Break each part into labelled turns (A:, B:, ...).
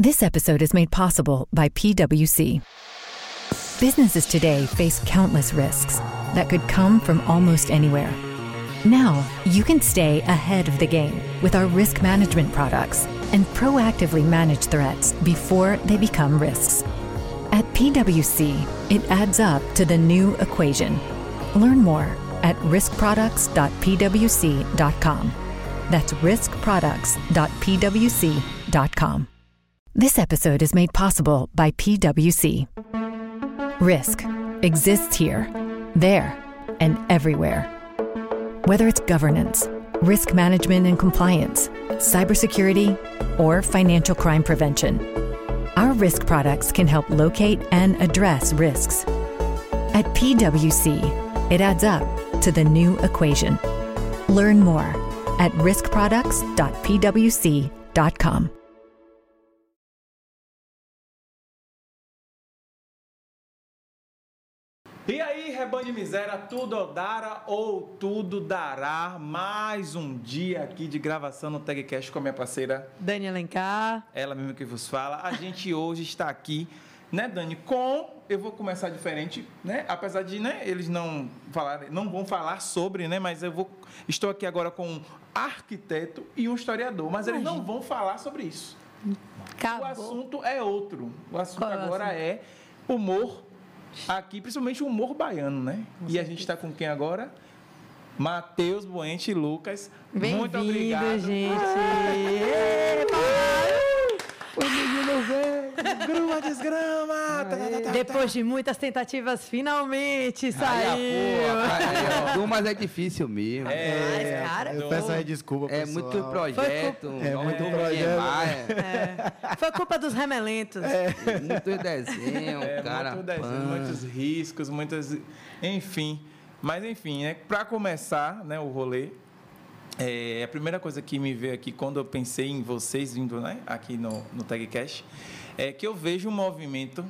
A: This episode is made possible by PWC. Businesses today face countless risks that could come from almost anywhere. Now, you can stay ahead of the game with our risk management products and proactively manage threats before they become risks. At PWC, it adds up to the new equation. Learn more at riskproducts.pwc.com. That's riskproducts.pwc.com. This episode is made possible by PWC. Risk exists here, there, and everywhere. Whether it's governance, risk management and compliance, cybersecurity, or financial crime prevention, our risk products can help locate and address risks. At PWC, it adds up to the new equation. Learn more at riskproducts.pwc.com.
B: E aí, rebanho de miséria, tudo odara ou tudo dará? Mais um dia aqui de gravação no TagCast com a minha parceira,
C: Dani Alencar.
B: ela mesma que vos fala. A gente hoje está aqui, né, Dani, com... Eu vou começar diferente, né? Apesar de, né, eles não falarem, não vão falar sobre, né? Mas eu vou... Estou aqui agora com um arquiteto e um historiador, mas eles não vão falar sobre isso. O
C: Acabou.
B: assunto é outro. O assunto
C: Qual é o
B: agora
C: assunto?
B: é humor aqui, principalmente o humor baiano, né? e a gente está com quem agora? Matheus Buente e Lucas. Muito obrigado.
C: Bem-vindo, gente.
B: O menino veio, grua desgrama. tá, tá, tá, tá.
C: Depois de muitas tentativas, finalmente
B: Aí, Ah,
C: saiu.
B: a porra, aí, ó.
D: Aí, ó, mas é difícil mesmo. É,
C: Mas, cara,
E: Eu peço aí desculpa, pessoal.
D: muito projeto,
E: É muito
D: muito
E: projeto. né?
D: projeto.
C: foi culpa dos remelentos.
D: É. muito desenho,
B: É,
D: cara.
B: muito desenho,
D: pã.
B: muitos riscos, muitas. Enfim. Mas enfim, né? Pra começar né, o rolê, é, a primeira coisa que me veio aqui quando eu pensei em vocês vindo né, aqui no, no TagCast é que eu vejo um movimento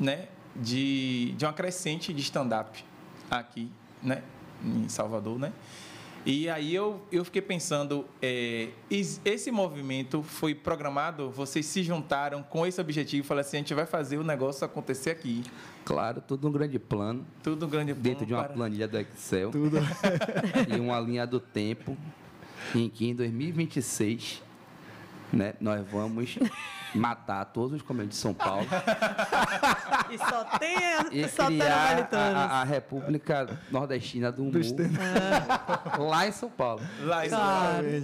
B: né, de, de uma crescente de stand-up aqui né, em Salvador, né? E aí eu, eu fiquei pensando, é, is- esse movimento foi programado, vocês se juntaram com esse objetivo, falaram assim, a gente vai fazer o negócio acontecer aqui.
D: Claro, tudo um grande plano.
B: Tudo um grande plano
D: Dentro de uma
B: para-
D: planilha do Excel. e uma linha do tempo. Em que em 2026, né, nós vamos matar todos os comediantes de São Paulo.
C: E só tem,
D: e
B: tá
C: só tá tem
D: criar a,
C: remelitanos.
D: a- a República Nordestina do Humor. lá em São Paulo.
B: Lá em
C: Claro.
D: É.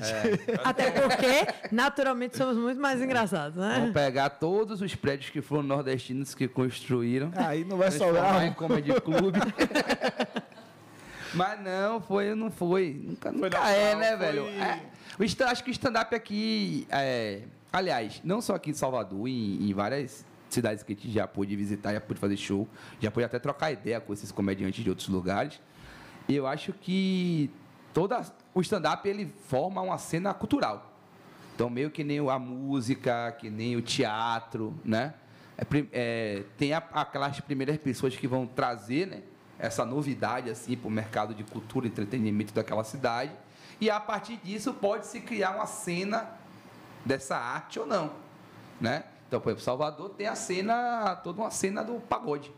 C: Até porque, naturalmente, somos muito mais engraçados,
D: Vamos
C: né?
D: pegar todos os prédios que foram nordestinos que construíram.
E: é. Aí não
B: É
E: vai
D: transformar em
E: sobrar. um.
D: comedy clube. Mas não, foi, não foi. Nunca, nunca
B: natural,
D: é, né,
B: foi-
D: velho? É. O sta- acho que o stand-up aqui. é, aliás, não só aqui em Salvador, em, em várias cidades que a gente já pôde visitar, já pôde fazer show, já pôde até trocar ideia com esses comediantes de outros lugares. Eu acho que toda, o stand-up ele forma uma cena cultural. Então, meio que nem a música, que nem o teatro, né? É pri- é, tem a- aquelas primeiras pessoas que vão trazer né, essa novidade assim, para o mercado de cultura e entretenimento daquela cidade. E a partir disso pode-se criar uma cena dessa arte ou não. Né? Então, por exemplo, Salvador tem a cena, toda uma cena do pagode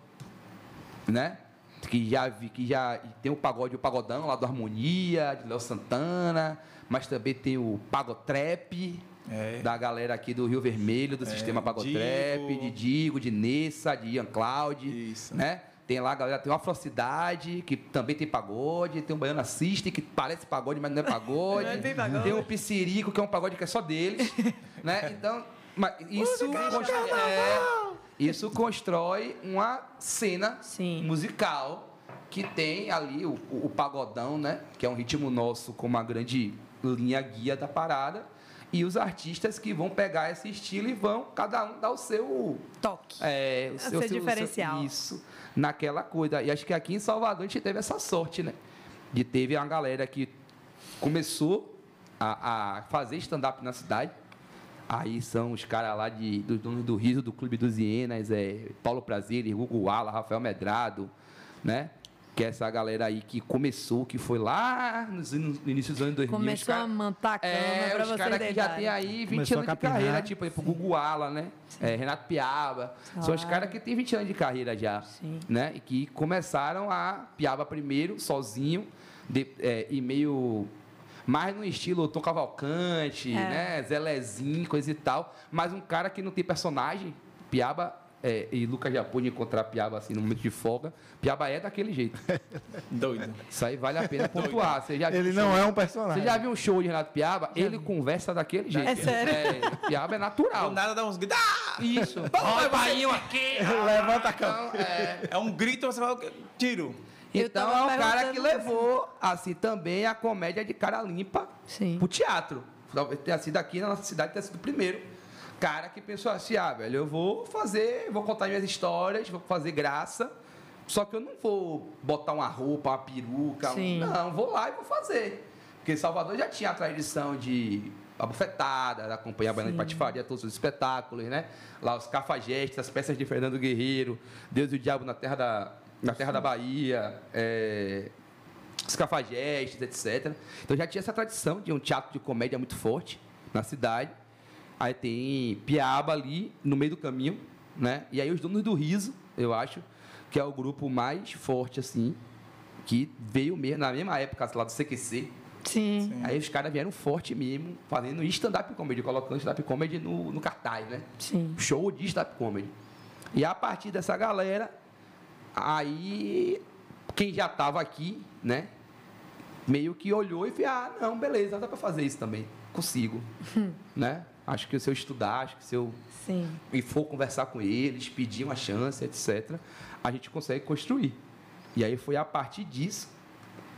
D: né? Que já vi, que já tem o pagode, o pagodão lá do Harmonia, de Léo Santana, mas também tem o Pagotrap,
B: É.
D: da galera aqui do Rio Vermelho, do sistema Pagotrap,
B: Digo.
D: de Digo, de Nessa, de Ian Cloud,
B: Isso.
D: né? Tem lá a galera, tem o Afrocidade, que também tem pagode, tem o Baiano Assiste, que parece pagode, mas não é pagode.
C: Não tem pagode.
D: Tem o Piscirico, que é um pagode que é só deles, né? Então, mas isso... constrói- é, isso constrói uma cena
C: Sim.
D: musical que tem ali o, o- o pagodão, né? Que é um ritmo nosso como a grande linha guia da parada. E os artistas que vão pegar esse estilo e vão, cada um dar o seu.
C: Toque.
D: É, o
C: O seu diferencial.
D: isso, naquela coisa. E acho que aqui em Salvador a gente teve essa sorte, né? De teve uma galera que começou a, a fazer stand-up na cidade. Aí são os caras lá de, dos donos do Riso, do Clube dos Hienas, é, Paulo Prazeres, Gugu Ala, Rafael Medrado, né? Que é essa galera aí que começou, que foi lá nos, no início dos anos 2000. os
C: Começou
D: cara-
C: a mantar a cama
D: é,
C: Então, pra né?
D: os
C: vocês
D: caras que já
C: deitarem.
D: tem aí 20
E: Começou
D: anos
E: a
D: de
E: capinar.
D: carreira, tipo, tipo Gugu Ala, né? É, Renato Piaba. São os caras que têm 20 anos de carreira já,
C: Sim.
D: né? E que começaram a Piaba primeiro, sozinho, de- é, e meio... Mais no estilo Tom Cavalcante,
C: É.
D: né? Zé Lezinho, coisa e tal. Mas um cara que não tem personagem, Piaba... é, e Lucas já pôde encontrar Piaba assim no momento de folga. Piaba é daquele jeito.
B: Doido.
D: Isso aí vale a pena pontuar. Você já
E: Ele
D: viu
E: não
D: show?
E: é um
D: Você
E: personagem.
D: já viu um show de Renato Piaba? ele conversa daquele jeito.
C: É sério?
D: É, Piaba é
B: Do
D: natural.
B: nada dá uns gritos. Ah!
D: Isso.
B: Olha o bainho aqui!
E: Levanta a cama.
D: Então, é,
B: É um grito, você fala, tiro.
C: Eu
D: então
C: tava
D: é um cara que
C: perguntando
D: levou, assim, também a comédia de cara limpa
C: Sim.
D: pro teatro. Talvez tenha sido aqui na nossa cidade, tenha sido o primeiro. Cara que pensou assim, ah, velho, eu vou fazer, vou contar minhas histórias, vou fazer graça, só que eu não vou botar uma roupa, uma peruca, um-
C: Sim.
D: não, vou lá e vou fazer. Porque Salvador já tinha a tradição de a bufetada, da Companhia Baiana de Patifaria, todos os espetáculos, né? Lá os cafajestes, as peças de Fernando Guerreiro, Deus e o Diabo na Terra da, na terra da Bahia, é, os cafajestes, etc. Então já tinha essa tradição de um teatro de comédia muito forte na cidade. Aí tem Piaba ali no meio do caminho, né? E aí os donos do riso, eu acho, que é o grupo mais forte assim, que veio mesmo na mesma época lá do CQC.
C: Sim.
D: Aí os caras vieram forte mesmo, fazendo stand-up comedy, colocando stand-up comedy no, no cartaz, né?
C: Sim.
D: show de stand-up comedy. E a partir dessa galera, aí quem já estava aqui, né? Meio que olhou e fez, ah, não, beleza, dá para fazer isso também. Consigo. né? Acho que se eu estudar, acho que se eu
C: Sim.
D: e for conversar com eles, pedir uma chance, etc., a gente consegue construir. E aí foi a partir disso,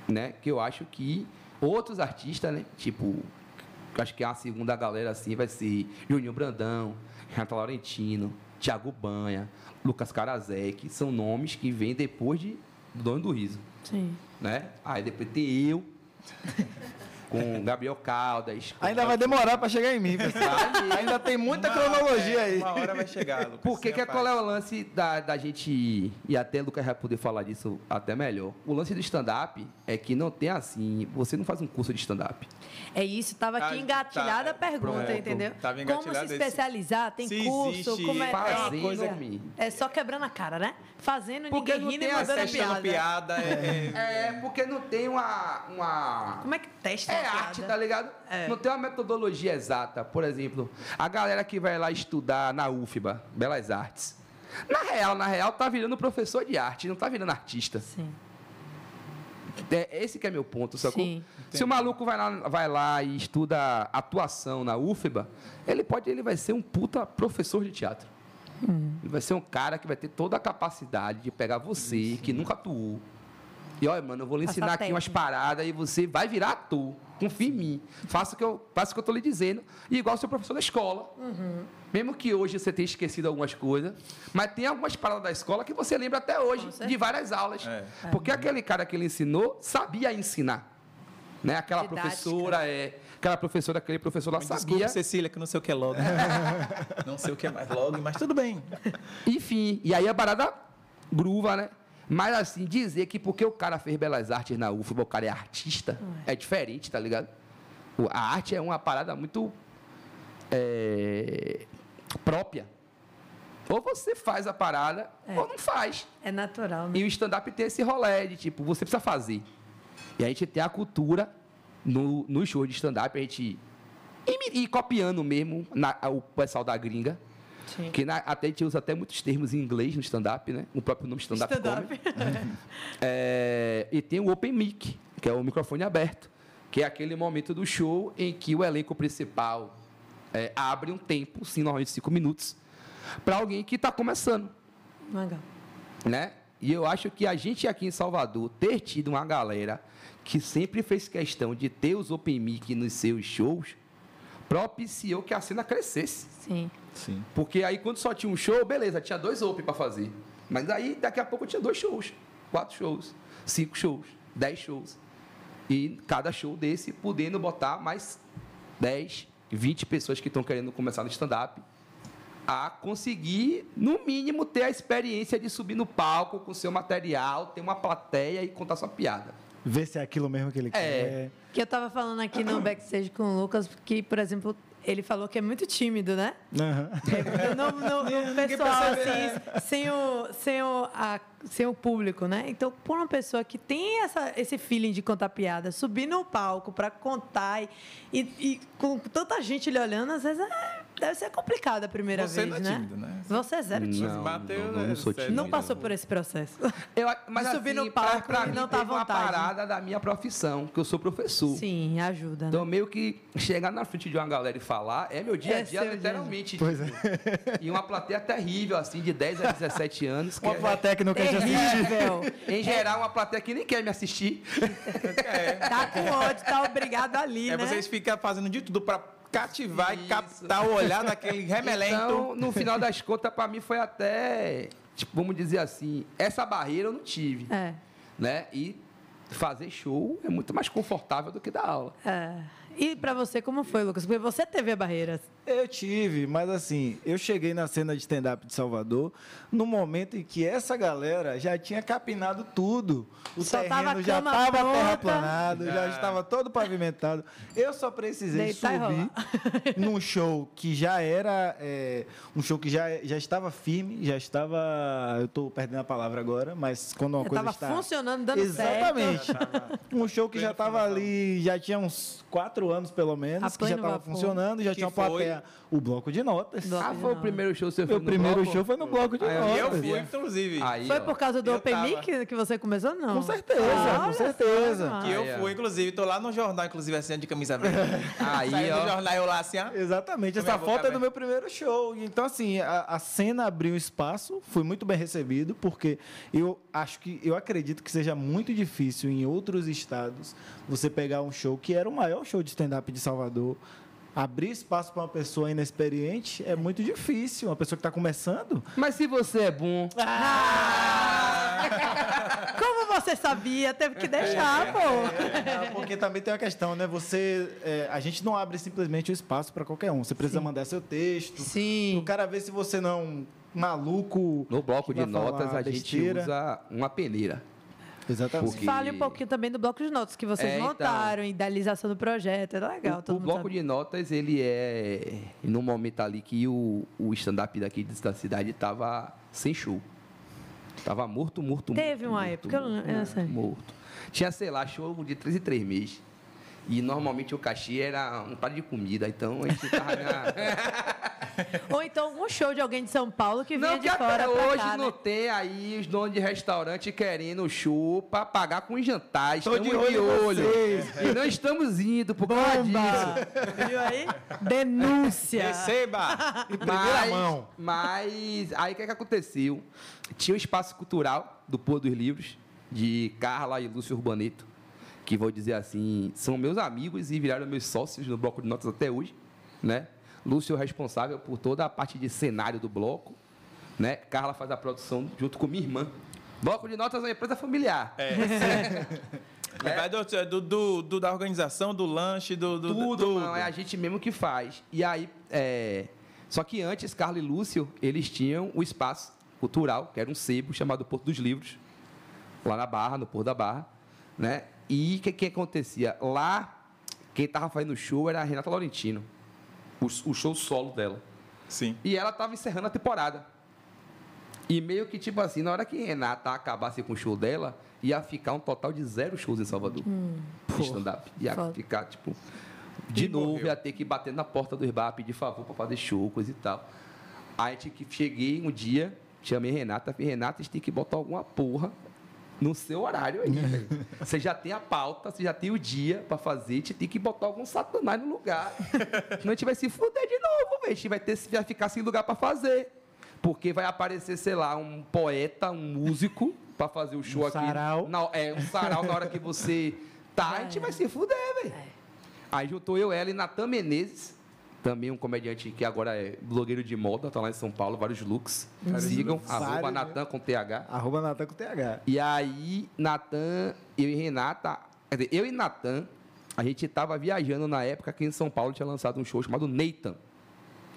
D: né, que eu acho que outros artistas, né, tipo, eu acho que a segunda galera assim vai ser Juninho Brandão, Renato Laurentino, Thiago Banha, Lucas Carazé, que são nomes que vêm depois de do Dono do Riso,
C: Sim.
D: né? Aí depois tem eu com Gabriel Caldas. com-
E: Ainda vai demorar pra chegar em mim, pessoal. Ainda tem muita
B: Uma-
E: cronologia
B: é,
E: aí.
B: Uma hora vai chegar, Lucas. assim,
D: Porque que
B: tenha
D: é qual
B: paz.
D: é o lance da, da gente. ir? E até o Lucas vai poder falar disso até melhor. O lance do stand-up é que não tem assim. Você não faz um curso de stand-up.
C: É isso, tava
B: Tá,
C: aqui engatilhada a
B: tá,
C: pergunta,
D: pronto.
C: entendeu?
B: Tava
C: como
B: engatilhada
C: se
B: esse-
C: especializar, tem
B: Se
C: curso,
B: existe
C: como é
D: fazendo
C: é uma coisa-
D: mim.
C: É só quebrando a cara, né? Fazendo
D: Porque
C: ninguém
D: não
C: rindo e
D: tem
C: mandando
D: acesso
C: piada.
B: Testando piada, é, é,
D: É, porque não tem uma. uma...
C: Como é que testa
D: É
C: uma piada?
D: arte, tá ligado?
C: É.
D: Não tem uma metodologia exata. Por exemplo, a galera que vai lá estudar na UFBA, Belas Artes. Na real, na real, tá virando professor de arte, não tá virando artista.
C: Sim.
D: É, esse que é meu ponto, sacou?
C: Sim.
D: Se o maluco vai lá, vai lá e estuda atuação na UFBA, ele pode, ele vai ser um puta professor de teatro. Ele vai ser um cara que vai ter toda a capacidade de pegar você, que nunca atuou. E olha, mano, eu vou lhe
C: Passar
D: ensinar aqui umas
C: técnica.
D: paradas e você vai virar ator. Confia em mim. Faça o que eu, faça o que eu tô lhe dizendo. E igual seu professor da escola. Mesmo que hoje você tenha esquecido algumas coisas, mas tem algumas paradas da escola que você lembra até hoje, de várias aulas.
B: É.
D: Porque aquele cara que ele ensinou sabia ensinar. Né? Aquela
C: Didática.
D: professora é. Aquela professora, aquele professor lá
B: Me
D: sabia.
B: Desculpa, Cecília, que não sei o que é log. não sei o que é mais log, mas tudo bem.
D: Enfim, e aí a parada gruva, né? Mas assim, dizer que porque o cara fez belas artes na UFBA, o cara é artista, é diferente, tá ligado? O- A arte é uma parada muito é, própria. Ou você faz a parada, ou não faz.
C: É natural, né?
D: E o stand-up tem esse rolê de tipo, você precisa fazer. E a gente tem a cultura no, no show de stand-up, a gente. E, e copiando mesmo na- o pessoal da gringa.
C: Sim.
D: Que na- até a gente usa até muitos termos em inglês no stand-up, né? O próprio nome stand-up.
C: Stand-up.
D: comedy. É, e tem o open mic, que é o microfone aberto, que é aquele momento do show em que o elenco principal é, abre um tempo, sim, normalmente cinco minutos, para alguém que está começando
C: Legal.
D: né? E eu acho que a gente aqui em Salvador ter tido uma galera que sempre fez questão de ter os open mic nos seus shows propiciou que a cena crescesse.
C: Sim.
B: Sim.
D: Porque aí quando só tinha um show, beleza, tinha dois open para fazer. Mas aí daqui a pouco tinha dois shows, quatro shows, cinco shows, dez shows. E cada show desse podendo botar mais 10, 20 pessoas que estão querendo começar no stand-up a conseguir, no mínimo, ter a experiência de subir no palco com seu material, ter uma plateia e contar sua piada.
F: Ver se é aquilo mesmo que ele
D: É.
F: quer.
C: Que eu tava falando aqui no backstage com o Lucas, que, por exemplo, ele falou que é muito tímido, né?
F: Aham.
C: É, no, no- no pessoal,
B: né?
C: assim, sem o, sem, o, a- sem o público, né? Então, por uma pessoa que tem essa, esse feeling de contar piada, subir no palco pra contar e, e- e com tanta gente lhe olhando, às vezes é- deve ser complicado a primeira
B: Você
C: vez,
B: não é
C: né?
B: tímido, né?
C: Você é zero tímido.
D: Não,
B: Bateu,
D: não, não, não sou
B: é sério.
D: tímido.
C: Não passou por esse processo.
F: Uh.
D: Eu, mas
C: De subir
D: assim,
C: no palco
D: pra, pra
C: e
D: mim,
C: não tá à
D: teve uma
C: vontade.
D: parada da minha profissão, que eu sou professor.
C: Sim, ajuda, né?
D: Então, meio que chegar na frente de uma galera e falar é meu dia a
C: É
D: dia,
C: seu dia.
D: literalmente. Tipo,
F: Pois é.
D: E uma plateia terrível, assim, de 10 a 17 anos. que
F: Uma
D: é-
F: plateia que não quer te assistir.
C: Terrível.
D: Em geral, uma plateia que nem quer me assistir.
C: Tá com ódio, tá obrigado ali,
B: É
C: né?
B: vocês ficam fazendo de tudo pra cativar e captar o olhar daquele
C: É
B: remelento.
D: Então, no final das contas, pra mim foi até, tipo, vamos dizer assim, essa barreira eu não tive,
C: É.
D: né? E fazer show é muito mais confortável do que dar aula.
C: É. E pra você, como foi, Lucas? Porque você teve a barreira.
F: Eu tive, mas assim, eu cheguei na cena de stand-up de Salvador no momento em que essa galera já tinha capinado tudo. O
C: Só tava
F: terreno
C: a
F: já
C: cama
F: estava
C: pronta.
F: terraplanado, já
B: Já.
F: estava todo pavimentado. Eu só precisei
C: Deitar e
F: subir num show que já era é, um show que já, já estava firme, já estava. Eu estou perdendo a palavra agora, mas quando uma
C: Já
F: coisa
C: tava
F: está
C: funcionando, dando
F: Exatamente.
B: Já tava
F: Um show que
B: pleno
F: já estava
B: fundamental.
F: ali, já tinha uns quatro anos pelo
C: A
F: menos, que
C: pleno
F: já estava
C: vapor.
F: funcionando, já
B: Que
F: tinha uma
B: foi-
F: plateia. O bloco de notas.
C: Do-
D: Ah, foi o
C: Não.
D: primeiro show que você foi
F: Meu
D: no
F: primeiro
D: bloco?
F: show foi no bloco de
D: Ah, eu-
B: E eu
F: notas.
B: fui, inclusive.
D: Aí,
C: Foi
D: ó.
C: por causa do
B: Eu
C: Open
B: tava.
C: Mic que você começou? Não.
F: Com certeza,
C: Ah,
F: com
C: olha
F: certeza.
C: só,
B: Que eu
D: Aí, ó.
B: fui, inclusive, tô lá no jornal, inclusive, assim, de camisa verde.
D: Aí,
B: Saiu
D: ó.
B: do jornal, eu lá, assim, ah,
F: Exatamente,
B: Com
F: essa
B: minha boca
F: foto é do
B: aberta.
F: meu primeiro show. Então, assim, a, a cena abriu espaço, fui muito bem recebido, porque eu acho que, eu acredito que seja muito difícil em outros estados você pegar um show que era o maior show de stand-up de Salvador. Abrir espaço para uma pessoa inexperiente é muito difícil, uma pessoa que está começando.
D: Mas se você é bom,
C: Ah. Como você sabia, teve que deixar, pô.
F: É, porque também tem uma questão, né? Você, é, a gente não abre simplesmente o espaço para qualquer um. Você precisa mandar seu texto. O
C: Sim.
F: cara vê se você não é um maluco.
D: no bloco
F: que
D: de
F: vai falar
D: notas a gente
F: besteira.
D: usa uma peneira.
F: Exatamente.
D: Porque-
C: Fale um pouquinho também do bloco de notas que vocês
D: É, então.
C: montaram, idealização do projeto. É legal,
D: o
C: todo mundo
D: bloco
C: sabe.
D: de notas, ele é. No momento ali que o, o stand-up daqui da cidade tava sem show. Tava morto, morto, morto.
C: Teve uma
D: morto,
C: época, eu não-
D: morto,
C: eu
D: morto,
C: sei.
D: morto. Tinha, sei lá, show de três em três meses. E normalmente o cachê era um prato de comida, então a gente tava na...
C: Ou então algum show de alguém de São Paulo que vinha
D: Não
C: de
D: que até
C: fora pra
D: hoje
C: cá,
D: não
C: né?
D: tem aí os donos de restaurante querendo show pra pagar com os jantares.
F: Tô de
D: Estamos de
F: olho em
D: olho. E não estamos indo por causa disso.
C: Bomba! Viu aí?
D: É.
C: Denúncia!
B: receba!
D: mas, mas aí o que, é que aconteceu? Tinha o espaço cultural do Pôr dos Livros, de Carla e Lúcio Urbaneto, que vou dizer assim, são meus amigos e viraram meus sócios no bloco de notas até hoje, né? Lúcio é o responsável por toda a parte de cenário do bloco, né? Carla faz a produção junto com minha irmã. Bloco de notas é uma empresa familiar.
B: Vai do, do, do- do- da organização, do lanche, do. do
D: tudo, mano, é a gente mesmo que faz. E aí, é... só que antes, Carlos e Lúcio, eles tinham o espaço cultural, que era um sebo chamado Porto dos Livros, lá na Barra, no Porto da Barra, né? E o que, que acontecia? Lá, quem tava fazendo show era a Renata Laurentino, o, s- o show solo dela.
B: Sim.
D: E ela tava encerrando a temporada. E meio que, tipo assim, na hora que Renata acabasse com o show dela, ia ficar um total de zero shows em Salvador. De Stand-up. Ia
C: foda.
D: ficar, tipo. De
B: E
D: novo,
B: morreu.
D: ia ter que bater na porta do bar, pedir favor pra fazer show, coisa e tal. Aí tinha que- cheguei um dia, chamei Renata, falei, Renata, a gente tem que botar alguma porra no seu horário aí, velho. Você já tem a pauta, você já tem o dia pra fazer, a gente tem que botar algum satanás no lugar. Senão a gente vai se fuder de novo, velho. A gente vai, ter, vai ficar sem lugar pra fazer. Porque vai aparecer, sei lá, um poeta, um músico pra fazer o show aqui.
F: Um sarau. É.
D: Na, é, um sarau na hora que você tá, a gente vai se fuder, velho. Aí juntou eu, ela e Natan Menezes, também um comediante que agora é blogueiro de moda, tá lá em São Paulo, vários looks. Sigam,
F: looks.
D: arroba
F: Vários,
D: Natan com TH.
F: Arroba Natan com TH.
D: E aí, Natan, eu e Renata, quer dizer, eu e Natan, a gente tava viajando na época que em São Paulo tinha lançado um show chamado Nathan.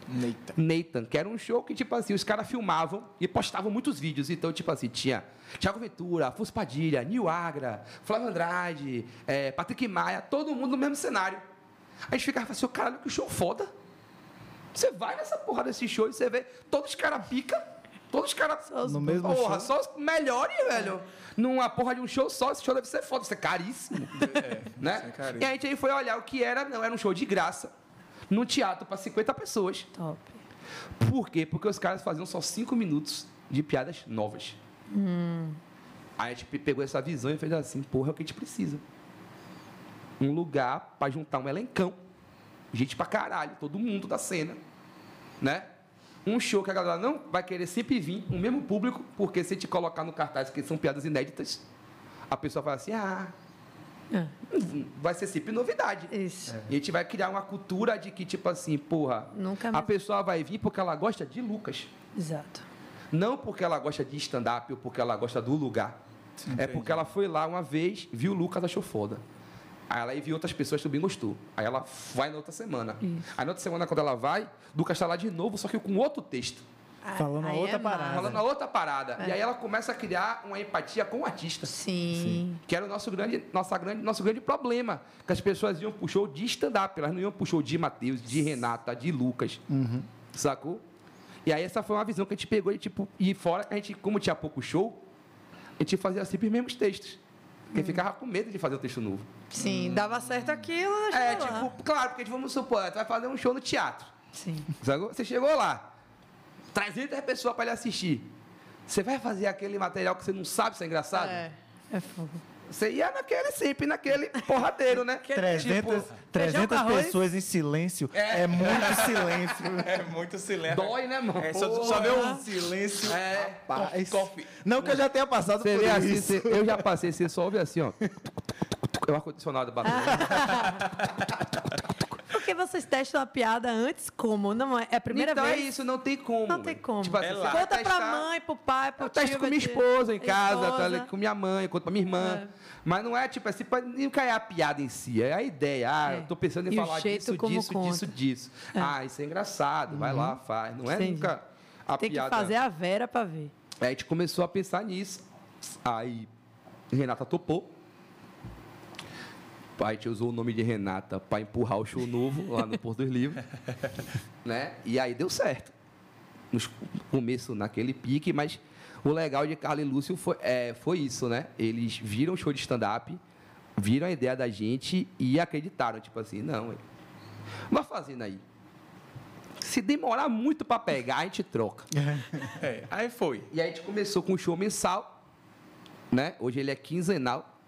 B: Neita.
D: Nathan, que era um show que, tipo assim, os caras filmavam e postavam muitos vídeos. Então, tipo assim, tinha Thiago Ventura, Afonso Padilha, Nil Agra, Flávio Andrade, eh, Patrick Maia, todo mundo no mesmo cenário. A gente ficava assim, caralho, que show foda. Você vai nessa porra desse show e você vê todos os caras pica, todos os caras...
F: No mesmo
D: Porra,
F: show?
D: só os melhores, velho. Numa porra de um show só, esse show deve ser foda, isso é caríssimo. né?
B: isso é caríssimo.
D: e a gente aí foi olhar o que era, não, era um show de graça, num teatro para 50 pessoas.
C: Top.
D: Por quê? Porque os caras faziam só cinco minutos de piadas novas.
C: Hum.
D: Aí a gente pe- pegou essa visão e fez assim, porra, é o que a gente precisa. Um lugar pra juntar um elencão. Gente pra caralho, todo mundo da cena. Né? Um show que a galera não vai querer sempre vir, o mesmo público, porque se a gente colocar no cartaz que são piadas inéditas, a pessoa fala assim, ah,
C: É,
D: vai ser sempre novidade.
C: Isso.
D: E a gente vai criar uma cultura de que, tipo assim, porra,
C: Nunca
D: a
C: mais.
D: pessoa vai vir porque ela gosta de Lucas.
C: Exato.
D: Não porque ela gosta de stand-up ou porque ela gosta do lugar. É porque ela foi lá uma vez, viu o Lucas, achou foda. Aí ela aí viu outras pessoas também gostou. Aí ela vai na outra semana. Aí na outra semana, quando ela vai, Lucas tá lá de novo, só que com outro texto. Tá
F: Falando
C: Aí
F: outra
C: é
F: parada.
C: massa.
D: Falando a outra parada. E aí ela começa a criar uma empatia com o artista.
C: Sim.
D: Que era o nosso grande, nossa grande, nosso grande problema. Que as pessoas iam pro show de stand-up, elas não iam pro show de Matheus, de Renata, de Lucas. Sacou? E aí essa foi uma visão que a gente pegou e, tipo, e fora que a gente, como tinha pouco show, a gente fazia sempre os mesmos textos. Porque ficava com medo de fazer um texto novo.
C: Sim. Dava certo aquilo, deixa
D: É,
C: lá.
D: tipo, claro, porque vamos supor, tu vai fazer um show no teatro.
C: Sim.
D: Sacou? Você chegou lá, 300 pessoas para ele assistir. Você vai fazer aquele material que você não sabe se é engraçado?
C: É. É fogo.
D: Você ia naquele sempre, naquele porradeiro, né?
F: 300,
D: Tipo,
F: 300
C: com arroz?
F: pessoas em silêncio é, muito silêncio.
B: É muito silêncio.
D: dói, né, mano?
B: É, só, só vê um silêncio.
D: É.
F: Rapaz.
B: Coffee.
F: Não que eu já tenha passado
D: Você
F: por
D: vê assim,
F: isso.
D: você- eu já passei, você só ouve assim, ó. É o ar-condicionado
C: Ah,
D: batendo.
C: Porque vocês testam a piada antes como? Não é é a primeira
D: então
C: vez?
D: é isso, não tem como.
C: Não tem
D: velho.
C: como.
D: Tipo assim,
B: É
D: você
B: lá.
D: vai
C: Conta pra
D: testar-
C: mãe, pro pai, pro
D: Eu
C: tio.
D: testo com
C: vai
D: minha
C: ter-
D: esposa em casa, tá, ali
C: esposa.
D: com minha mãe, conto pra minha irmã. Mas não é tipo assim, pra nem cair a piada em si, é a ideia. Ah,
C: É.
D: eu tô pensando em
C: E o
D: falar
C: jeito
D: disso,
C: como
D: disso,
C: conta.
D: disso, disso. Ah, isso é engraçado, vai lá, faz. Não é
C: Entendi.
D: nunca a
C: Tem que
D: piada.
C: fazer a Vera pra ver.
D: Aí a gente começou a pensar nisso. Aí Renata topou. Aí a gente usou o nome de Renata para empurrar o show novo lá no Porto dos Livros. né? E aí deu certo. No começo naquele pique, mas o legal de Carla e Lúcio foi, é, foi isso, né? Eles viram o show de stand-up, viram a ideia da gente e acreditaram. Tipo assim, não, vai fazendo aí. Se demorar muito para pegar, a gente troca.
B: É, aí foi.
D: E aí a gente começou com o show mensal, né? Hoje ele é quinzenal.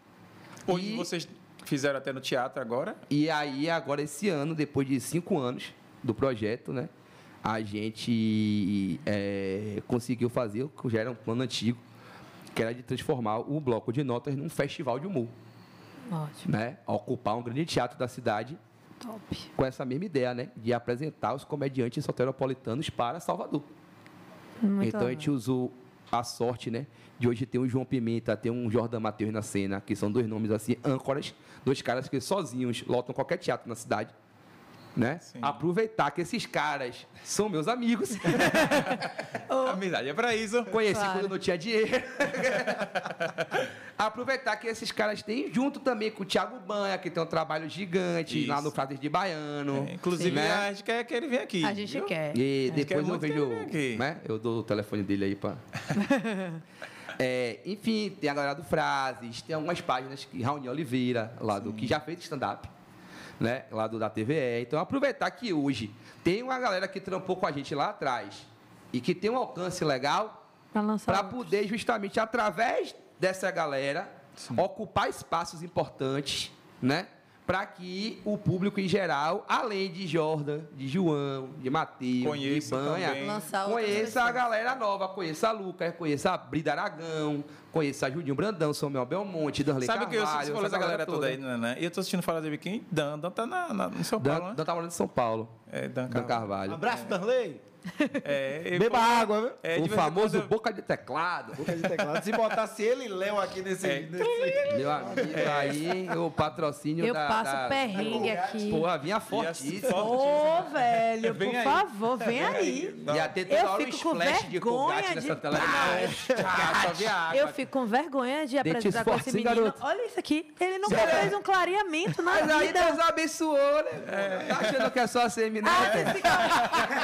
B: Hoje
D: E-
B: vocês fizeram até no teatro agora.
D: E aí, agora esse ano, depois de cinco anos do projeto, né? A gente eh, conseguiu fazer o que já era um plano antigo, que era de transformar o bloco de notas num festival de humor,
C: Ótimo.
D: né? Ocupar um grande teatro da cidade
C: Top.
D: com essa mesma ideia, né? De apresentar os comediantes soteropolitanos para Salvador.
C: Muito
D: então a
C: legal.
D: gente usou a sorte, né? De hoje ter um João Pimenta, ter um Jordan Matheus na cena, que são dois nomes assim, âncoras, dois caras que sozinhos lotam qualquer teatro na cidade. Né? Aproveitar que esses caras são meus amigos. Oh.
B: Amizade é pra isso.
D: Conheci
C: Claro.
D: quando eu não tinha dinheiro. Aproveitar que esses caras têm junto também com o Thiago Banha, que tem um trabalho gigante lá
B: Isso.
D: no Frades de Baiano.
B: É, inclusive,
D: né?
B: a gente quer que ele venha aqui.
C: A gente
B: viu?
C: quer.
D: E
B: quero
D: depois eu
B: muito que ele
D: vejo.
B: venha aqui.
D: Né? Eu dou o telefone dele aí pra. É, enfim, tem a galera do Frases, tem algumas páginas que Raoni Oliveira, lá do, que já fez stand-up, né? Lá do, da TVE. Então, aproveitar que hoje tem uma galera que trampou com a gente lá atrás e que tem um alcance legal
C: Pra lançar.
D: para
C: outro.
D: poder justamente através dessa galera ocupar espaços importantes, né? Para que o público em geral, além de Jordan, de João, de Matheus, de
B: Conheça também.
D: Banha,
C: Lançar outras
D: conheça a
C: versões.
D: galera nova, conheça a Lucas, conheça a Brida Aragão, conheça a Judinho Brandão, Samuel Belmonte, Darley
B: Sabe o que eu
D: Carvalho,
B: sinto falando
D: essa
B: essa galera toda aí, né? E eu tô assistindo falar de quem? Dan, Dan tá na, na- no São
D: Dan,
B: Paulo, né?
D: Dan tá morando em São Paulo,
B: É, Dan,
D: Dan
B: Carvalho.
D: Carvalho.
F: Abraço, Darley.
B: É, eu-
F: Beba água, viu?
B: É, de
D: o
B: vez em
D: famoso
B: quando eu-
D: boca de teclado.
F: Boca de teclado. Se botasse ele e Léo aqui nesse.
B: É.
F: nesse-
D: Meu amigo, aí o patrocínio
C: Eu
D: da...
C: passo
D: da-
C: perrengue aqui.
D: Porra, vinha
B: E
D: fortíssima.
C: um
B: as-
C: Ô, velho,
B: Vem
C: por
B: aí.
C: favor, vem aí.
B: Não.
D: Ia ter
C: Eu
D: toda hora um
C: fico com
D: splash de
C: vergonha
D: Colgate nessa
C: de-
D: tela. Ah, só via água.
C: Eu fico com vergonha de
D: Dentes
C: apresentar com esse
D: fortes, hein,
C: menino.
D: garoto?
C: Olha isso aqui. Ele nunca fez um clareamento na
D: é. Mas aí Deus
C: vida.
D: abençoou, né? Tá achando que é só a semi, né?
C: Ah, vocês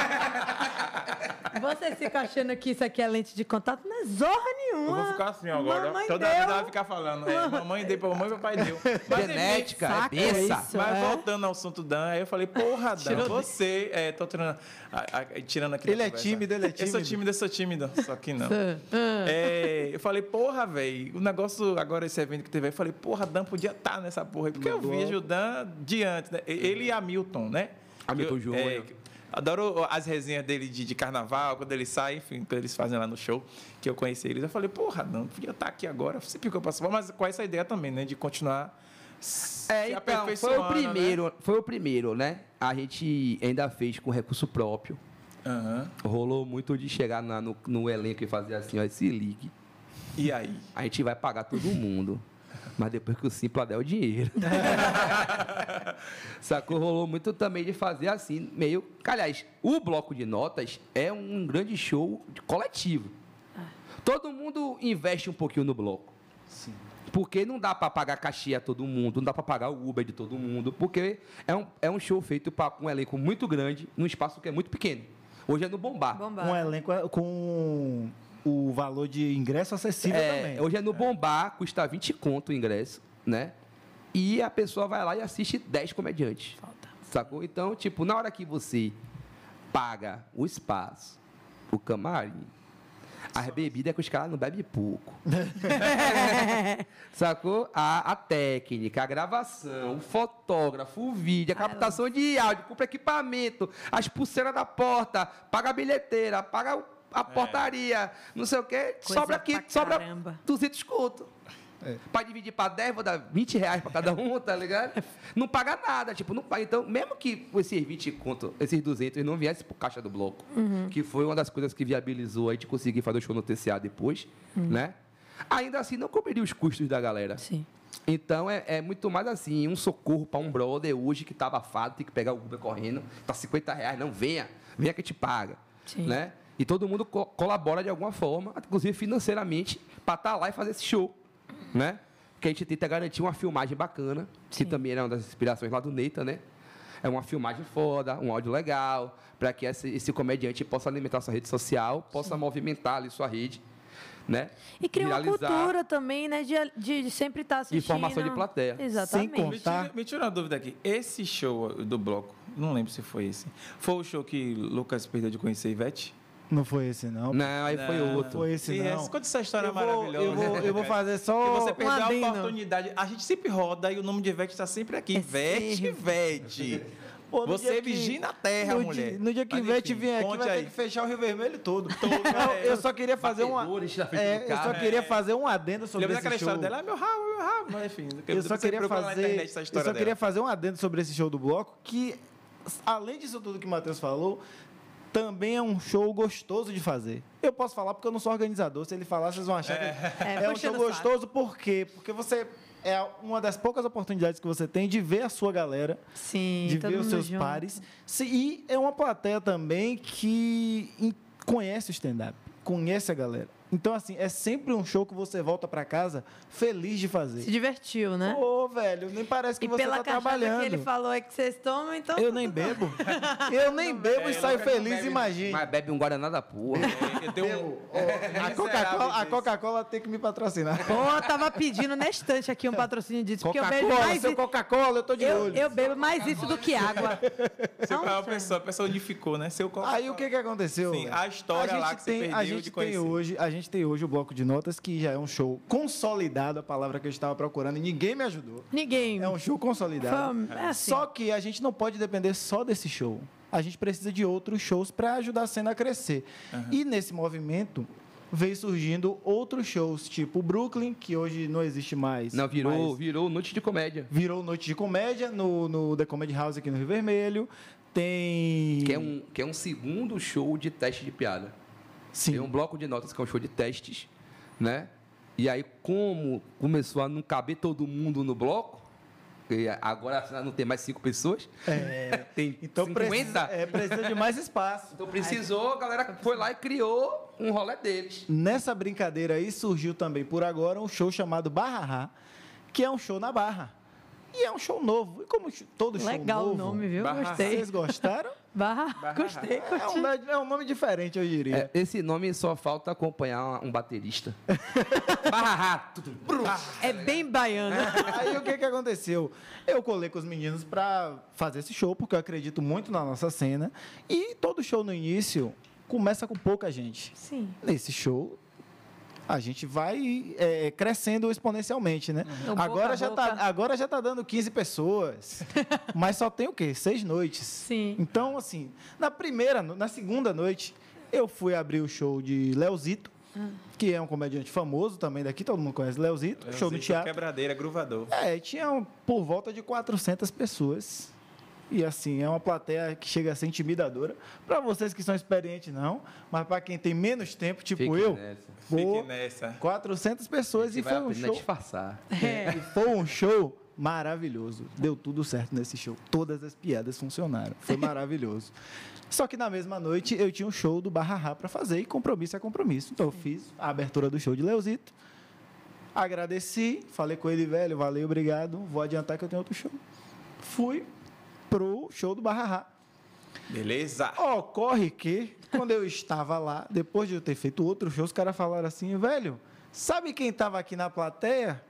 C: ficam- Vocês ficam achando que isso aqui é lente de contato? Não é zorra
B: Eu
C: nenhuma.
B: vou ficar assim agora.
C: Mamãe
B: Toda
C: deu.
B: vida ela vai ficar falando. É, mamãe deu, mamãe e papai deu. Mas, enfim,
D: Genética, é
C: saca
D: benção.
C: isso.
B: Mas
C: é?
B: voltando ao assunto Dan, aí eu falei, porra, Dan, você. É, tô tirando, a- a- tirando aqui. da
F: Ele é
B: conversa.
F: tímido, ele é
B: Eu sou
F: tímido.
B: tímido, eu sou tímido. Só que não.
C: Ah,
B: É, eu falei, porra, velho, o negócio agora, esse evento que teve aí, eu falei, porra, Dan podia estar nessa porra aí, porque eu vejo o Dan de antes, né?
F: Uhum.
B: E- Ele e Hamilton, né?
D: Hamilton
B: Eu-
D: Júnior.
B: é, adoro as resenhas dele de, de carnaval, quando ele sai, enfim, quando eles fazem lá no show, que eu conheci eles. Eu falei, porra, Dan, podia estar aqui agora, sempre que eu passo, mas com essa ideia também, né, de continuar
C: Ah,
B: se
D: É, então, foi o
B: aperfeiçoando, né?
D: primeiro, foi o primeiro, né? A gente ainda fez com recurso próprio.
B: Aham.
D: Rolou muito de chegar na- no, no elenco e fazer assim, ó, esse ligue.
B: E aí?
D: A gente vai pagar todo mundo. Mas depois que o Simpla der o dinheiro. Sacou? Rolou muito também de fazer assim, meio. Aliás, o bloco de notas é um grande show de- coletivo. Todo mundo investe um pouquinho no bloco. Porque não dá para pagar cachê a todo mundo, não dá para pagar o Uber de todo mundo, porque é um, é um show feito para um elenco muito grande, num espaço que é muito pequeno. Hoje é no Bombar.
C: bombar.
F: Um elenco com o valor de ingresso acessível
D: É,
F: também.
D: hoje é no Bombar, custa 20 conto o ingresso, né? E a pessoa vai lá e assiste 10 comediantes. Sacou? Então, tipo, na hora que você paga o espaço, o camarim, as bebidas que os caras não bebem pouco.
C: Né?
D: Sacou? A, a técnica, a gravação, o fotógrafo, o vídeo, a captação de áudio, compra equipamento, as pulseiras da porta, paga a bilheteira, paga o- a portaria, não sei o quê.
C: É. Coisa
D: sobra aqui,
C: pra
D: sobra
C: caramba.
D: 200 conto. Pra dividir pra 10, vou dar 20 reais pra cada um, tá ligado? Não paga nada, tipo, não paga. Então, mesmo que esses 20 conto, esses 200 não viessem pro caixa do bloco, que foi uma das coisas que viabilizou a gente conseguir fazer o show no TCA depois, né? Ainda assim, não cobriria os custos da galera.
C: Sim.
D: Então é, é muito mais assim, um socorro para um brother hoje que tá abafado, tem que pegar o Uber correndo, tá 50 reais, não, venha, venha que te paga.
C: Sim.
D: Né? E todo mundo co- colabora de alguma forma, inclusive financeiramente, para estar lá e fazer esse show. Né? Porque a gente tenta garantir uma filmagem bacana, que também era uma das inspirações lá do Neita, né? É uma filmagem foda, um áudio legal, para que esse, esse comediante possa alimentar sua rede social, possa movimentar ali sua rede. Né?
C: E cria uma
D: Viralizar.
C: cultura também, né? De, de sempre estar assistindo.
D: Informação de plateia.
C: Exatamente. É,
F: Sem conta.
B: Me tira,
F: Tá.
B: me tira uma dúvida aqui. Esse show do bloco, não lembro se foi esse. Foi o show que Lucas perdeu de conhecer Ivete?
F: Não foi esse, não.
D: Não, aí foi
B: Não.
D: outro.
F: Foi esse,
B: E
F: não.
B: essa- é, Conta essa história
F: eu vou,
B: maravilhosa.
F: Eu vou, eu vou fazer
B: Que
F: só. um
B: você perdeu a
C: adendo.
B: oportunidade. A gente sempre roda e o nome de Ivete está sempre aqui.
C: É
B: Ivete,
C: sempre.
B: Ivete.
F: Pô, no
B: Você
F: dia
B: é
F: que-
B: vigia na terra,
F: no
B: mulher.
F: Dia, no dia que
B: Mas,
F: Ivete
B: enfim,
F: vier aqui,
B: conte
F: vai
B: aí.
F: ter que fechar o Rio Vermelho todo.
B: Todo,
F: eu, eu só queria fazer uma.
D: Batedores na frente
F: é,
D: do
F: eu só
D: carro.
F: queria fazer um adendo sobre
B: Lembra
F: esse
B: daquela
F: show.
B: história dela? Ah, meu rabo, meu rabo. Mas, enfim,
F: Eu só
B: você
F: queria
B: procura na
F: fazer.
B: internet essa
F: Eu
B: história
F: só queria
B: dela.
F: fazer um adendo sobre esse show do bloco que, além disso tudo que o Matheus falou, também é um show gostoso de fazer. Eu posso falar porque eu não sou organizador. Se ele falar, vocês vão achar que
C: É,
F: é, um
C: puxando
F: show
C: o saco.
F: gostoso. Por quê? Porque você é uma das poucas oportunidades que você tem de ver a sua galera
C: Sim,
F: de
C: todo
F: ver os
C: mundo
F: seus
C: junto.
F: pares. Se- E é uma plateia também que in- conhece o stand-up, conhece a galera. Então, assim, é sempre um show que você volta pra casa feliz de
C: Se
F: fazer.
C: divertiu, né?
F: Ô, velho, nem parece que
C: e
F: você
C: pela
F: tá
C: cachaça
F: trabalhando.
C: que ele falou é que vocês tomam, então.
F: Eu nem bebo. Eu nem bebo e saio feliz,
D: Bebe-
F: imagina.
D: Mas bebe um Guaraná da porra.
B: É, eu tenho um-
D: é
F: A Coca-Cola, a Coca-Cola tem que me patrocinar.
C: Pô, tava pedindo na estante aqui um patrocínio disso, porque eu bebo
F: Coca-Cola,
C: mais.
F: seu
C: i-
F: Coca-Cola, eu tô de
C: Eu,
F: olho.
C: eu bebo mais isso do que água.
B: Seu-
C: Aonde,
B: a pessoa, a pessoa unificou, né? Seu copo.
F: Aí o que que aconteceu?
B: Sim,
F: velho?
B: a história lá que você perdeu
F: a
B: de
F: gente
B: conhecer.
F: tem hoje, a gente tem hoje o bloco de notas que já é um show consolidado, a palavra que eu estava procurando e ninguém me ajudou.
C: Ninguém.
F: É um show consolidado.
C: Fam- é assim.
F: Só que a gente não pode depender só desse show. A gente precisa de outros shows para ajudar a cena a crescer. E nesse movimento veio surgindo outros shows, tipo o Brooklyn, que hoje não existe mais.
D: Não, virou,
F: mas-
D: virou noite de comédia.
F: virou Noite de Comédia no, no The Comedy House aqui no Rio Vermelho. tem.
D: Que é, um, que é um segundo show de teste de piada.
F: Sim.
D: Tem um bloco de notas que é um show de testes, né? E aí, como começou a não caber todo mundo no bloco, e agora não tem mais cinco pessoas,
F: É,
D: tem um-
F: então
D: 50.
F: precisa, é, Tá precisa de mais espaço.
D: Então precisou, a galera foi lá e criou um rolê deles.
F: Nessa brincadeira aí surgiu também por agora um show chamado Barra Rá, que é um show na Barra. E é um show novo. E como todo show
C: Legal
F: novo.
C: o nome, viu?
B: Barra-
C: Gostei.
F: Vocês gostaram?
C: Barra,
B: Barra-
C: gostei,
F: É
C: curti.
F: um, é um nome diferente, eu diria.
D: É, esse nome só falta acompanhar um baterista. Barra, tudo.
C: É bem baiano.
F: Aí o que, que aconteceu? Eu colei com os meninos pra fazer esse show, porque eu acredito muito na nossa cena. E todo show no início começa com pouca gente.
C: Sim.
F: Nesse show, a gente vai é, crescendo exponencialmente, né?
C: Então, boca a
F: Agora, já tá,
C: boca.
F: agora já tá dando 15 pessoas, mas só tem o quê? Seis noites.
C: Sim.
F: Então, assim, na primeira, no- na segunda noite, eu fui abrir o show de Leozito.
C: Hum.
F: Que é um comediante famoso também daqui, todo mundo conhece Leozito, show no
D: é
B: Leozito
F: teatro.
B: Quebradeira, gruvador.
F: É, tinha um- por volta de 400 pessoas. E assim, é uma plateia que chega a ser intimidadora. Para vocês que são experientes, não. Mas para quem tem menos tempo, tipo
D: Fique
F: eu,
D: nessa.
F: pô,
B: Fique nessa.
F: 400 pessoas
D: Você
F: e
D: vai
F: foi, um
D: aprender a
F: show,
D: disfarçar.
C: É.
F: e foi um show maravilhoso. Deu tudo certo nesse show. Todas as piadas funcionaram. Foi maravilhoso. Só que na mesma noite eu tinha um show do Barra Rá para fazer e compromisso é compromisso. Então eu fiz a abertura do show de Leozito. Agradeci, falei com ele, velho, valeu, obrigado. Vou adiantar que eu tenho outro show. Fui pro show do Barra Rá.
B: Beleza.
F: Ocorre que, quando eu estava lá, depois de eu ter feito outro show, os caras falaram assim, velho, sabe quem estava aqui na plateia?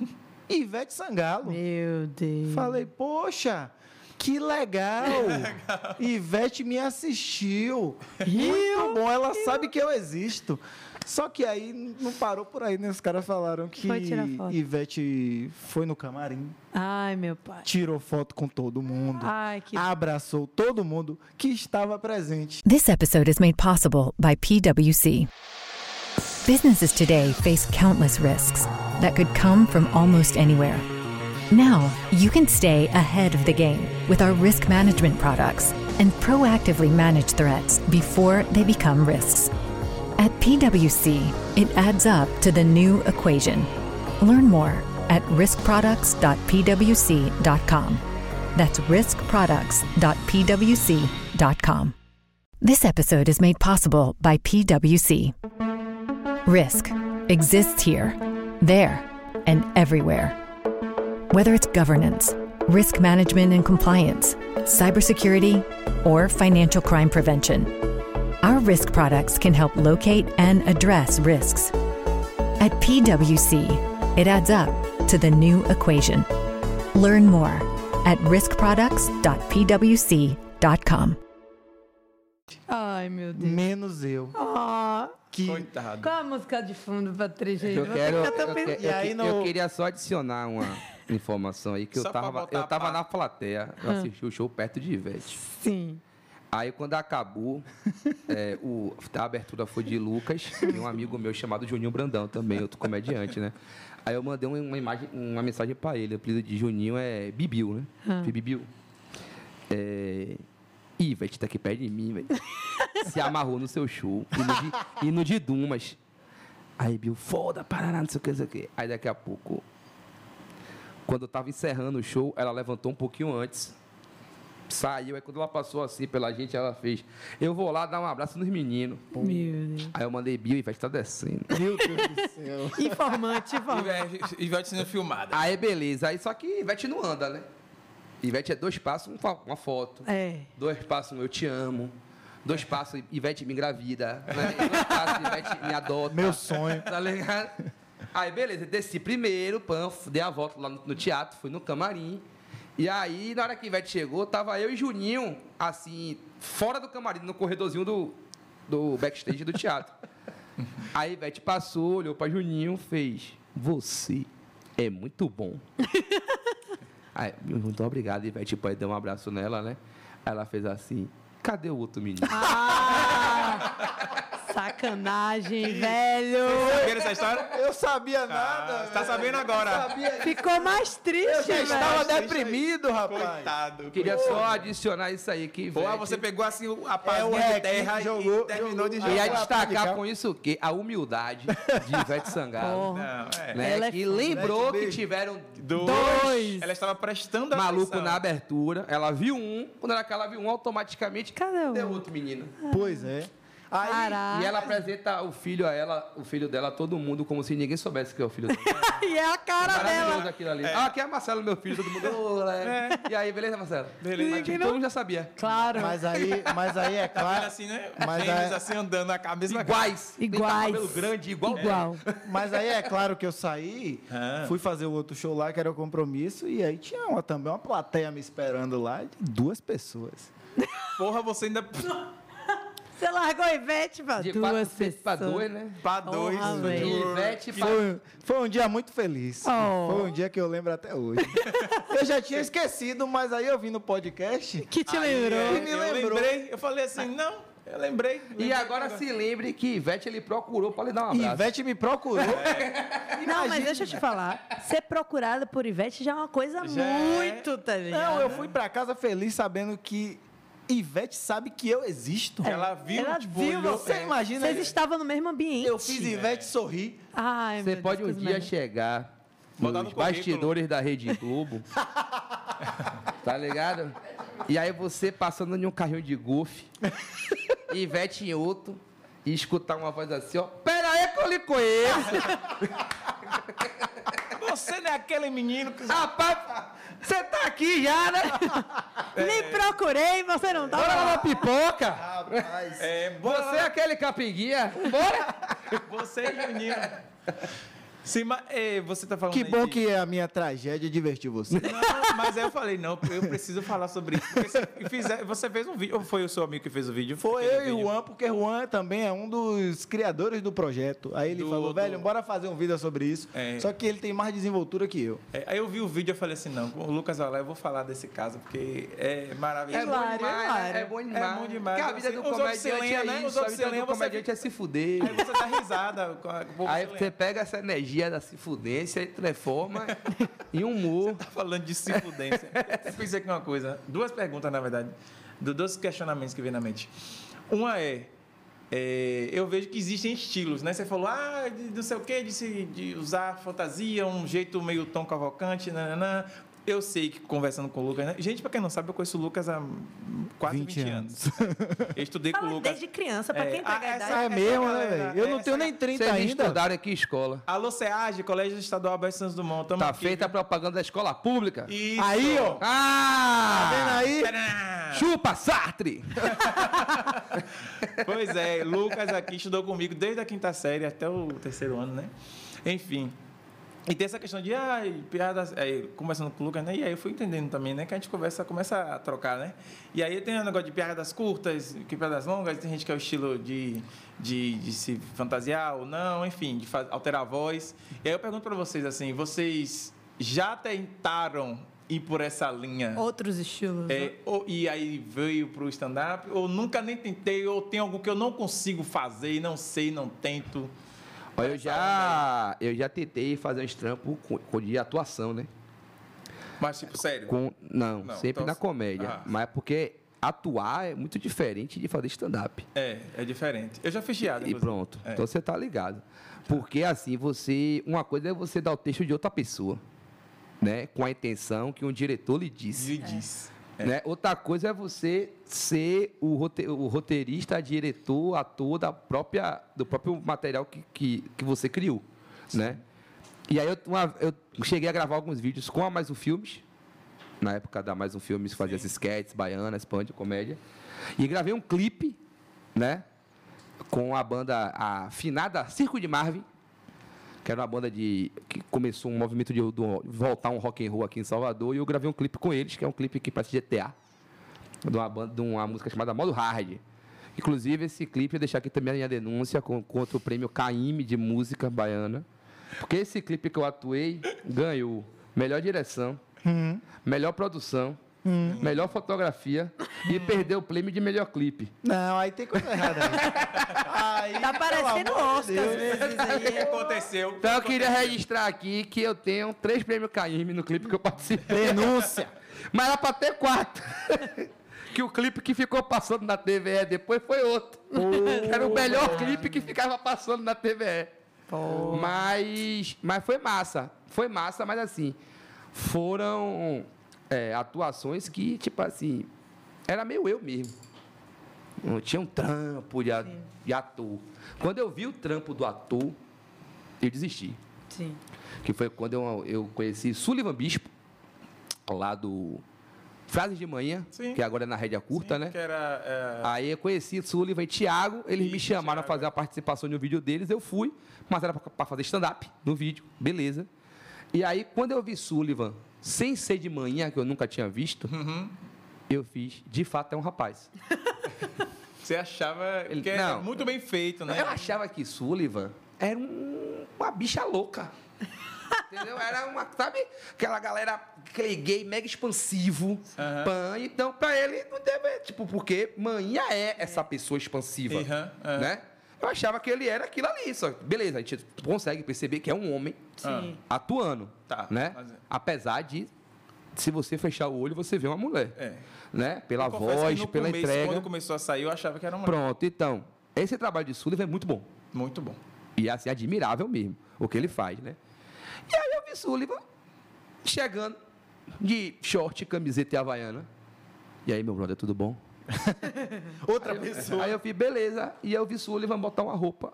F: Ivete Sangalo.
C: Meu Deus.
F: Falei, poxa, que legal. Ivete me assistiu. Muito bom, ela sabe que eu existo. Só que aí não parou por aí, né? Os caras falaram que
C: Foi tirar foto.
F: Ivete foi no camarim,
C: Ai, meu pai.
F: tirou foto com todo mundo,
C: Ai, Ah,
F: Ah.
C: que
F: abraçou todo mundo que estava presente.
A: This episode is made possible by PWC. Businesses today face countless risks that could come from almost anywhere. Now, you can stay ahead of the game with our risk management products and proactively manage threats before they become risks. At PWC, it adds up to the new equation. Learn more at riskproducts.pwc.com. That's riskproducts.pwc.com. This episode is made possible by PWC. Risk exists here, there, and everywhere. Whether it's governance, risk management and compliance, cybersecurity, or financial crime prevention, our risk products can help locate and address risks. At PWC, it adds up to the new equation. Learn more at riskproducts.pwc.com.
C: Ai, meu Deus.
F: Menos eu.
C: Ah,
F: Que
B: Coitado.
C: qual a música de fundo pra três gente?
D: Eu quero. Eu, que- eu,
F: E aí
D: que-
F: não-
D: eu queria só adicionar uma informação aí que eu
B: Só pra
D: tava,
B: botar
D: eu tava
B: pá.
D: na plateia,
F: Ah.
D: eu assisti o show perto de Ivete.
C: Sim.
D: Aí quando acabou, é, o, a abertura foi de Lucas e um amigo meu chamado Juninho Brandão também, outro comediante, né? Aí eu mandei uma, uma imagem, uma mensagem pra ele. O apelido de Juninho é Bibiu, né?
F: Ah.
D: Fih Bibiu. É, Ih, velho, tá aqui perto de mim, velho. Se amarrou no seu show. E no de, e no de Dumas. Aí, Bill, foda, parará, não sei o que, não sei o que. Aí daqui a pouco, quando eu tava encerrando o show, ela levantou um pouquinho antes. Saiu, aí quando ela passou assim pela gente, ela fez. Eu vou lá dar um abraço nos meninos.
C: Meu Deus.
D: Aí eu mandei Bill e vai estar descendo.
C: Informante, informante.
B: Ivete- Ivete sendo filmada.
D: Aí beleza, aí só que Ivete não anda, né? Ivete é dois passos, um fa- uma foto.
C: É.
D: Dois passos, um eu te amo. Dois passos, Ivete me engravida. Né? Dois passos, Ivete me adota.
F: Meu sonho.
D: Tá ligado? Aí beleza, desci primeiro, pam, dei a volta lá no, no teatro, fui no camarim. E aí, na hora que Ivete chegou, tava eu e Juninho, assim, fora do camarim, no corredorzinho do, do backstage do teatro. Aí Ivete passou, olhou pra Juninho, fez: Você é muito bom. Aí, muito obrigado, Ivete, pode dar um abraço nela, né? Aí Ela fez assim: Cadê o outro menino?
C: Ah, Sacanagem, velho.
B: Saberam essa história?
E: Eu sabia
B: Ah,
E: nada.
B: tá sabendo agora.
C: Ficou mais triste,
E: Eu estava
C: velho.
E: deprimido, rapaz.
B: Coitado.
D: Queria só adicionar isso aí que
B: Porra,
D: Ivete-
B: você pegou assim a
E: É o
B: pazinha de
E: Requinte
B: terra
E: que jogou-
B: e terminou de
E: jogou-
B: jogar.
D: Eu ia
E: Agora,
D: destacar
E: aplicar-
D: com isso o quê? A humildade de Ivete Sangalo.
B: Não,
C: Porra.
B: é.
D: né?
C: Ela é
D: que
C: foda.
D: lembrou
E: Ivete,
D: que
E: beijo.
D: tiveram
B: Dois.
C: Dois.
B: Ela estava prestando
D: maluco
B: atenção.
D: na abertura. Ela viu um, quando ela, que ela viu um, automaticamente
C: Cadê o-
D: deu outro menino.
E: Pois é. Aí,
C: Caraca.
D: E ela apresenta o filho a ela, o filho dela, a todo mundo, como se ninguém soubesse que é o filho dela.
C: E é a cara
D: Maravilhoso
C: dela.
D: aquilo ali. Ah, aqui é Marcelo, meu filho, todo mundo. "Ô, é." E aí, beleza, Marcelo?
B: Beleza.
D: Mas, tipo, todo mundo já sabia.
C: Claro.
E: mas aí, mas aí é
B: Tá vendo
E: claro.
B: assim, né?
E: Mas
B: Gêmeos
E: a-
B: assim andando na cabeça. na cara.
D: Iguais. Tem que tá com
C: Iguais.
D: Cabelo grande, igual.
C: Igual.
E: Mas aí é claro que eu saí,
B: assim? Ah.
E: fui fazer o outro show lá, que era o compromisso, e aí tinha uma, também uma plateia me esperando lá, de duas pessoas.
B: Porra, você ainda...
C: Você largou a Ivete pra
D: De
C: duas
D: quatro
C: pessoas.
D: pra dois, né?
B: Pra dois.
C: Porra,
B: né?
C: velho.
D: Ivete pra
E: Foi, foi um dia muito feliz.
C: Oh.
E: Foi um dia que eu lembro até hoje. eu já tinha esquecido, mas aí eu vim no podcast.
C: Que te
B: Aí,
C: lembrou.
B: é,
E: Me
B: eu
E: lembrou.
B: lembrei. Eu falei assim, não, eu lembrei.
D: E
B: lembrei
D: agora se lembre que Ivete ele procurou pra lhe dar um
E: E
D: abraço.
E: Ivete me procurou.
B: É.
C: Não, mas deixa eu te falar. Ser procurada por Ivete já é uma coisa
B: Já é.
C: muito, tá ligado?
E: Não, eu fui pra casa feliz sabendo que Ivete sabe que eu existo.
B: Ela viu,
C: É. Ela
B: tipo,
C: viu
B: olhou-
E: Você
B: é.
E: imagina?
C: Vocês estavam no mesmo ambiente.
E: Eu fiz Ivete sorrir.
C: Ai,
D: Você
C: meu
D: pode um
C: Deus,
D: dia
C: que
D: chegar
B: Botar
D: nos
B: no currículo.
D: bastidores da Rede Globo, tá ligado? E aí você passando em um carrinho de golfe, Ivete em outro, e escutar uma voz assim, ó, pera aí que eu lhe conheço,
B: Você não é aquele menino que...
D: rapaz, você tá aqui já, né?
C: merda. Me procurei, você não
D: Bora lá
C: tava.
D: na pipoca,
E: Rapaz.
B: É,
D: você é aquele capinguinha, bora!
B: Você é e Juninho. Se, ma- é, você tá falando
E: Que
B: aí
E: bom
B: de-
E: que é a minha tragédia divertiu você.
B: Não, mas aí eu falei, não, eu preciso falar sobre isso. Porque se fizer- você fez um vídeo, ou foi o seu amigo que fez o vídeo?
E: Foi
B: Aquele
E: eu e o
B: vídeo.
E: Juan, porque Juan também é um dos criadores do projeto. Aí ele
B: Do-
E: falou,
B: do-
E: velho, bora fazer um vídeo sobre isso.
B: É.
E: Só que ele tem mais desenvoltura que eu.
B: É, aí eu vi o vídeo e falei assim, não, com o Lucas Alé eu vou falar desse caso, porque é
D: É
B: maravilhoso.
D: bom
C: Hilário,
D: demais,
C: hilário.
D: é bom demais.
B: É bom demais.
D: Porque a vida
B: Assim,
D: do
B: os outros se
D: comediante é
B: lembram, né? Os
D: isso, a
B: outros se
D: vida do
B: lembram, você
D: comediante é se fuder.
B: Aí você dá risada. com a- com o povo
D: Aí
B: se
D: você
B: lembra.
D: pega essa energia da se fudência e transforma em humor.
B: Tá falando de circunstância. Eu fiz aqui uma coisa, duas perguntas, na verdade, do- dois questionamentos que vem na mente. Uma é, é, eu vejo que existem estilos, né? Você falou, ah, de, não sei o quê, de, se- de usar fantasia, um jeito meio tom cavocante, nananã. Eu sei que conversando com o Lucas, né? Gente, pra quem não sabe, eu conheço o Lucas há quase 20,
E: 20
B: anos. Eu estudei com o
C: Fala
B: Lucas.
C: desde criança, pra
B: É,
C: quem pega
B: ah,
C: a
B: essa
C: idade.
E: Ah, é
B: essa
E: mesmo, né,
B: galera,
E: velho? Eu não
B: essa
E: tenho nem
B: galera.
F: tá
E: 30
D: Vocês
E: ainda.
D: estudaram aqui em escola.
B: Alô, SEAG, Colégio Estadual Alberto Santos Dumont. Tamo
D: Tá
B: aqui,
D: feita a propaganda da escola pública.
B: viu? Isso.
E: Aí, ó. Tá
D: Ah!
E: vendo aí?
B: Tcharam!
D: Chupa, Sartre!
B: Pois é, Lucas aqui estudou comigo desde a quinta série até o terceiro ano, né? Enfim. E tem essa questão de, ai, piadas. Aí, conversando com o Lucas, né? E aí eu fui entendendo também, né? Que a gente conversa, começa a trocar, né? E aí tem o negócio de piadas curtas, que piadas longas, tem gente que é o estilo de, de, de se fantasiar ou não, enfim, de fa- alterar a voz. E aí eu pergunto pra vocês assim, vocês já tentaram ir por essa linha?
C: Outros estilos. né?
B: É, ou- e aí veio pro stand-up, ou nunca nem tentei, ou tem algo que eu não consigo fazer, e não sei, não tento.
D: Ó, eu já, eu já tentei fazer uns trampos com- com- de atuação, né?
B: Mas, tipo, sério.
D: Com, não,
B: Não,
D: sempre
B: então-
D: na comédia.
B: Ah.
D: Mas é porque atuar é muito diferente de fazer stand-up.
B: É, é diferente. Eu já fiz chiado,
D: E
B: inclusive.
D: pronto.
B: É.
D: Então você tá ligado. Porque assim, você. Uma coisa é você dar o texto de outra pessoa. Né? Com a intenção que um diretor lhe disse.
B: Lhe diz.
D: Né? Outra coisa é você ser o, rote- o roteirista, diretor, ator da própria, do próprio material que, que, que você criou. Né? E aí eu, uma- eu cheguei a gravar alguns vídeos com a Mais Um Filmes. Na época da Mais Um Filmes fazia esses sketches, baianas, pan de comédia. E gravei um clipe, né? Com a banda a finada Circo de Marvin, que era uma banda de que começou um movimento de, do- voltar um rock and roll aqui em Salvador. E eu gravei um clipe com eles, que é um clipe que parece GTA, de uma, banda, de uma música chamada Modo Hard. Inclusive, esse clipe, eu deixar aqui também a minha denúncia com- contra o prêmio Caime de música baiana. Porque esse clipe que eu atuei ganhou melhor direção, melhor produção, melhor fotografia e perdeu o prêmio de melhor clipe.
F: Não, aí tem coisa errada. aí. Aí,
C: Tá parecendo
F: pelo amor de
C: Oscar né? às
F: Deus.
C: vezes
B: O que
C: aí.
B: aconteceu?
D: Então eu queria registrar aqui que eu tenho três prêmios Caime no clipe que eu participei.
F: Denúncia.
D: Mas era pra ter quatro. que o clipe que ficou passando na TVE depois foi outro. era o melhor clipe que ficava passando na TVE. Mas, mas foi massa. Foi massa, mas assim, foram é, atuações que, tipo assim, era meio eu mesmo. Não tinha um trampo de, a- de ator. Quando eu vi o trampo do ator, eu desisti
C: Sim.
D: que foi quando eu, eu conheci Sullivan Bispo, lá do Frases de Manhã,
B: Sim.
D: que agora é na rédea curta, né? Ah.
B: Que era, é,
D: Aí eu conheci Sullivan e Thiago, eles me
B: Isso,
D: chamaram a
B: Thiago.
D: fazer a participação de um vídeo deles, eu fui, mas era pra pra fazer stand-up no vídeo, beleza. E aí, quando eu vi Sullivan sem ser de manhã, que eu nunca tinha visto,
B: Uhum.
D: eu fiz, de fato, é um rapaz.
B: Você achava
D: Ele-
B: que era
D: não.
B: muito bem feito, né?
D: Eu achava que Sullivan era um- uma bicha louca. Entendeu? Era uma, sabe? Aquela galera, aquele gay mega expansivo.
B: Aham.
D: Pan, então, pra ele, não deve. Tipo, porque manhã é essa pessoa expansiva.
B: Aham, aham.
D: Né? Eu achava que ele era aquilo ali. Só que, beleza, a gente consegue perceber que é um homem
C: Sim.
D: atuando.
B: Tá,
D: Né?
B: mas é.
D: Apesar de. Se você fechar o olho, você vê uma mulher.
B: É.
D: Né? Pela
B: Eu confesso que
D: voz,
B: no
D: pela
B: começo,
D: entrega.
B: Quando começou a sair, eu achava que era um
D: Pronto, então. Esse trabalho de Sullivan é muito bom.
B: muito bom.
D: E assim, admirável mesmo o que ele faz, né? E aí eu vi Sullivan chegando de short, camiseta e havaiana. E aí, meu brother, tudo bom?
F: Outra pessoa.
D: Aí eu fiz, beleza. E eu vi Sullivan botar uma roupa,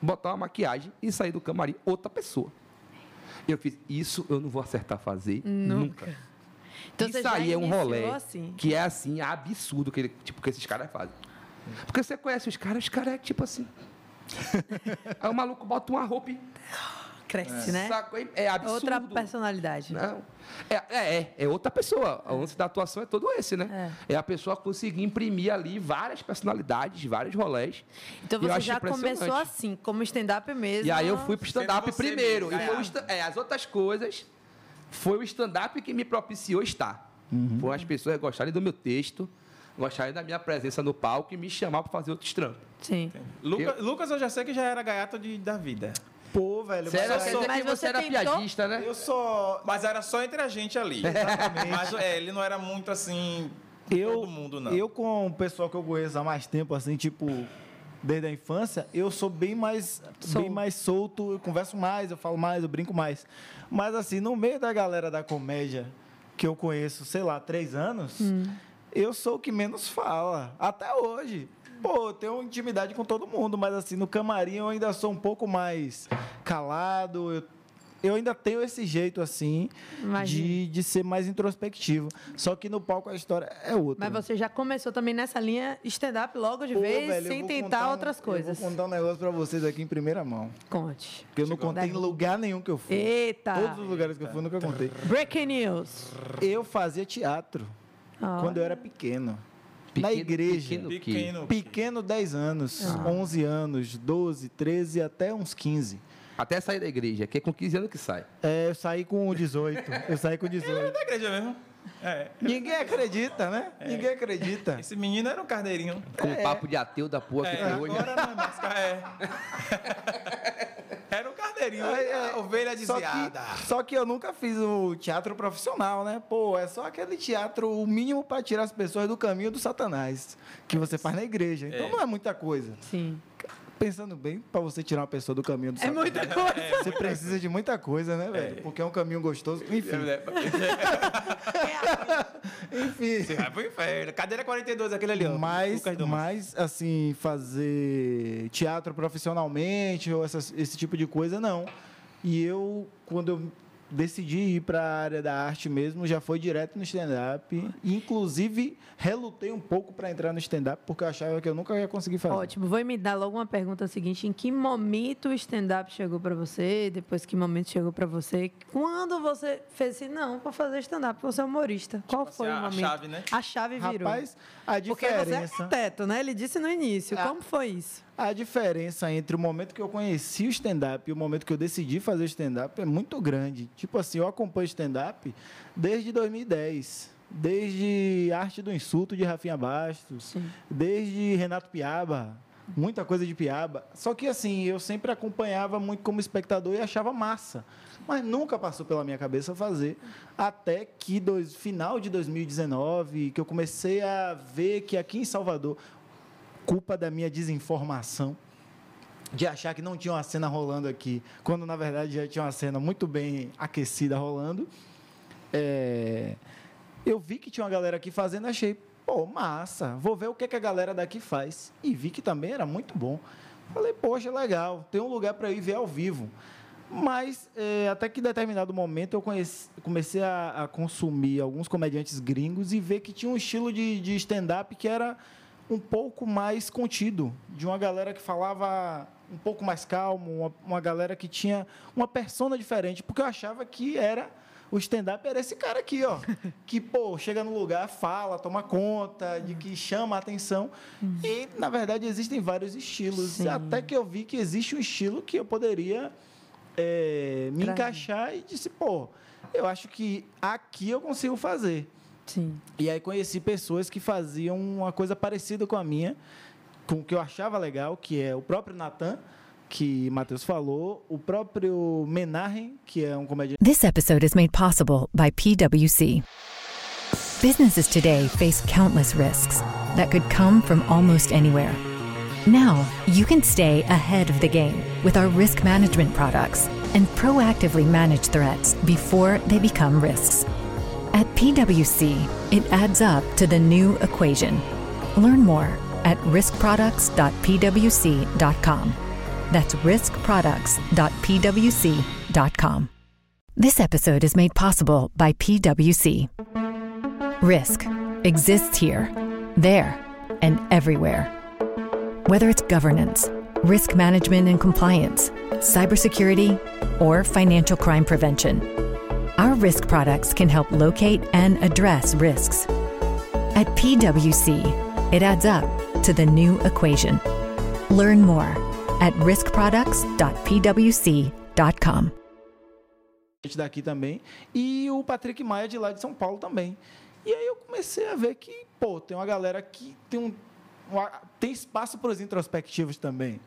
D: botar uma maquiagem e sair do camarim outra pessoa. Eu fiz, isso eu não vou acertar fazer nunca.
C: Então você
D: isso
C: já
D: aí é um
C: iniciou
D: rolê
C: assim?
D: que é assim, absurdo que, ele, tipo, que esses caras fazem. Porque você conhece os caras, os caras é tipo assim. aí o maluco bota uma roupa e
C: Cresce, né?
D: Saco, é- é absurdo.
C: Outra personalidade.
D: Não. É, é, é, é outra pessoa. O lance da atuação é todo esse, né? É, a pessoa conseguir imprimir ali várias personalidades, vários rolés.
C: Então
D: E eu
C: você
D: acho
C: já começou
D: impressionante.
C: assim, como stand-up mesmo. né?
D: E aí eu fui pro
B: Sendo
D: stand-up
B: você
D: primeiro.
B: mesmo, né?
D: E foi o sta- é, as outras coisas foi o stand-up que me propiciou estar.
C: Uhum.
D: Foi as pessoas gostarem do meu texto, gostarem da minha presença no palco e me chamar para fazer outros trampos.
C: Sim.
B: Luca- Lucas, eu já sei que já era gaiato de, da vida.
F: Pô, velho.
D: Você era,
F: mas
D: quer
F: eu
D: dizer
F: sou-
C: Mas
D: que você
C: você
D: era
C: tentou-
D: piadista, né?
F: Eu só.
B: Mas era só entre a gente ali. Exatamente. Mas é, ele não era muito assim.
F: Eu,
B: todo mundo, não.
F: eu com o pessoal que eu conheço há mais tempo, assim, tipo, desde a infância, eu sou bem mais, bem mais solto, eu converso mais, eu falo mais, eu brinco mais. Mas, assim, no meio da galera da comédia, que eu conheço, sei lá, três anos, eu sou o que menos fala, até hoje. Pô, eu tenho intimidade com todo mundo, mas, assim, no camarim eu ainda sou um pouco mais calado, eu, eu ainda tenho esse jeito, assim,
C: Imagino.
F: de, de ser mais introspectivo. Só que no palco a história é outra.
C: Mas você já começou também nessa linha stand-up logo de vez,
F: velho, eu
C: sem
F: vou
C: tentar
F: contar um-
C: outras coisas.
F: Eu vou contar um negócio pra vocês aqui em primeira mão.
C: Conte.
F: Porque eu não contei em
C: Daí.
F: lugar nenhum que eu fui.
C: Eita!
F: Todos os lugares que eu fui, eu nunca contei.
C: Breaking news.
F: Eu fazia teatro
C: Ah,
F: quando eu era pequeno.
D: Pequeno-
F: na igreja.
D: pequeno
F: Pequeno,
D: quê?
B: Pequeno.
F: 10 anos,
C: Ah.
F: 11 anos, 12, 13, até uns 15.
D: Até sair da igreja, que é com 15 anos que sai.
F: É, eu saí com 18. eu saí com 18.
B: Da tá igreja mesmo. É.
F: Ninguém acredita, né?
C: É.
F: Ninguém acredita.
B: Esse menino era um carneirinho.
D: Com o papo de ateu da porra que
B: É,
D: tem hoje. né?
B: agora não é mais. ca- É. Era um carneirinho.
F: É, é.
B: a ovelha
F: Só
B: desviada.
F: que, só que eu nunca fiz o teatro profissional, né? Pô, é só aquele teatro, o mínimo pra tirar as pessoas do caminho do satanás, que você faz na igreja. Então
B: É.
F: não é muita coisa.
C: Sim.
F: Pensando bem, pra você tirar uma pessoa do caminho do
C: É
F: satanás.
C: muita coisa.
F: Você precisa de muita coisa, né, velho? Porque é um caminho gostoso.
B: É,
F: Enfim,
B: né?
F: enfim.
B: Você vai pro um inferno. Cadeira 42, aquele ali, ó.
F: Mas,
B: Lucas Domas.
F: mas, assim, fazer teatro profissionalmente ou essas- esse tipo de coisa, não. E eu, quando eu decidi ir para a área da arte mesmo, já foi direto no stand-up. Inclusive, relutei um pouco para entrar no stand-up, porque eu achava que eu nunca ia conseguir fazer.
C: Ótimo. Vou me dar logo uma pergunta seguinte: em que momento o stand-up chegou pra você? Depois que momento chegou pra você? Quando você fez assim, não, vou fazer stand-up, você é humorista.
F: Tipo
C: Qual
B: assim,
C: foi
B: a-
C: o
B: a
C: momento?
B: chave, né?
C: A chave virou.
F: Rapaz, a
C: Porque você é
F: diferença, Ah.
C: arquiteto, né? Ele disse no início. Como foi isso?
F: a diferença entre o momento que eu conheci o stand-up e o momento que eu decidi fazer stand-up é muito grande. Tipo assim, eu acompanho stand-up desde 2010. desde Arte do Insulto de Rafinha Bastos,
C: Sim.
F: desde Renato Piaba, muita coisa de Piaba. Só que assim, eu sempre acompanhava muito como espectador e achava massa, mas nunca passou pela minha cabeça fazer, até que dois, final de 2019, que eu comecei a ver que aqui em Salvador, culpa da minha desinformação, de achar que não tinha uma cena rolando aqui, quando na verdade já tinha uma cena muito bem aquecida rolando. É, eu vi que tinha uma galera aqui fazendo, achei, pô, massa, vou ver o que, é que a galera daqui faz. E vi que também era muito bom. Falei, poxa, legal, tem um lugar para ir ver ao vivo. Mas é, até que em determinado momento eu conheci- comecei a, a consumir alguns comediantes gringos e ver que tinha um estilo de, de stand-up que era um pouco mais contido, de uma galera que falava um pouco mais calmo, uma, uma galera que tinha uma persona diferente, porque eu achava que era o stand-up era esse cara aqui, ó, que pô, chega no lugar, fala, toma conta, de que chama a atenção. E na verdade existem vários estilos,
C: Uhum. Sim.
F: até que eu vi que existe um estilo que eu poderia é, me
C: Trazer.
F: encaixar e disse, pô, eu acho que aqui eu consigo fazer.
C: Sim.
F: E aí conheci pessoas que faziam uma coisa parecida com a minha, com o que eu achava legal, que é o próprio Natan, que Matheus falou, o próprio Menarhen, que é um comediante.
A: This episode is made possible by PwC. Businesses today face countless risks that could come from almost anywhere. Now, you can stay ahead of the game with our risk management products and proactively manage threats before they become risks. At PwC, it adds up to the new equation. Learn more at riskproducts.pwc.com. That's riskproducts.pwc.com. This episode is made possible by PwC. Risk exists here, there, and everywhere. Whether it's governance, risk management and compliance, cybersecurity, or financial crime prevention, our risk products can help locate and address risks. At PwC, it adds up to the new equation. Learn more at riskproducts.pwc.com.
F: gente daqui também, e o Patrick Maia de lá de São Paulo também. E aí eu comecei a ver que, pô, tem uma galera que tem um. uma- tem espaço para os introspectivos também.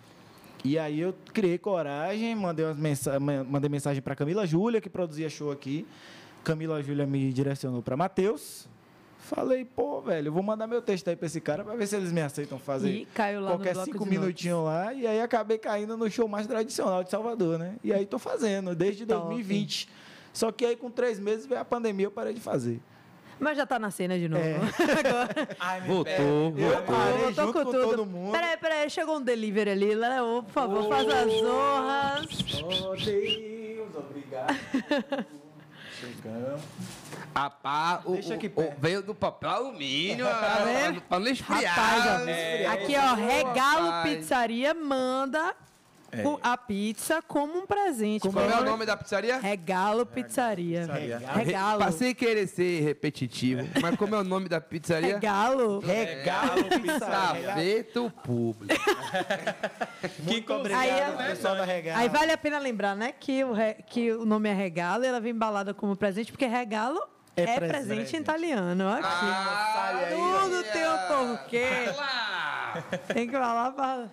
F: E aí eu criei coragem, mandei, umas mensa ma- mandei mensagem para Camila Júlia, que produzia show aqui. Camila Júlia me direcionou para Matheus. Falei, pô, velho, eu vou mandar meu texto aí para esse cara para ver se eles me aceitam fazer
C: E caiu lá no
F: qualquer
C: bloco
F: cinco
C: de
F: minutinhos lá. E aí acabei caindo no show mais tradicional de Salvador, né? E aí tô fazendo, desde
C: Top.
F: 2020. Só que aí com três meses veio a pandemia eu parei de fazer.
C: Mas já tá na cena de novo.
F: É.
C: Agora.
B: Ai, me
D: Voltou,
B: pega.
D: voltou.
F: Parei
C: Eu tô
F: junto com todo mundo.
C: Peraí, peraí, chegou um delivery ali. Léo, por favor, faz as honras.
B: Oh, Deus, obrigado. Chegamos.
D: A pá, o,
F: Deixa
D: o-
F: aqui
D: o-
F: perto.
D: veio do papel alumínio, a- a- pra não esfriar.
C: Tá Rapaz, ó,
D: É,
C: aqui ó, Regalo
D: rapaz.
C: Pizzaria manda o- a pizza como um presente.
D: Como é o nome da pizzaria?
C: Regalo Pizzaria.
B: Pizzaria.
C: Regalo.
D: Passei a querer ser repetitivo, mas como é o nome da pizzaria?
C: É Regalo.
B: É.
F: Regalo, pizzaria.
D: Sabeto Público.
F: Muito
C: Aí
F: obrigado,
C: é-
F: pessoal da Regalo.
C: Aí vale a pena lembrar, né, que o, re- que o nome é regalo e ela vem embalada como presente, porque regalo é,
F: É
C: presente, em italiano. Olha aqui. Tudo tem um porquê. Tem que falar pra...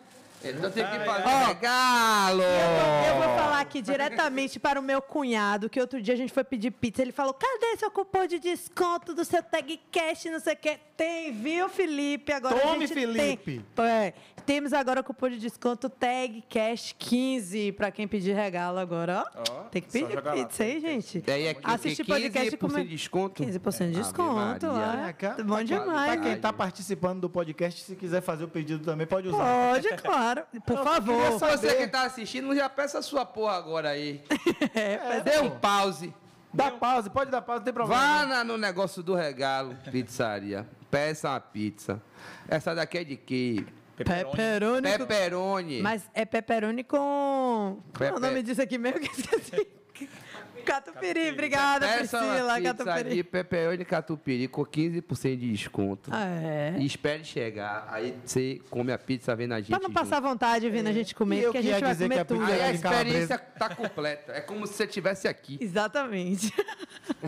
D: Então tem que fazer ó, regalo.
C: Eu vou falar aqui diretamente para o meu cunhado, que outro dia a gente foi pedir pizza. Ele falou: cadê seu cupom de desconto do seu tag cash? Não sei o quê. Tem, viu, Felipe? Agora a
F: Tome,
C: gente
F: Felipe.
C: Tem, É, temos agora o cupom de desconto tag cash 15 para quem pedir regalo agora, ó.
B: Ó,
C: tem que
B: só
C: pedir
B: jogar lá,
C: pizza, hein, gente?
D: E aí aqui, o quê?
C: Assistir podcast e
D: 15%
C: comer-
D: de desconto?
C: 15% de
D: Ave
C: desconto,
D: Maria.
C: ó. Bom demais.
F: Pra quem tá participando do podcast, se quiser fazer o pedido também, pode usar.
C: Pode, claro. É, Por favor.
D: Se você que tá assistindo, já peça a sua porra agora aí.
C: É, mas
D: Dê um pause.
F: Dá pausa, pode dar pausa, não tem problema.
D: Vá na- no negócio do regalo, pizzaria. Peça uma pizza. Essa daqui é de quê?
C: Pepperoni.
D: Pepperoni.
C: Mas é pepperoni com. Como é o
D: Pepe-
C: nome disso aqui mesmo que eu esqueci? Catupiry, obrigada,
D: Peça uma
C: é Priscila.
D: pizza
C: Catupiry.
D: ali, Pepeoni Catupiry, com 15% de desconto.
C: Ah, é.
D: E espere chegar. Aí você come a pizza vendo a gente.
C: Pra não passar né,
D: junto.
C: vontade vendo a gente comer,
E: E eu
C: porque a gente
E: queria
C: vai
E: dizer
C: comer
E: que a
C: tudo.
E: pizza
D: Aí a é
E: de calabresa.
D: experiência tá completa. É como se você estivesse aqui.
C: Exatamente.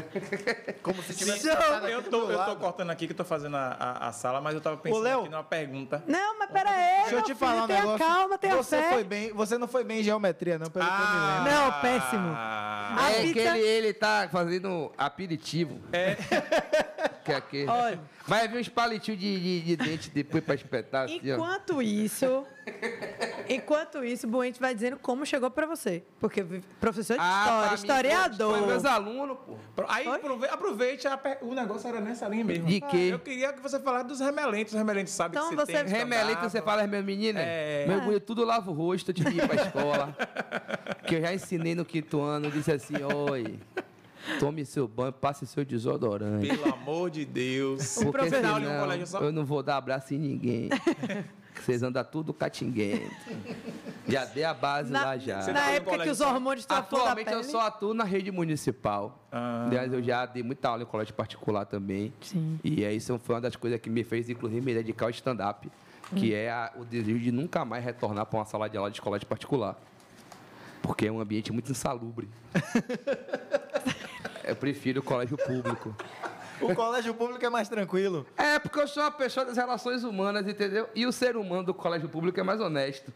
E: Como se tivesse
B: Eu,
E: passado aqui do
B: tô,
E: meu
B: eu tô
E: lado.
B: cortando aqui que eu tô fazendo a, a- a sala, mas eu tava pensando
E: Léo.
B: aqui numa pergunta.
C: Não, mas pera aí,
E: Deixa eu
C: meu
E: te
C: filho,
E: falar um
C: tenha
E: negócio.
C: calma, tenha
E: você
C: fé.
E: foi bem, você não foi bem em geometria, não, pelo que eu me lembro.
C: Não, péssimo.
B: Ah,
C: A
D: é
C: pizza-
D: que ele, ele tá fazendo aperitivo. É. Que é aquele.
C: Olha.
D: Vai vir uns palitinhos de, de, de dente depois pra espetar. assim, ó.
C: Enquanto isso, enquanto isso, o Buente vai dizendo como chegou pra você. Porque vi- professor tá, de
D: Ah, pra
C: história,
D: mim,
C: historiador.
D: Foi meus alunos, pô.
B: Pro- Aí
C: Oi?
B: aprove- aproveite, a per- o negócio era nessa linha mesmo.
D: De quê?
B: Eu queria que você falasse dos remelentes. Os remelentes sabem
C: Então
B: que
C: você-
B: você, tem.
D: Remelento,
B: stand-up.
D: você fala as minhas meninas.
B: É.
D: Mergulho tudo, lava o rosto, eu tive que ir pra escola. que eu já ensinei no quinto ano, disse assim, oi, tome seu banho, passe seu desodorante.
B: Pelo amor de Deus.
C: O
D: Porque
C: professor-
B: Olha, um colégio só.
D: senão eu não vou dar abraço em ninguém. Vocês andam tudo catinguento. Já dei a base
C: Na,
D: lá já.
B: Você
C: na
B: tá no
C: época que
B: colégio,
C: os
B: sabe?
C: hormônios estão flor da
D: Atualmente
C: pele.
D: eu só atuo na rede municipal.
B: Ah.
D: Aliás, eu já dei muita aula em colégio particular também.
C: Sim.
D: E aí, isso foi uma das coisas que me fez, inclusive, me dedicar ao stand-up, que é a- o desejo de nunca mais retornar para uma sala de aula de colégio particular. Porque é um ambiente muito insalubre. eu prefiro o colégio público.
E: O colégio público é mais tranquilo.
D: É, porque eu sou uma pessoa das relações humanas, entendeu? E o ser humano do colégio público é mais honesto.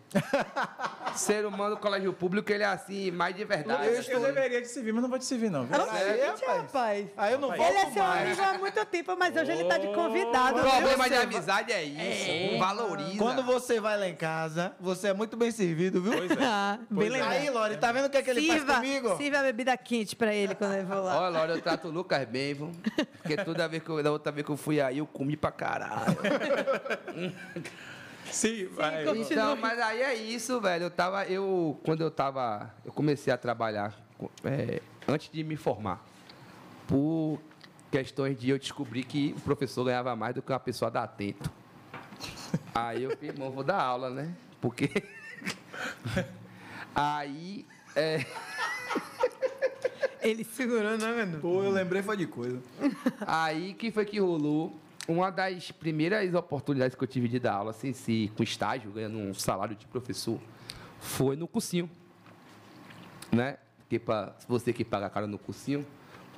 D: ser humano do colégio público, ele é assim, mais de verdade.
B: Eu, eu deveria te servir, mas não vou te servir, não. viu?
C: Ah,
E: Aí,
C: gente, rapaz.
E: Aí eu não
C: Ele é
E: volto
C: seu
E: mais.
C: amigo há muito tempo, mas hoje ele tá de convidado.
D: O
C: viu?
D: problema de amizade é isso. Valoriza.
E: Quando você vai lá em casa, você é muito bem servido, viu?
B: Pois é.
C: Ah, bem
B: Pois é.
E: Aí,
C: lembrado.
E: Lore, tá vendo o que, é que ele faz comigo?
C: sirva a bebida quente pra ele quando ele for lá.
D: Olha, Laura, eu trato o Lucas bem, viu? Porque toda vez que eu, da outra vez que eu fui aí, eu comi pra caralho.
B: Sim, vai.
C: continua.
D: Então, mas aí é isso, velho. Eu tava, eu, quando eu tava, eu comecei a trabalhar com- é, antes de me formar. Por questões de eu descobrir que o professor ganhava mais do que uma pessoa da atento. Aí eu falei, irmão, vou dar aula, né? Porque. aí. é,
C: Ele segurou, não é, Manu?
E: Pô, eu lembrei foi de coisa.
D: Aí que foi que rolou uma das primeiras oportunidades que eu tive de dar aula sem ser com estágio, ganhando um salário de professor, foi no cursinho. Né? Porque pra, se você que paga caro no cursinho,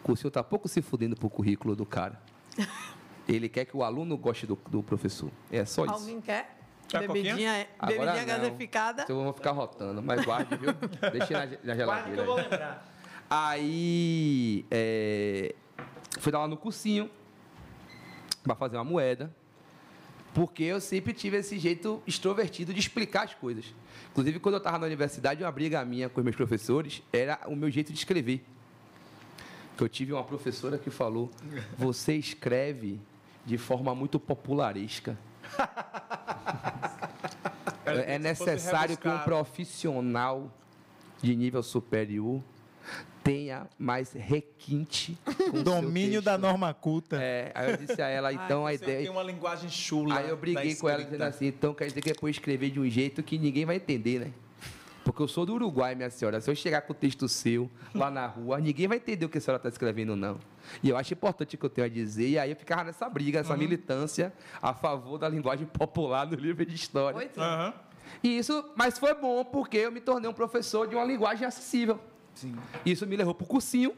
D: o cursinho tá pouco se fudendo pro currículo do cara. Ele quer que o aluno goste do, do professor. É só isso.
C: Alguém quer?
B: Quer
C: Bebidinha,
D: um Agora
C: bebidinha
D: não.
C: gaseificada.
D: Então vamos ficar rotando, mas guarde, viu? Deixe na, ge- na geladeira. Guarde que eu vou lembrar. Aí, é, fui dar lá no cursinho pra fazer uma moeda. Porque eu sempre tive esse jeito extrovertido de explicar as coisas. Inclusive, quando eu estava na universidade, uma briga minha com os meus professores era o meu jeito de escrever. Que eu tive uma professora que falou: você escreve de forma muito popularesca. É necessário que um
B: rebuscado.
D: profissional de nível superior tenha mais requinte. com o seu
E: Domínio
D: texto."
E: da norma culta.
D: É, aí eu disse a ela, então a
B: Você
D: ideia.
B: Tem uma linguagem chula.
D: Aí eu briguei
B: da
D: com ela
B: escrita.
D: dizendo assim, então quer dizer que eu vou escrever de um jeito que ninguém vai entender, né? Porque eu sou do Uruguai, minha senhora. Se eu chegar com o texto seu lá na rua, ninguém vai entender o que a senhora está escrevendo, não. E eu acho importante o que eu tenho a dizer. E aí eu ficava nessa briga, essa militância a favor da linguagem popular no livro de história.
C: Oito.
B: Aham.
D: E isso, mas foi bom porque eu me tornei um professor de uma linguagem acessível.
E: Sim.
D: Isso me levou pro cursinho,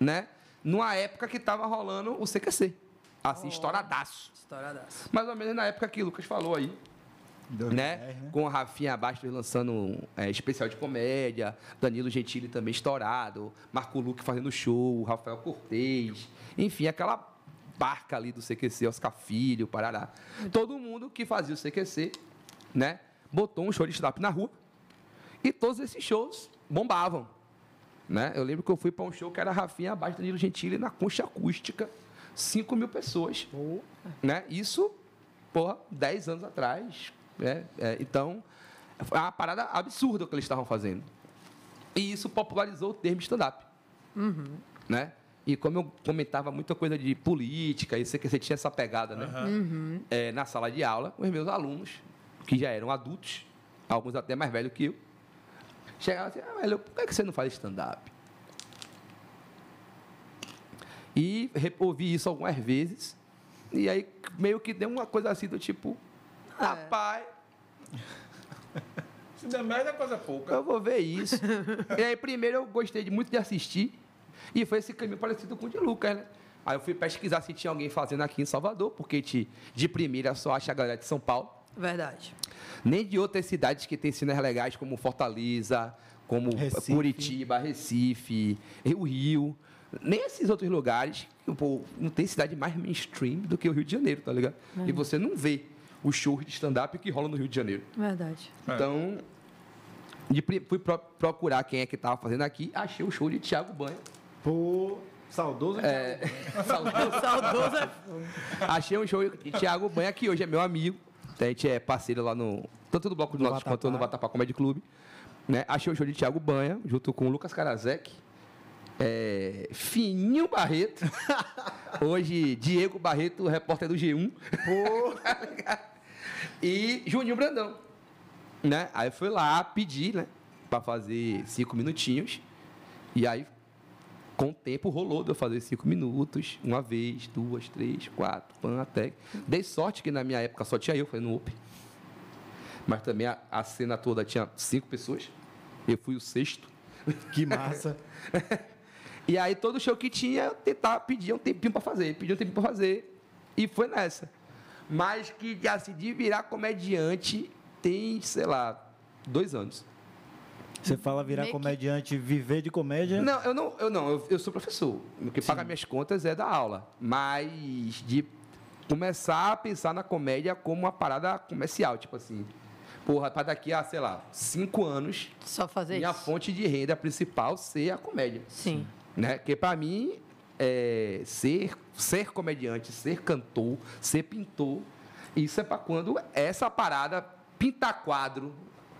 D: né? Numa época que estava rolando o CQC. Assim, estouradaço.
C: Estouradaço.
D: Mais ou menos na época que o Lucas falou aí, né? Com a Rafinha Bastos lançando um é, especial de comédia, Danilo Gentili também estourado, Marco Luque fazendo show, Rafael Cortez, enfim, aquela barca ali do CQC, Oscar Filho, Parará. Todo mundo que fazia o CQC, né? Botou um show de stand-up na rua e todos esses shows bombavam. Né? Eu lembro que eu fui para um show que era Rafinha abaixo do Danilo Gentili na concha acústica, 5 mil pessoas. Né? Isso, porra, 10 anos atrás. Né? É, então, é uma parada absurda o que eles estavam fazendo. E isso popularizou o termo stand-up. Né? E como eu comentava muita coisa de política, isso que você tinha essa pegada, né? É, na sala de aula, os meus alunos, que já eram adultos, alguns até mais velhos que eu, chegavam assim, ah, velho, por que, é que você não faz stand-up? E re- ouvi isso algumas vezes. E aí meio que deu uma coisa assim do tipo, rapaz,
B: Se der merda, é coisa pouca.
D: eu vou ver isso. e aí primeiro eu gostei de- muito de assistir. E foi esse caminho parecido com o de Lucas, né? Aí eu fui pesquisar se tinha alguém fazendo aqui em Salvador, porque te- de primeira só acha a galera de São Paulo.
C: Verdade.
D: nem de outras cidades que têm cenas legais como Fortaleza, como
E: Recife.
D: Curitiba, Recife, o Rio, nem esses outros lugares. Pô, não tem cidade mais mainstream do que o Rio de Janeiro, tá ligado? E você não vê o show de stand-up que rola no Rio de Janeiro.
C: Verdade.
B: É.
D: Então, de pri- fui pro- procurar quem é que tava fazendo aqui, achei o show de Thiago Banha.
E: Pô, saudoso.
D: É, saudoso.
C: Saudoso é
D: Achei um show de Thiago Banha, que hoje é meu amigo. A gente é parceiro lá no. Tanto do Bloco do Norte quanto no Vatapá Comedy Clube. Né? Achei um show de Thiago Banha, junto com o Lucas Karazek. é, Fininho Barreto. Hoje, Diego Barreto, repórter do G1. e Juninho Brandão. Né? Aí eu fui lá pedir, né? Pra fazer cinco minutinhos. E aí com o tempo rolou de eu fazer cinco minutos, uma vez, duas, três, quatro, pan, até. Dei sorte que na minha época só tinha eu fazendo no Open. Mas também a, a cena toda tinha cinco pessoas. Eu fui o sexto.
E: Que massa.
D: E aí todo show que tinha, eu tentava pedir um tempinho pra fazer, pedia um tempinho pra fazer. E foi nessa. Mas que assim, de virar comediante tem, sei lá, dois anos.
E: Você fala virar
C: Meio que-
E: comediante, viver de
F: É.
E: comédia.
D: Não, eu não, eu não, eu, eu sou professor. O que paga minhas contas é da aula. Mas de começar a pensar na comédia como uma parada comercial, tipo assim. Porra, pra daqui a, sei lá, cinco anos,
C: só fazer
D: minha
C: isso.
D: fonte de renda principal ser a comédia.
C: Sim.
D: Né? Porque pra mim, é, ser, ser comediante, ser cantor, ser pintor, isso é pra quando essa parada pintar quadro.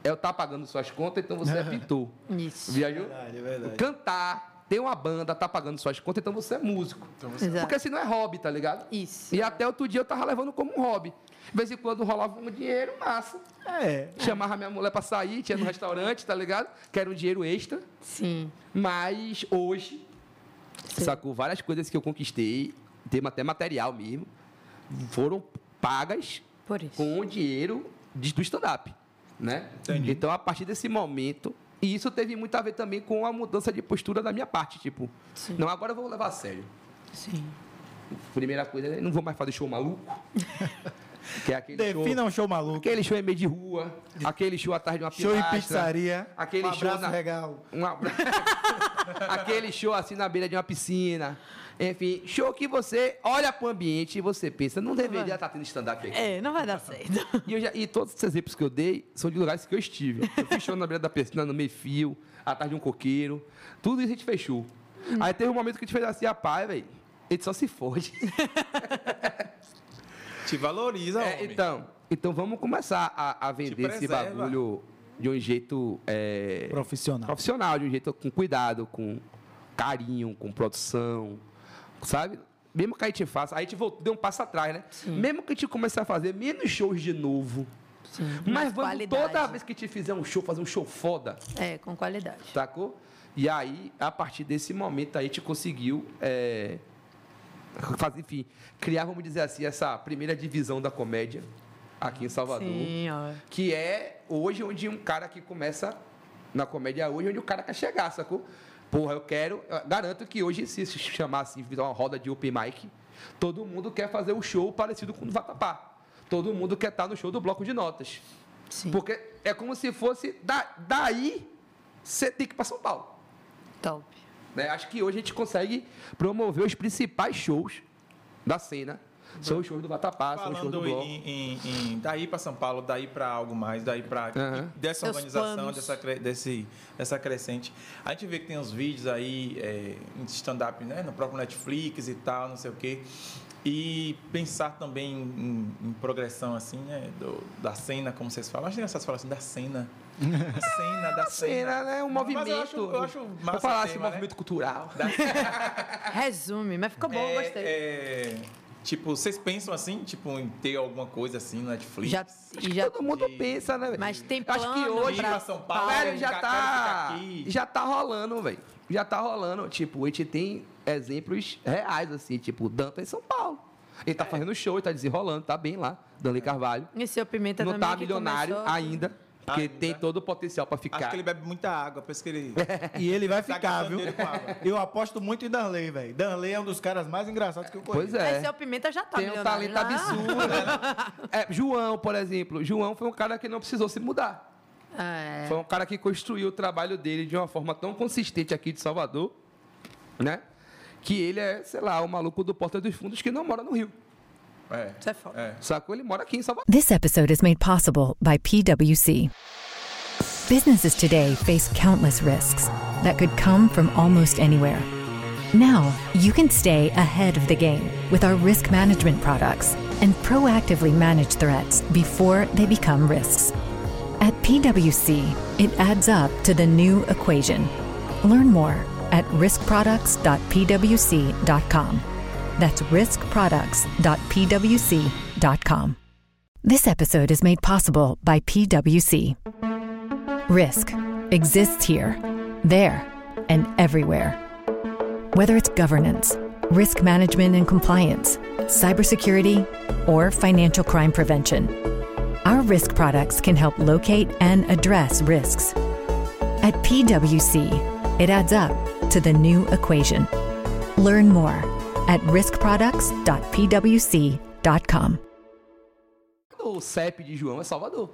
D: Eu tá pagando suas contas, então você é pintor.
C: Isso.
D: Viajou?
E: Verdade,
C: É.
E: verdade.
D: cantar, ter uma banda, tá pagando suas contas, então você é músico.
C: Exato.
D: Porque senão é hobby, tá ligado?
C: Isso.
D: E até outro dia eu tava levando como um hobby. De vez em quando rolava um dinheiro, massa.
E: É.
D: Chamava minha mulher pra sair, tinha no restaurante, tá ligado? Que era um dinheiro extra.
C: Sim.
D: Mas hoje,
C: Sim.
D: sacou? Várias coisas que eu conquistei, tema até material mesmo, foram pagas
C: Por isso.
D: com o dinheiro de- do stand-up, né? Então, a partir desse momento, e isso teve muito a ver também com a mudança de postura da minha parte, tipo,
C: Sim.
D: não, agora eu vou levar a sério.
C: Sim.
D: Primeira coisa, não vou mais fazer show maluco, que é aquele
E: Defina
D: show...
E: um show maluco.
D: Aquele show em meio de rua, aquele show atrás de uma
E: Show em
D: pilastra,
E: pizzaria.
D: aquele
E: um
D: show
E: abraço
D: na,
E: legal.
D: um abraço. Aquele show assim na beira de uma piscina. Enfim, show que você olha pro ambiente e você pensa, não deveria estar tendo stand-up aqui.
C: É, não vai dar certo.
D: E, eu já- e todos esses exemplos que eu dei são de lugares que eu estive. Eu fiz show na beira da piscina, no meio-fio, atrás de um coqueiro. Tudo isso a gente fechou. Aí teve um momento que a gente fez assim, rapaz, velho, a gente só se fode.
B: Te valoriza,
D: É,
B: homem.
D: então, então vamos começar a, a vender esse
B: preserva.
D: bagulho de um jeito... é,
E: Profissional.
D: profissional, de um jeito com cuidado, com carinho, com produção, sabe? Mesmo que a gente faça, a gente voltou, deu um passo atrás, né? Mesmo que a gente comece a fazer menos shows de novo,
C: Sim.
D: mas vamos
C: qualidade.
D: toda vez que a gente fizer um show, fazer um show foda,
C: É, com qualidade.
D: sacou? E aí, a partir desse momento, a gente conseguiu, é, fazer, enfim, criar, vamos dizer assim, essa primeira divisão da comédia aqui em Salvador
C: Sim, ó.
D: que é hoje onde um cara que começa na comédia hoje, onde o cara quer chegar, sacou? Porra, eu quero, eu garanto que hoje se se chamar assim, fizer uma roda de open mic, todo mundo quer fazer um show parecido com o do Vatapá. Todo mundo quer estar no show do bloco de notas.
C: Sim.
D: Porque é como se fosse da, daí você tem que ir para São Paulo.
C: Top.
D: né? Acho que hoje a gente consegue promover os principais shows da cena. São os shows do Vatapá, são os shows um do
B: Falando
D: bloco.
B: em, em- em- daí para São Paulo, daí para algo mais, daí para
D: Aham.
B: dessa
C: Seus
B: organização,
C: planos.
B: dessa, cre- desse, dessa crescente. A gente vê que tem uns vídeos aí é, em stand-up, né? No próprio Netflix e tal, não sei o quê. E pensar também em, em progressão, assim, né? do- da cena, como vocês falam. Acho que vocês falam assim, da cena. Da cena, da
D: Cena, né? Um
B: Mas eu
D: movimento.
B: acho- eu acho massa
D: Vou falar
B: o
D: assim,
B: tema, né?
D: movimento cultural.
C: Resume, mas ficou bom,
B: É,
C: gostei.
B: é, tipo, vocês pensam assim, tipo, em ter alguma coisa assim no Netflix?
C: Já, e já
D: Assim, Todo mundo pensa, né? velho?
C: Mas tem
D: Acho que
C: plano
D: hoje,
B: pra
D: pra
B: São Paulo,
D: velho, já
B: ficar-
D: tá
B: quero
D: tá, já tá rolando, velho. Já tá rolando. Tipo, a gente tem exemplos reais, assim, tipo, Danta em São Paulo. Ele
B: É.
D: tá fazendo show, ele tá desenrolando, tá bem lá, Danley Carvalho.
C: E seu Pimenta
D: Não
C: também
D: tá
C: que
D: milionário
C: começou-
D: ainda, porque
B: Ainda.
D: tem todo o potencial pra ficar.
B: Acho que ele bebe muita água, por isso que ele.
F: E ele vai
B: Tá
F: ficar,
B: gastando
F: viu?
B: dinheiro com água.
F: Eu aposto muito em Danley, velho. Danley é um dos caras mais engraçados que eu conheço.
D: Pois é.
C: Mas seu Pimenta já tá
D: tem um
C: milionário, né?
D: talento absurdo. né? É, João, por exemplo. João foi um cara que não precisou se mudar.
C: Ah, é.
D: Foi um cara que construiu o trabalho dele de uma forma tão consistente aqui de Salvador, né? Que ele é, sei lá, o maluco do Porta dos Fundos que não mora no Rio.
B: É.
C: Isso é foda.
B: É.
D: Sacou? Ele mora aqui em Salvador.
A: This episode is made possible by PWC. Businesses today face countless risks that could come from almost anywhere. Now, you can stay ahead of the game with our risk management products and proactively manage threats before they become risks. At PWC, it adds up to the new equation. Learn more at riskproducts.pwc.com. That's riskproducts.pwc.com. This episode is made possible by PWC. Risk exists here, there, and everywhere. Whether it's governance, risk management and compliance, cybersecurity, or financial crime prevention, our risk products can help locate and address risks. At PWC, it adds up to the new equation. Learn more at riskproducts.pwc.com.
D: O CEP de João é Salvador.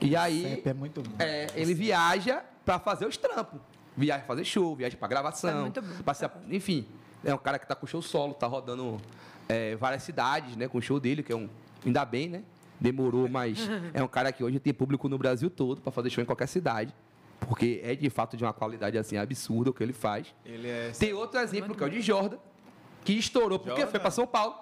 D: E aí,
F: CEP é muito bom.
D: é, ele viaja pra fazer os trampos. Viaja pra fazer show, viaja pra gravação.
C: É muito bom.
D: pra se- enfim, é um cara que tá com show solo, tá rodando é, várias cidades, né? Com o show dele, que é um. Ainda bem, né? Demorou, mas é um cara que hoje tem público no Brasil todo pra fazer show em qualquer cidade. Porque é de fato de uma qualidade assim absurda o que ele faz.
B: Ele é.
D: Tem outro exemplo que é o de Jordan, que estourou porque
B: Jordan?
D: foi pra São Paulo.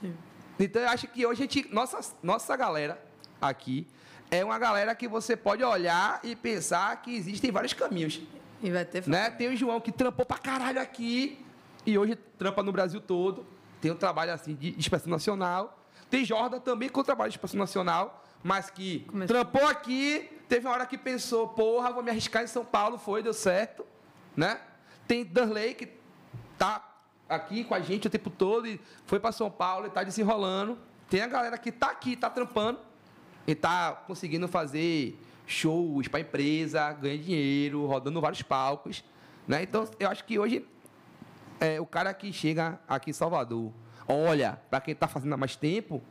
C: Sim.
D: Então eu acho que hoje a gente, nossa, nossa galera aqui é uma galera que você pode olhar e pensar que existem vários caminhos.
C: E vai ter
D: Né? Tem o João que trampou pra caralho aqui e hoje trampa no Brasil todo. Tem um trabalho assim de expressão nacional. Tem Jordan também com trabalho de expressão nacional, mas que
C: Começou.
D: trampou aqui, teve uma hora que pensou, porra, vou me arriscar em São Paulo, foi, deu certo. Né? Tem Darley que tá aqui com a gente o tempo todo e foi pra São Paulo e tá desenrolando. Tem a galera que tá aqui, tá trampando e tá conseguindo fazer shows para empresa, ganha dinheiro, rodando vários palcos, né? Então, eu acho que hoje é, o cara que chega aqui em Salvador, olha para quem tá fazendo há mais tempo,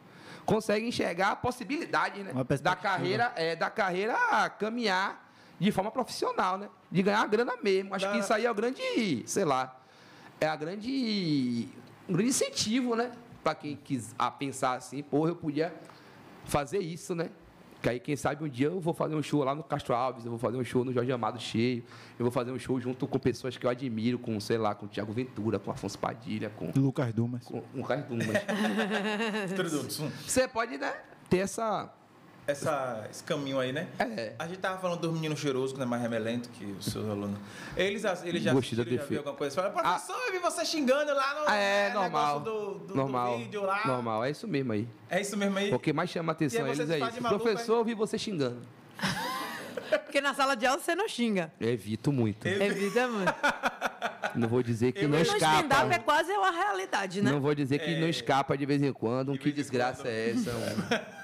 D: consegue enxergar a possibilidade, né?
F: Uma
D: Da
F: perspectiva.
D: carreira, é, da carreira a caminhar de forma profissional, né? De ganhar a grana mesmo. Acho que isso aí é o grande, sei lá, é a grande, um grande incentivo, né? Para quem quis a pensar assim, porra, eu podia fazer isso, né? Que aí, quem sabe, um dia eu vou fazer um show lá no Castro Alves, eu vou fazer um show no Jorge Amado cheio, eu vou fazer um show junto com pessoas que eu admiro, com, sei lá, com o Tiago Ventura, com Afonso Padilha, com,
F: Lucas Dumas.
D: com, com o Caio Dumas.
B: Introdução.
D: Você pode, né, ter essa...
B: Essa, esse caminho aí, né?
D: É.
B: A gente tava falando dos meninos cheirosos, né? Mais remelento que os seus alunos. Eles, ass- eles já
D: Gostei da
B: assistiram, já
D: defesa.
B: viu alguma coisa. Fala, professor, eu vi você xingando lá no né,
D: Ah, é,
B: negócio
D: normal.
B: do, do- do
D: normal,
B: vídeo lá.
D: normal, Um é isso mesmo aí.
B: É isso mesmo aí?
D: O que mais chama a atenção
B: E aí
D: eles
B: vocês
D: é
B: fazem
D: isso.
B: de maluco,
D: Professor, eu vi você xingando.
C: Porque na sala de aula você não xinga.
D: Eu evito muito.
B: Eu-
C: É vida, mano.
D: Não vou dizer que
B: Eu-
D: não
B: Eu-
C: No stand-up é
D: escapa.
C: quase uma realidade, né?
D: Não vou dizer que não
B: É.
D: escapa de vez em quando. Um
B: De
D: que
B: vez em
D: desgraça
B: quando.
D: é essa?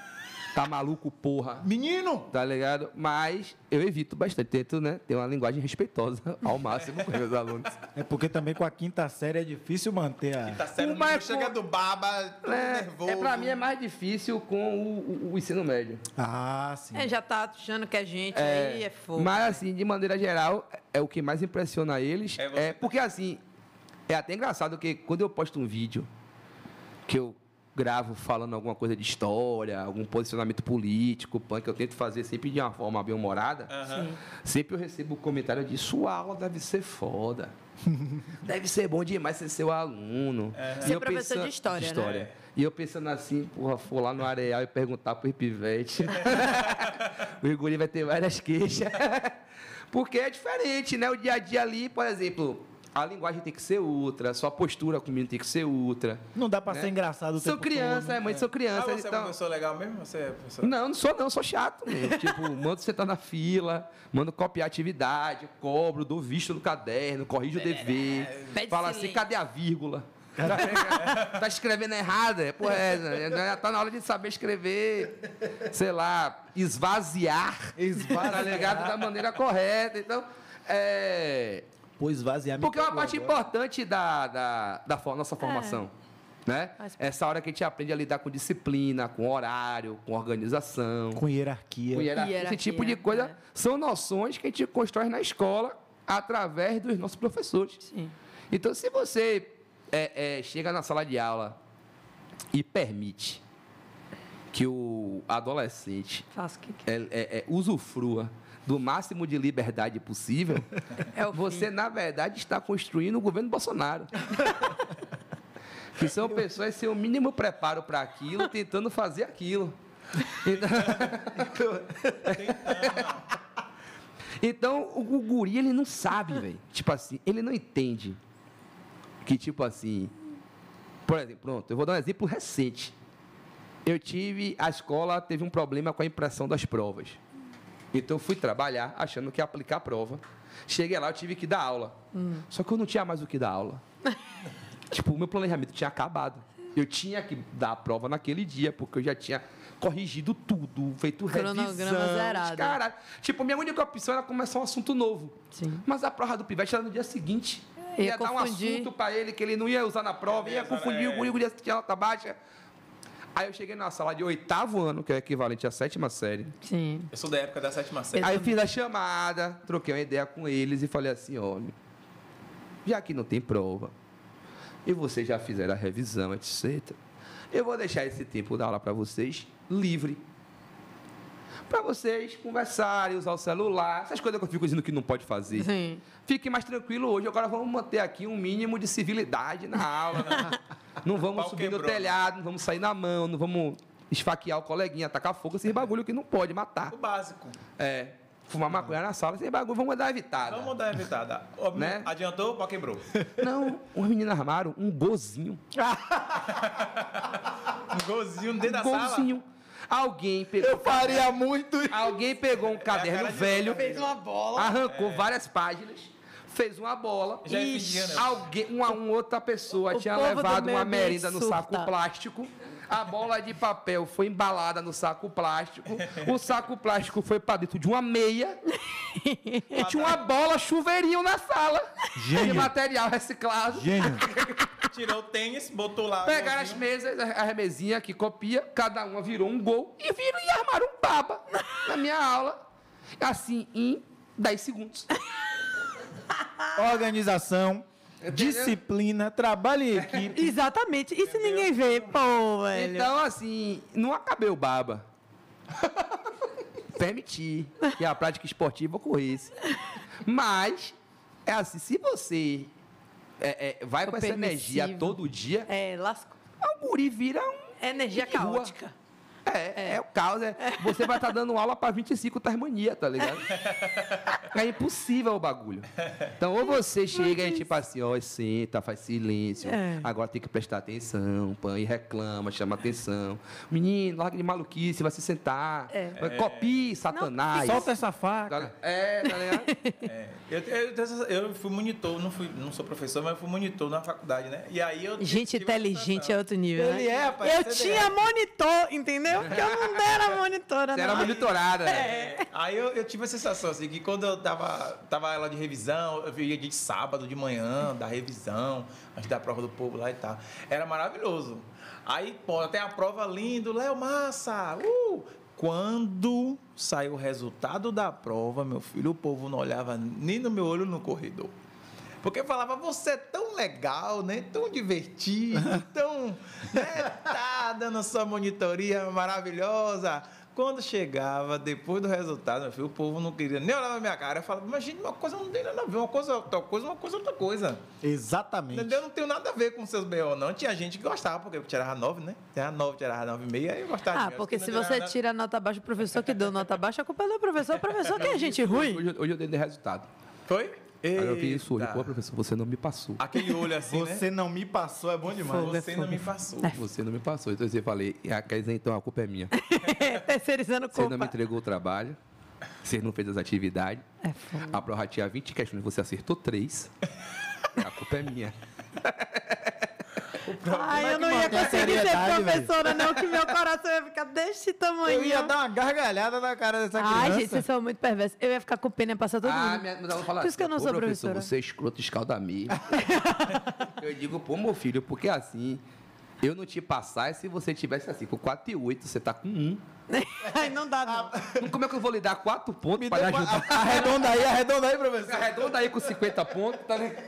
D: Um... Tá maluco, porra.
B: Menino!
D: Tá ligado? Mas eu evito bastante. Tento, né? Ter uma linguagem respeitosa ao máximo com meus alunos.
F: É porque também com a quinta série é difícil manter a.
B: Tá sério,
D: Uma
B: Uma
D: é
B: chega
D: com-
B: do baba, todo nervoso.
D: É, é, pra mim é mais difícil com o, o- o ensino médio.
F: Ah, sim.
C: É, já tá achando que é gente aí, é fogo.
D: Mas assim, de maneira geral, é o que mais impressiona eles.
B: É
D: É,
B: você.
D: porque assim, é até engraçado que quando eu posto um vídeo que eu gravo falando alguma coisa de história, algum posicionamento político, punk, eu tento fazer sempre de uma forma bem humorada.
B: Aham.
D: Sempre eu recebo o comentário de sua aula deve ser foda. deve ser bom demais ser seu aluno. E
C: Ser
D: eu
C: professor de história,
B: né?
D: E eu pensando assim, porra, for lá no areal e perguntar pro pivete. o guri vai ter várias queixas. Porque é diferente, né? O dia a dia ali, por exemplo, a linguagem tem que ser outra, sua postura comigo tem que ser outra.
F: Não dá pra
D: Né?
F: ser engraçado o
D: Sou
F: tempo
D: criança,
F: todo.
D: é, mãe, sou
B: Ah,
D: criança.
B: você é uma
D: então...
B: pessoa legal mesmo? Você é uma pessoa...
D: Não, não sou não, sou chato mesmo. tipo, mando sentar na fila, mando copiar atividade, cobro, dou visto no caderno, corrijo
C: Né,
D: o dever.
C: Pede
D: fala assim,
C: silêncio.
D: cadê a vírgula? tá escrevendo errada? Pô, é, né? já tá na hora de saber escrever, sei lá, esvaziar,
F: Esvaziar.
D: tá ligado? Da maneira correta. Então, é,
F: Pô, esvaziar me
D: porque é uma
F: pegou
D: parte
F: agora.
D: importante da, da, da for-
C: É.
D: nossa formação. Né?
C: Mas-
D: Essa hora que a gente aprende a lidar com disciplina, com horário, com organização, com
F: Com hierarquia.
D: hierarquia,
C: Hierarquia,
D: esse tipo de coisa.
C: é.
D: São noções que a gente constrói na escola através dos nossos professores.
C: Sim.
D: Então, se você é, é, chega na sala de aula e permite que o adolescente
C: Faço o que quer.
D: é, é, é, usufrua do máximo de liberdade possível,
C: É o
D: você, na verdade, está construindo o governo Bolsonaro. que são pessoas sem o mínimo preparo para aquilo, tentando fazer aquilo. Então- Então, o, o guri, ele não sabe, velho. Tipo assim, ele não entende. Que, tipo assim... Por exemplo, pronto, eu vou dar um exemplo recente. Eu tive... A escola teve um problema com a impressão das provas. Então eu fui trabalhar achando que ia aplicar a prova. Cheguei lá, eu tive que dar aula.
C: Hum.
D: Só que eu não tinha mais o que dar aula. tipo, o meu planejamento tinha acabado. Eu tinha que dar a prova naquele dia, porque eu já tinha corrigido tudo, feito
C: Cronograma
D: revisão.
C: zerado.
D: os caralho. Tipo, minha única opção era começar um assunto novo.
C: Sim.
D: Mas a prova do pivete era no dia seguinte.
C: Ia
D: Ia, dar um
C: confundir.
D: assunto pra ele que ele não ia usar na prova, ia confundir o guri, o guri ia tinha nota baixa. Aí eu cheguei na sala de oitavo ano, que é equivalente à sétima série.
C: Sim.
B: Eu sou da época da sétima série.
D: Aí eu fiz a chamada, troquei uma ideia com eles e falei assim, olha, já que não tem prova, e vocês já fizeram a revisão, etc., eu vou deixar esse tempo da aula para vocês livre. Para vocês conversarem, usar o celular, essas coisas que eu fico dizendo que não pode fazer.
C: Sim.
D: Fique mais tranquilo hoje, agora vamos manter aqui um mínimo de civilidade na aula. né? Não vamos
B: Pau
D: subir no
B: quebrou.
D: telhado, não vamos sair na mão, não vamos esfaquear o coleguinha, atacar fogo, esse bagulho que não pode matar.
B: O básico.
D: É. Fumar maconha na sala, esse bagulho, vamos dar evitada.
B: Ah. Vamos dar uma evitada. Ó,
D: Né?
B: Adiantou, pau quebrou.
D: Não, os meninos armaram um golzinho.
B: Um golzinho Ah, dentro da
D: um golzinho. Alguém pegou. um
F: Eu faria muito.
D: Alguém pegou um caderno
B: É cara de
D: velho,
B: louco. Fez
C: uma bola.
D: arrancou várias páginas, fez uma bola.
B: Já é
D: e
B: esse dia, né?
D: alguém, uma, uma outra pessoa
C: O
D: tinha
C: povo do
D: levado
C: meio
D: uma
C: ambiente
D: merenda no saco
C: surta.
D: plástico. A bola de papel foi embalada no saco plástico. O saco plástico foi para dentro de uma meia. E tinha uma bola chuveirinho na sala. De
F: Gênio.
D: material reciclado.
F: Gênio.
B: Ah, Tirou o tênis, botou lá. o
D: Pegaram as
B: golzinho.
D: mesas, a a mesinha que copia, cada uma virou um gol e viram e armaram um baba na minha aula. Assim, em 10 segundos.
F: Organização, disciplina, trabalho em equipe.
C: Exatamente. E se ninguém vê? Pô, velho.
D: Então, assim, não acabei o baba. Permitir que a prática esportiva ocorresse. Mas, é assim, se você é, é, vai
C: For
D: com essa energia
C: permissivo.
D: todo dia,
C: É, lasco.
D: o guri vira um
C: É energia
D: De rua.
C: caótica.
D: É, é, o caos. É. Você vai estar dando aula para 25 termania, tá ligado? É impossível o bagulho. Então, ou você chega e tipo assim, ó, senta, faz silêncio.
C: É.
D: Agora tem que prestar atenção, pã, e reclama, chama atenção. Menino, larga de maluquice, vai se sentar.
C: É.
D: Vai- Copie, satanás.
F: Solta
D: Tá
F: essa faca.
D: li- É, tá ligado?
B: É. Eu, eu- eu- eu fui monitor, não, fui, não sou professor, mas eu fui monitor na faculdade, né? E aí eu.
C: Gente
B: tive essa
C: inteligente
B: sensação.
C: é outro nível, né?
F: Ele é, rapaz,
C: Eu
F: você
C: tinha monitor, entendeu? Porque eu não era monitora,
D: Você era
C: não.
D: monitorada. né?
B: É, aí eu, eu tive a sensação assim, que quando eu tava, tava lá de revisão, eu via dia de sábado de manhã, da revisão, antes da prova do povo lá e tal. Era maravilhoso. Aí, pô, até a prova lindo, Léo Massa! Uh! Quando saiu o resultado da prova, meu filho, o povo não olhava nem no meu olho no corredor. Porque falava, você é tão legal, né? Tão divertido, tão. Né? Tá dando sua monitoria maravilhosa. Quando chegava, depois do resultado, meu filho, o povo não queria nem olhar na minha cara. Eu falava, mas gente, uma coisa não tem nada a ver, uma coisa é outra coisa, uma coisa é outra coisa.
F: Exatamente.
B: Entendeu? Não tem nada a ver com seus B.O. não. Tinha gente que gostava, porque eu tirava nove, né? Tirava nove, tirava nove e meia, aí eu gostava de
C: Ah,
B: mim. Os
C: porque
B: que
C: se
B: não
C: você
B: tiravam
C: tira nota baixa, o professor que deu nota baixa, a culpa é do professor. O professor que é gente ruim.
D: Hoje, hoje eu dei resultado.
B: nada- Foi?
D: Aí eu vi isso hoje. Pô, professor, você não me passou.
B: Aquele olho assim, né?
E: Você não me passou, é bom demais.
C: Foda,
B: Você
C: foda.
B: não me
C: É.
B: passou.
D: Você não me passou. Então eu falei, ah, quer dizer, então a culpa é minha.
C: Terceirizando
D: Você não me
C: culpa.
D: entregou o trabalho. Você não fez as atividades.
C: É foda.
D: A prova tinha 20 questões, você acertou 3. A culpa é minha.
C: Ai, eu não ia conseguir ser professora, não, que meu coração ia ficar deste tamanho.
E: Eu ia dar uma gargalhada na cara dessa criança.
C: Ai, gente, vocês são muito perversos. Eu ia ficar com pena e ia passar todo
D: Ah,
C: mundo.
D: minha, mas ela fala
C: Por isso que eu não
D: "Pô,
C: sou
D: professor,
C: professora.
D: Você é escroto, escalda mesmo. eu digo, pô, meu filho, porque assim, eu não te passar e se você tivesse assim, com 4 e 8, você tá com 1.
C: Ai, não dá, não.
D: Como é que eu vou lhe dar 4 pontos
E: Me deu
D: para lhe
E: uma-
D: ajudar?
E: a- Arredonda aí, arredonda aí,
D: Você
E: professor.
D: arredonda aí com 50 pontos, tá ligado?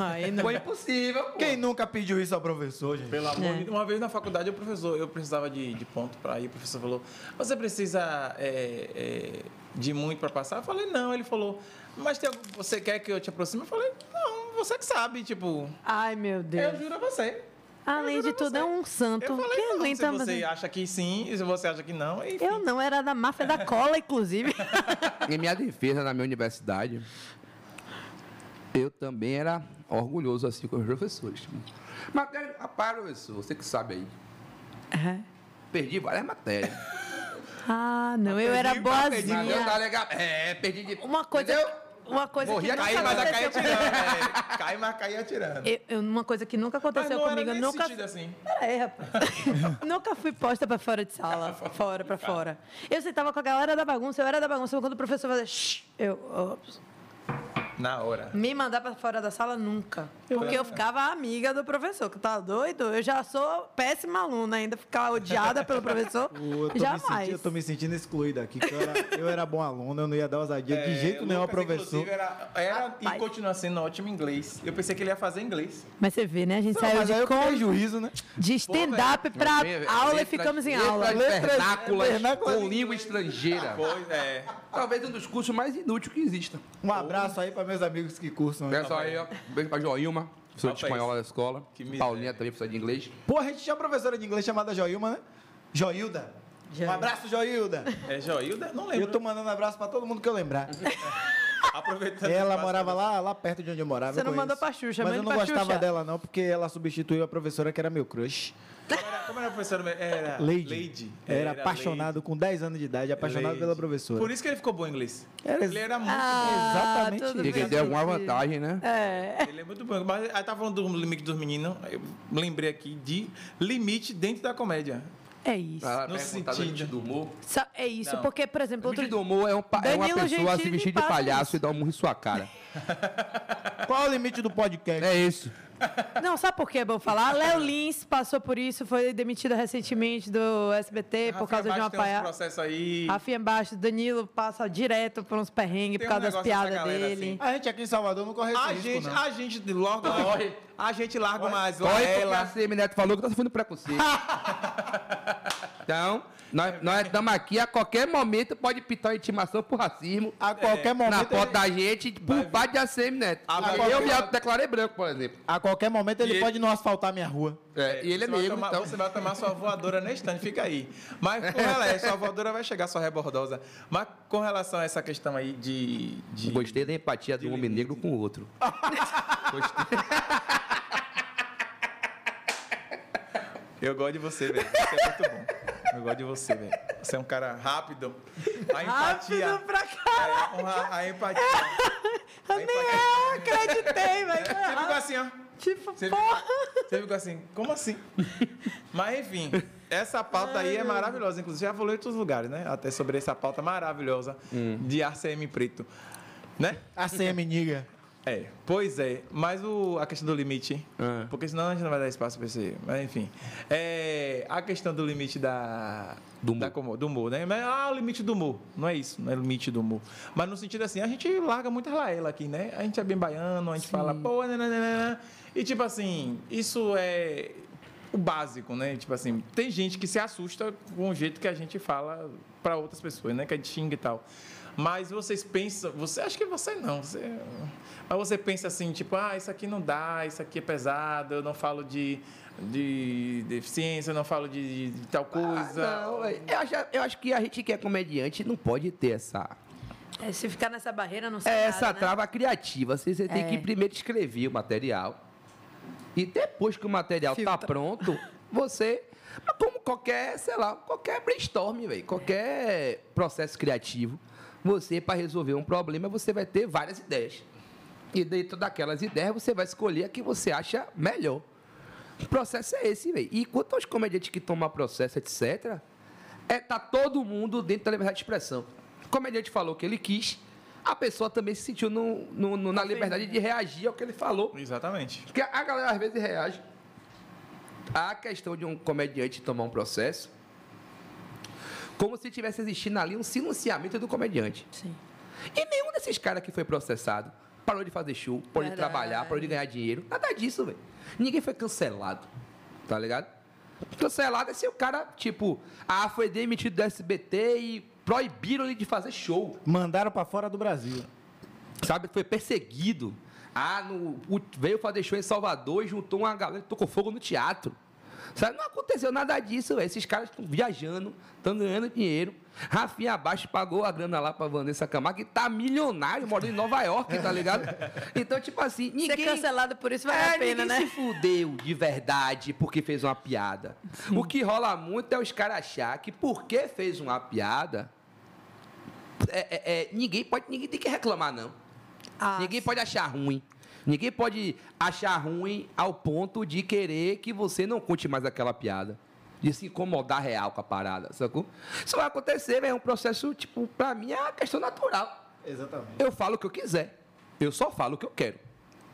C: Ai, não.
D: Foi impossível, pô.
E: Quem nunca pediu isso ao professor, gente?
B: Pelo amor
C: É.
B: de Deus. Uma vez na faculdade, o professor, eu precisava de, de ponto para ir. O professor falou: Você precisa é, é, de muito para passar? Eu falei: Não. Ele falou: Mas tem algum- você quer que eu te aproxime? Eu falei: Não, você que sabe. Tipo,
C: Ai, meu
B: eu
C: Deus.
B: juro a você.
C: Além de
B: juro a
C: tudo, é
B: você.
C: um santo.
B: Eu falei:
C: Quem
B: não,
C: aguenta
B: Se você
C: mas-
B: acha que sim, e se você acha que não, enfim.
C: Eu não, era da máfia da cola, inclusive.
D: Em minha defesa, na minha universidade, eu também era orgulhoso assim com os professores. Tipo, Matéria, rapaz, professor, você que sabe aí.
C: É.
D: Perdi várias matérias.
C: ah, não, eu era
D: Perdi, não,
C: boazinha.
D: tá legal. É, perdi de.
C: Uma coisa,
D: Entendeu?
C: uma coisa
D: Morria,
C: que nunca
D: caía,
B: Cai, mas a caia
C: aconteceu comigo.
B: atirando. É, cai, mas caia atirando.
C: Eu- eu- uma coisa que nunca
B: Mas
C: aconteceu
B: não era
C: comigo. eu
B: nesse
C: nunca
B: sentido assim.
C: É, rapaz. Nunca fui posta pra fora de sala. Fora, pra fora. Eu sentava com a galera da bagunça, eu era da bagunça. Quando o professor fazia... "Shh", Eu, ó,
B: Na hora.
C: me mandar pra fora da sala, nunca. Porque eu ficava amiga do professor, que tá doido. Eu já sou péssima aluna ainda. Ficar odiada pelo professor,
E: Eu tô, me
C: jamais.
E: sentindo, eu tô me sentindo excluído aqui. que Eu era, eu era bom aluno, eu não ia dar ousadia de
B: É,
E: jeito
B: o
E: nenhum ao
B: Lucas,
E: professor.
B: inclusive, é. Era, era e
C: Rapaz.
B: continua sendo ótimo em inglês. Eu pensei que ele ia fazer inglês.
C: Mas você vê, né? A gente
E: Não,
C: saiu
E: mas aí
C: de,
E: eu
C: com-
E: fiquei juízo, né?
C: de stand-up pra
D: Vê,
C: aula e
D: letras-
C: ficamos em
D: letras
C: aula.
D: vernáculas
E: vernáculas.
D: com língua
E: Tá.
D: estrangeira.
B: Pois é.
D: Talvez um dos cursos mais inúteis que exista.
E: Um abraço aí pra meus amigos que cursam.
B: É.
E: aí.
D: Pessoal aí, ó. Um Beijo pra Joilma, professora de
B: Rapaz.
D: espanhola da escola.
B: Que miséria.
D: Paulinha também, professora de inglês.
E: Pô, a gente tinha uma professora de inglês chamada Joilma, né? Joilda. Um
C: Joilda.
E: abraço, Joilda.
B: É Joilda? Não lembro.
E: Eu tô mandando abraço pra todo mundo que eu lembrar.
B: aproveitando.
E: Ela
B: o
E: morava
B: espaço.
E: lá, lá perto de onde eu morava.
C: Você
E: eu
C: não mandou
E: conheço.
C: pra Xuxa,
E: Mas
C: manda
E: eu não
C: pra
E: gostava
C: Xuxa.
E: dela, não, porque ela substituiu a professora que era meu crush.
B: Como era, como era a professora? Era
E: Lady. Era,
B: Ah, Lady.
E: apaixonado com 10 anos de idade, apaixonado
B: Lady.
E: pela professora.
B: Por isso que ele ficou bom em inglês.
E: Era-
B: Ele era muito
C: Ah,
E: Exatamente
C: tudo
E: isso.
D: Tem que
C: bem,
D: ter alguma
C: entendi.
D: vantagem, né?
C: É.
B: bom. Ele é muito bom. Mas aí tá falando do limite dos meninos. Eu lembrei aqui de limite dentro da comédia.
C: É isso.
D: Ah,
B: No
D: perguntar do
B: sentido.
D: limite do humor.
C: Só- é isso,
B: Não.
C: porque, por
D: O
C: exemplo, outro
D: limite do humor é, um pa- é uma
C: Danilo
D: pessoa se
C: Gentili
D: vestir de
C: passa
D: palhaço
C: isso.
D: e dar um murro em sua cara.
E: Qual é o limite do podcast?
D: É isso.
C: Não, sabe por que é bom falar? Léo Lins passou por isso, foi demitido recentemente do SBT É por causa de uma
B: Tem uns
C: palhaça.
B: processos aí.
C: Rafinha Baixo, Danilo passa direto por uns perrengues
B: Tem
C: por
B: um
C: causa das
B: negócio dessa
C: piadas
B: galera, assim.
C: dele.
E: A gente aqui em Salvador não corre esse
B: A
E: risco,
B: gente,
E: não.
B: a gente logo.
D: Corre.
B: A gente larga umas
D: Olha porque a
B: laelas.
D: CM Neto falou que tá sofrendo preconceito. então, nós nós estamos aqui, a qualquer momento pode pitar uma intimação por racismo. É.
E: A qualquer
D: na
E: momento.
D: porta
E: Ele,
D: da gente, por parte de ACM Neto.
B: Ah, vai
D: eu
B: ver.
D: me autodeclarei branco, por exemplo.
E: a qualquer momento ele
B: E
E: pode não asfaltar minha rua.
D: É, e ele é
B: Você vai
D: negro,
B: tomar-
D: então.
B: Você vai tomar sua voadora na estante, fica aí. Mas com relação, sua voadora vai chegar, sua rebordosa. Mas com relação a essa questão aí de. de-
D: Gostei da empatia do homem negro com o outro.
B: Eu gosto de você, velho. Você é muito bom. Eu gosto de você, velho. Você é um cara rápido. A empatia.
C: Rápido Ah, pra
B: É,
C: caralho.
B: a, a empatia. A
C: Nem
B: empatia.
C: eu acreditei,
B: Você ficou
C: velho.
B: assim, ó.
C: Tipo,
B: Você ficou-
C: porra.
B: Você ficou assim, como assim? Mas enfim, essa pauta aí é maravilhosa. Inclusive, já falei em outros lugares, né? Até sobre essa pauta maravilhosa
D: Hum.
B: de ACM Preto. Né?
E: A CM niga.
B: É, pois é. Mas o, a questão do limite,
D: É.
B: porque senão a gente não vai dar espaço pra esse... Mas enfim, é, a questão do limite da...
D: Do humor.
B: da como- do humor, né? Mas, ah, o limite do humor. Não é isso, não é o limite do humor. Mas no sentido assim, a gente larga muita laela aqui, né? A gente é bem baiano, a gente fala, pô, né, nananana. E tipo assim, isso é o básico, né? Tipo assim, tem gente que se assusta com o jeito que a gente fala pra outras pessoas, né? Que a gente xinga e tal. Mas vocês pensam, você acho que você não, você, mas você pensa assim, tipo, ah, isso aqui não dá, isso aqui é pesado, eu não falo de, de deficiência, eu não falo de, de tal
D: Ah,
B: coisa.
D: não, eu acho, eu acho que a gente que é comediante não pode ter essa
C: É, se ficar nessa barreira, não sai
D: É
C: nada,
D: essa
C: né?
D: trava criativa. Você, você tem
C: É.
D: que primeiro escrever o material. E depois que o material tá
C: Filtra.
D: pronto, você. Mas Como qualquer, sei lá, qualquer brainstorming, velho, qualquer processo criativo, você, para resolver um problema, você vai ter várias ideias. E dentro daquelas ideias, você vai escolher a que você acha melhor. O processo é esse, velho. E quanto aos comediantes que tomam processo, etc., é, tá todo mundo dentro da liberdade de expressão. O comediante falou o que ele quis, a pessoa também se sentiu no- no- no- na liberdade de reagir ao que ele falou.
B: Exatamente.
D: Porque a galera às vezes reage à questão de um comediante tomar um processo como se tivesse existindo ali um silenciamento do comediante.
C: Sim.
D: E nenhum desses caras que foi processado parou de fazer show, parou de
C: Verdade.
D: trabalhar, parou de ganhar dinheiro. Nada disso, velho. Ninguém foi cancelado. Tá ligado? Cancelado é se o cara, tipo, ah, foi demitido do SBT e proibiram ele de fazer show
E: Mandaram pra fora do Brasil.
D: sabe, foi perseguido. Ah, no, o- veio fazer show em Salvador e juntou uma galera que tocou fogo no teatro. Sabe, não aconteceu nada disso, velho. Esses caras estão viajando, estão ganhando dinheiro. Rafinha Abaixo pagou a grana lá pra Vanessa Camargo, que tá milionário, morando em Nova York, tá ligado? Então, tipo assim, ninguém...
C: Ser cancelado por isso vale
D: É,
C: a pena,
D: ninguém
C: né?
D: se fudeu de verdade porque fez uma piada. O que rola muito é os caras achar que porque fez uma piada, é- é- é, ninguém pode, ninguém tem que reclamar, não.
C: Ah,
D: Ninguém pode achar ruim. Ninguém pode achar ruim ao ponto de querer que você não conte mais aquela piada. De se incomodar real com a parada, sacou? Isso vai acontecer, velho. É um processo, tipo, pra mim é uma questão natural.
E: Exatamente.
D: Eu falo o que eu quiser. Eu só falo o que eu quero.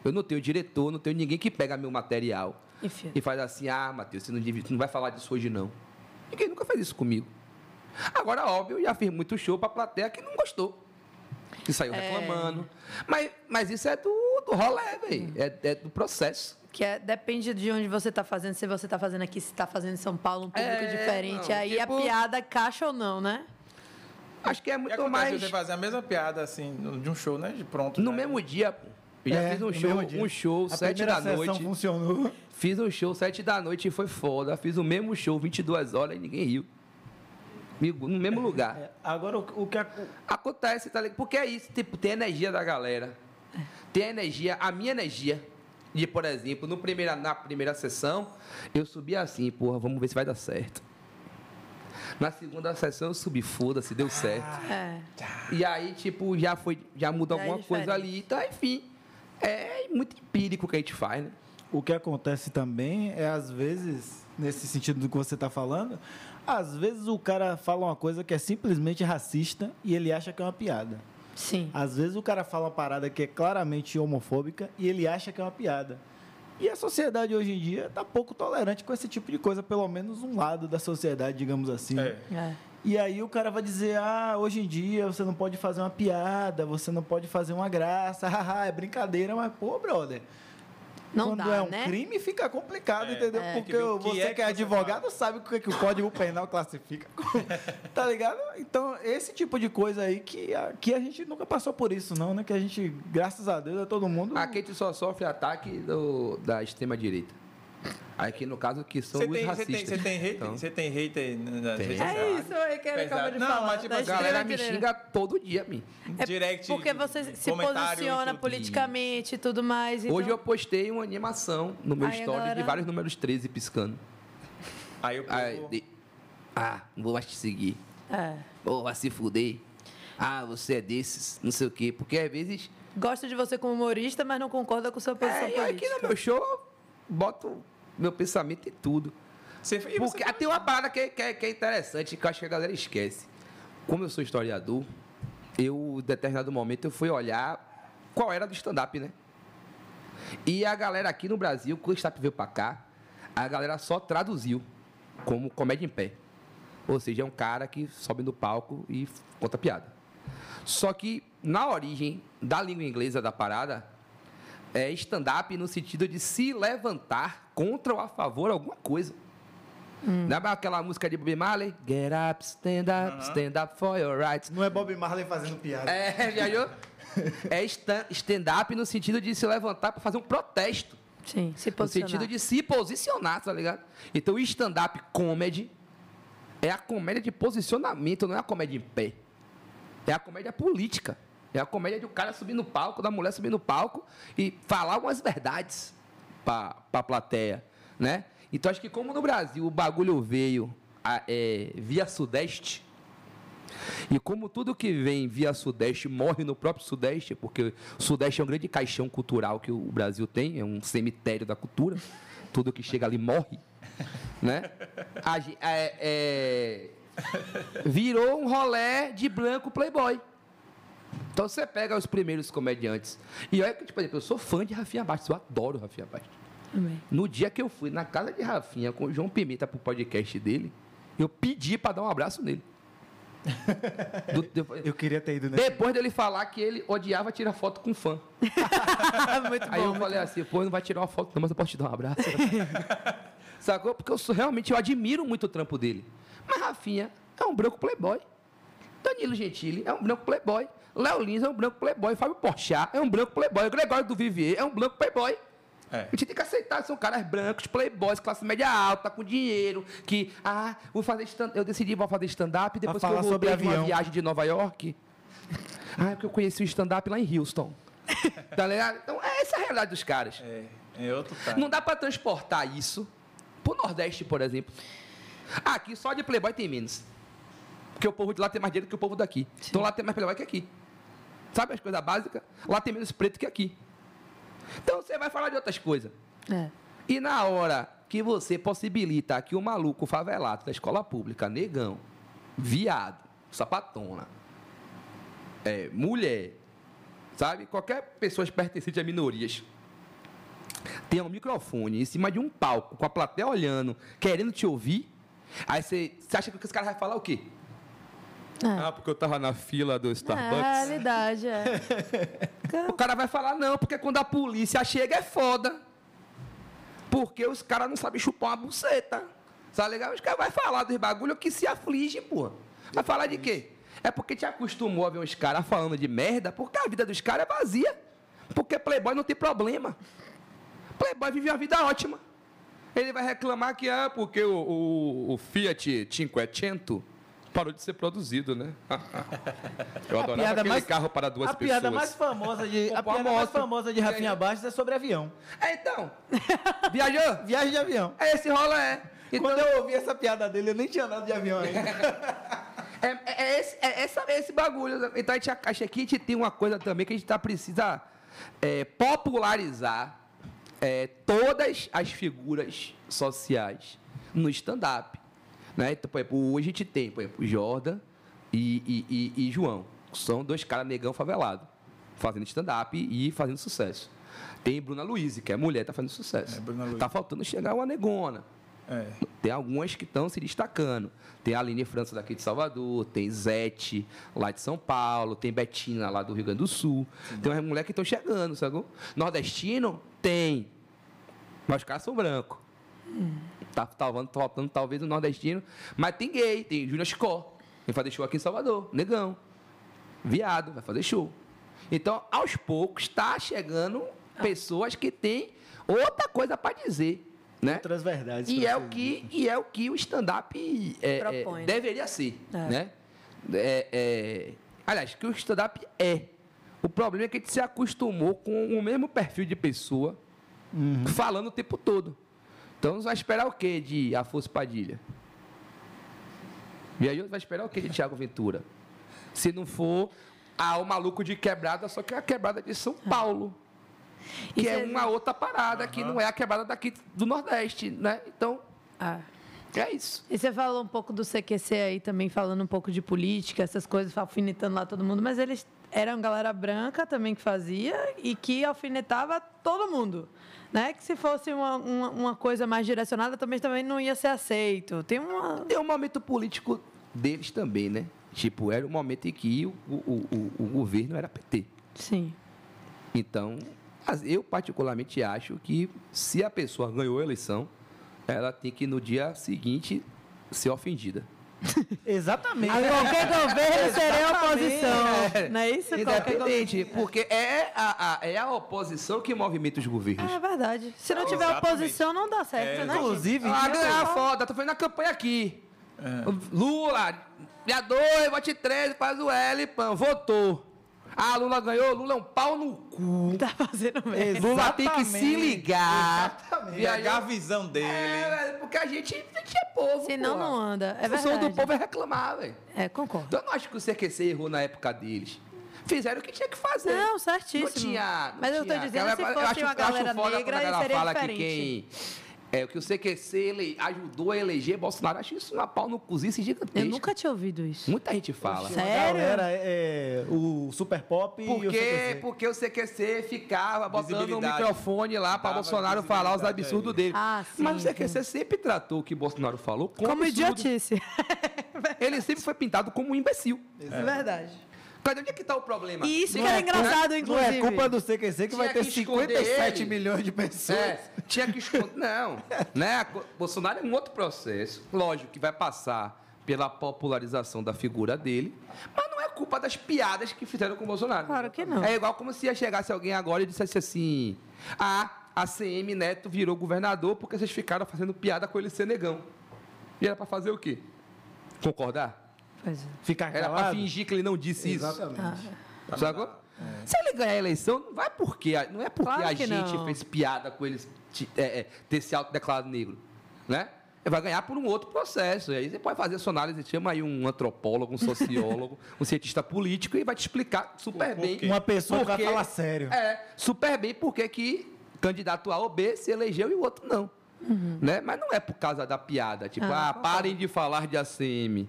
D: Eu não tenho diretor, não tenho ninguém que pega meu material
C: Enfim.
D: e faz assim: ah, Matheus, você não, devia- tu não vai falar disso hoje, não. Ninguém nunca fez isso comigo. Agora, óbvio, eu já fiz muito show pra plateia que não gostou. Que saiu reclamando. Mas, mas isso é do, do rolê, velho. É, é do processo.
C: Que é, depende de onde você tá fazendo, se você tá fazendo aqui, se tá fazendo em São Paulo, um público
D: É,
C: diferente.
D: não,
C: aí
D: tipo-
C: a piada caixa ou não, né?
D: Acho que é
B: E
D: muito
B: acontece
D: mais.
B: você fazer a mesma piada, assim, no- de um show, né? De pronto.
D: No
B: já.
D: mesmo dia, pô. Eu já
E: É,
D: fiz um
E: no
D: show,
E: mesmo dia.
D: um show,
E: A
D: sete
E: primeira
D: da
E: sessão
D: noite.
E: funcionou.
D: Fiz um show, sete da noite e foi foda. Fiz o mesmo show, 22 horas e ninguém riu. Amigo, No mesmo lugar.
C: É.
E: Agora, o, o que... ac-
D: Acontece, tá ligado? Porque é isso, tipo, tem a energia da galera.
C: É.
D: Tem a energia, a minha energia. De, por exemplo, no primeira, na primeira sessão, eu subi assim, porra, vamos ver se vai dar certo. Na segunda sessão eu subi, foda-se, deu certo.
C: É.
D: E aí, tipo, já foi, já mudou
C: Já é
D: alguma coisa
C: diferente.
D: ali, tá, enfim. É muito empírico o que a gente faz, né?
E: O que acontece também é, às vezes, nesse sentido do que você está falando, às vezes o cara fala uma coisa que é simplesmente racista e ele acha que é uma piada.
C: Sim.
E: Às vezes o cara fala uma parada que é claramente homofóbica e ele acha que é uma piada. E a sociedade hoje em dia está pouco tolerante com esse tipo de coisa, pelo menos um lado da sociedade, digamos assim.
B: É.
C: É.
E: E aí o cara vai dizer, ah, hoje em dia você não pode fazer uma piada, você não pode fazer uma graça, haha, é brincadeira, mas pô, brother.
C: Não
E: quando
C: dá,
E: é um
C: né?
E: crime fica complicado, entendeu?
B: É.
E: Porque
B: Tem que ver o que
E: você
B: é
E: que,
B: que
E: é
B: você
E: advogado sabe o que, é que o Código Penal classifica. como, tá ligado? Então, esse tipo de coisa aí que a, que a gente nunca passou por isso, não, né? Que a gente, graças a Deus, é todo mundo.
D: Aqui a gente só sofre ataque do- da extrema-direita. Aqui, no caso, que são
B: Você
D: os
B: tem, você
D: racistas.
B: tem, você tem hater?
D: Então-
B: Você tem hater nas
D: Tem.
B: redes
C: É
B: sociais?
C: isso aí que ele
B: Pesado.
C: acabou de
B: Não,
C: falar.
B: mas, tipo,
C: da
D: A galera me
C: extrema-direita.
D: xinga todo dia, mim.
C: É
B: Direct.
C: Porque você se
B: comentário e
C: posiciona
B: tudo.
C: politicamente e tudo mais. Então...
D: Hoje eu postei uma animação no meu
C: Aí,
D: story de
C: galera.
D: vários números 13 piscando.
B: Aí eu
D: Aí,
B: povo...
D: de- Ah, não vou mais te seguir.
C: É.
D: Pô, vai se fuder. Ah, você é desses, não sei o quê. Porque às vezes.
C: Gosto de você como humorista, mas não concorda com sua posição
D: É, eu aqui
C: política.
D: no meu show eu boto meu pensamento e tudo.
B: Você... e você-
D: Porque ah, tem uma parada que, que é- que é interessante, que eu acho que a galera esquece. Como eu sou historiador, eu, em determinado momento, eu fui olhar qual era do stand-up, né? E a galera aqui no Brasil, quando o stand-up veio pra cá, a galera só traduziu como comédia em pé. Ou seja, é um cara que sobe no palco e conta piada. Só que, na origem da língua inglesa da parada, é stand-up no sentido de se levantar contra ou a favor de alguma coisa. Lembra aquela música de Bob Marley? Get up, stand up, stand up for your rights.
E: Não é Bob Marley fazendo piada.
D: É, viajou? É stan- stand-up no sentido de se levantar para fazer um protesto.
C: Sim, se
D: No
C: posicionar.
D: sentido de se posicionar, tá ligado? Então, o stand-up comedy é a comédia de posicionamento, não é a comédia em pé. É a comédia política. É a comédia de um cara subir no palco, da mulher subir no palco e falar algumas verdades para a plateia, né? Então, acho que como no Brasil o bagulho veio a- é, via Sudeste, e como tudo que vem via Sudeste morre no próprio Sudeste, porque o Sudeste é um grande caixão cultural que o Brasil tem, é um cemitério da cultura, tudo que chega ali morre, né? A gen- é- é, virou um rolé de branco playboy. Então você pega os primeiros comediantes. E olha que, tipo, por exemplo, eu sou fã de Rafinha Bastos, eu adoro Rafinha Bastos.
C: Amém.
D: No dia que eu fui na casa de Rafinha com o João Pimenta pro podcast dele, eu pedi pra dar um abraço nele. Do- de-
E: Eu queria ter ido, né?
D: depois dele falar que ele odiava tirar foto com fã.
C: muito bom.
D: Aí eu falei assim, pô, não vai tirar uma foto não, mas eu posso te dar um abraço. Sacou? Porque eu sou- realmente eu admiro muito o trampo dele. Mas Rafinha é um branco playboy. Danilo Gentili é um branco playboy. Léo Lins é um branco playboy. Fábio Porchat é um branco playboy. Gregório do Vivier é um branco playboy.
B: É.
D: A gente tem que aceitar, são caras brancos, playboys, classe média alta, com dinheiro, que, ah, vou fazer stand eu decidi vou fazer stand-up depois que eu
E: falar
D: voltei
E: sobre
D: de uma
E: avião.
D: viagem de Nova York. Ah, é porque eu conheci o stand-up lá em Houston. Tá ligado? Então, é essa é a realidade dos caras.
B: É, é outro tá.
D: Não dá pra transportar isso pro Nordeste, por exemplo. Aqui só de Playboy tem menos. Porque o povo de lá tem mais dinheiro que o povo daqui. Então lá tem mais Playboy que aqui. Sabe as coisas básicas? Lá tem menos preto que aqui. Então você vai falar de outras coisas.
C: É.
D: E na hora que você possibilita que o maluco favelado da escola pública, negão, viado, sapatona, é, mulher, sabe? Qualquer pessoa pertencente a minorias tenha um microfone em cima de um palco, com a plateia olhando, querendo te ouvir, aí você, você acha que esse cara vai falar o quê? Ah, porque eu tava na fila do
C: É, realidade, é.
D: O cara vai falar, não, porque quando a polícia chega é foda. Porque os caras não sabem chupar uma buceta. Sabe legal? Os caras vão falar dos bagulho que se aflige, porra. Vai falar de quê? É porque te acostumou a ver os caras falando de merda, porque a vida dos caras é vazia. Porque playboy não tem problema. Playboy vive uma vida ótima. Ele vai reclamar que é porque o, o, o Fiat 500 parou de ser produzido, né? Eu adorava
E: piada
D: aquele
E: mais-
D: carro para duas
E: a
D: pessoas.
E: piada mais famosa de a
D: Comprar
E: piada
D: uma
E: mais
D: moto.
E: famosa de Rafinha Bastos é sobre avião.
D: É, então. Viajou?
E: Viagem de avião.
D: É, esse rola é. Então,
E: Quando eu ouvi essa piada dele, eu nem tinha andado de avião ainda.
D: é, é- é esse, é essa- é esse bagulho. Então, a gente acha que a gente tem uma coisa também que a gente tá, precisa é, popularizar é, todas as figuras sociais no stand-up. Né? Então, por exemplo, hoje a gente tem, por exemplo, Jordan e, e- e- e João. São dois caras negão favelado, fazendo stand-up e fazendo sucesso. Tem Bruna Luiz, que é mulher, tá fazendo sucesso.
B: É, Bruna Luiz.
D: tá faltando chegar uma negona.
B: É.
D: Tem algumas que estão se destacando. Tem a Aline França daqui de Salvador, tem Zete lá de São Paulo, tem Betina lá do Rio Grande do Sul. Tem umas mulheres que estão chegando, sacou? Nordestino? Tem. Mas os caras são brancos. Tá faltando, tá faltando talvez o nordestino. Mas tem gay, tem Júnior Chicó. Vem fazer show aqui em Salvador, negão. Viado, vai fazer show. Então, aos poucos, está chegando pessoas que têm outra coisa para dizer. Né?
E: Outras verdades.
D: E
E: pra
D: é,
E: você.
D: o que, e é o que o stand-up é, é,
C: Propõe, né?
D: deveria ser,
C: É.
D: né? É, é, aliás, que o stand-up é. O problema é que a gente se acostumou com o mesmo perfil de pessoa falando o tempo todo. Então, você vai esperar o quê de Afonso Padilha? E aí, vai esperar o quê de Tiago Ventura? Se não for ah, o maluco de quebrada, só que é a quebrada de São Paulo que
C: E
D: é
C: cês-
D: uma outra parada que não é a quebrada daqui do Nordeste, né? Então,
C: Ah.
D: é isso.
C: E você falou um pouco do CQC aí também, falando um pouco de política, essas coisas, alfinetando lá todo mundo, mas eles eram galera branca também que fazia e que alfinetava todo mundo. Né? Que se fosse uma, uma, uma coisa mais direcionada, também, também não ia ser aceito. Tem uma.
D: Tem um momento político deles também, né? Tipo, era o momento em que o, o- o- o governo era PT.
C: Sim.
D: Então, as- eu particularmente acho que se a pessoa ganhou a eleição, ela tem que no dia seguinte ser ofendida.
E: Exatamente.
C: A qualquer governo serei
D: É.
C: oposição. Não é isso? Qualquer assim.
D: Independente, porque é a, a- é a oposição que movimenta os governos.
C: É verdade. Se não tiver
B: Exatamente.
C: oposição, não dá certo,
B: É,
C: né?
E: Inclusive,
D: Ah, ganhar foda, tô fazendo a campanha aqui. Lula, vereador, vote 13, faz o L, pã, votou. Ah, Lula ganhou, Lula é um pau no cu.
C: Tá fazendo merda.
D: Lula tem que se ligar.
B: E aí, a
D: Viajar
B: visão dele.
D: É, velho, porque a gente, a gente é povo.
C: Senão
D: porra.
C: não anda, é
D: A função do
C: verdade.
D: povo é reclamar, velho.
C: É, concordo.
D: Então eu não acho que o CQC errou na época deles. Fizeram o que tinha que fazer.
C: Não, certíssimo.
D: Não tinha. não
C: Mas eu tô
D: tinha.
C: dizendo,
D: Galera,
C: se
D: é eu
C: fosse
D: acho-
C: uma
D: eu acho
C: galera
D: foda quando a
C: negra,
D: galera
C: seria
D: fala que
C: diferente.
D: quem. É, que o CQC ele ajudou a eleger Bolsonaro. Eu Acho isso uma pau no cozice gigantesca.
C: Eu nunca tinha ouvido isso.
D: Muita gente fala.
C: Sério?
E: Galera, é, é, o Super Pop e o
D: Porque,
E: CQC.
D: porque o CQC ficava botando um
B: Visibilidade.
D: microfone lá para
B: Dava
D: Bolsonaro falar os
B: visibilidade é
D: absurdos
B: a
D: dele.
C: Ah,
D: Mas o
C: sim,
D: CQC sempre tratou o que Bolsonaro falou como,
C: Como
D: absurdo. É
C: idiotice.
D: Ele sempre foi pintado como um imbecil.
C: É verdade.
D: Cadê onde é que tá o problema?
C: E isso que
D: Não
C: era
D: é-
C: engraçado,
E: Não
C: inclusive.
E: é culpa do CQC que
D: Tinha
E: vai ter
D: que esconder
E: 57
D: ele.
E: milhões de pessoas.
D: É, tinha que esconder. Não, né? Co- Bolsonaro é um outro processo. Lógico que vai passar pela popularização da figura dele, mas não é culpa das piadas que fizeram com o Bolsonaro.
C: Claro que não.
D: É igual como se ia chegasse alguém agora e dissesse assim: Ah, a CM Neto virou governador porque vocês ficaram fazendo piada com ele ser negão. E era pra fazer o quê? Concordar?
C: Pois é.
E: Ficar
D: Era pra
E: calado.
D: fingir que ele não disse isso.
E: Exatamente.
D: Sacou? Se ele ganhar a eleição, não vai porque. Não é porque
C: Claro
D: a
C: que
D: gente
C: não.
D: fez piada com eles te- é, é, ter se autodeclarado negro. Né? Ele vai ganhar por um outro processo. E aí você pode fazer a sua análise, chama aí um antropólogo, um sociólogo, um cientista político e vai te explicar super bem.
E: Uma pessoa que vai
D: porque-
E: falar sério.
D: É, super bem porque que candidato A ou B se elegeu e o outro não. Né? Mas não é por causa da piada. Tipo,
C: Ah,
D: ah, parem de falar de ACM.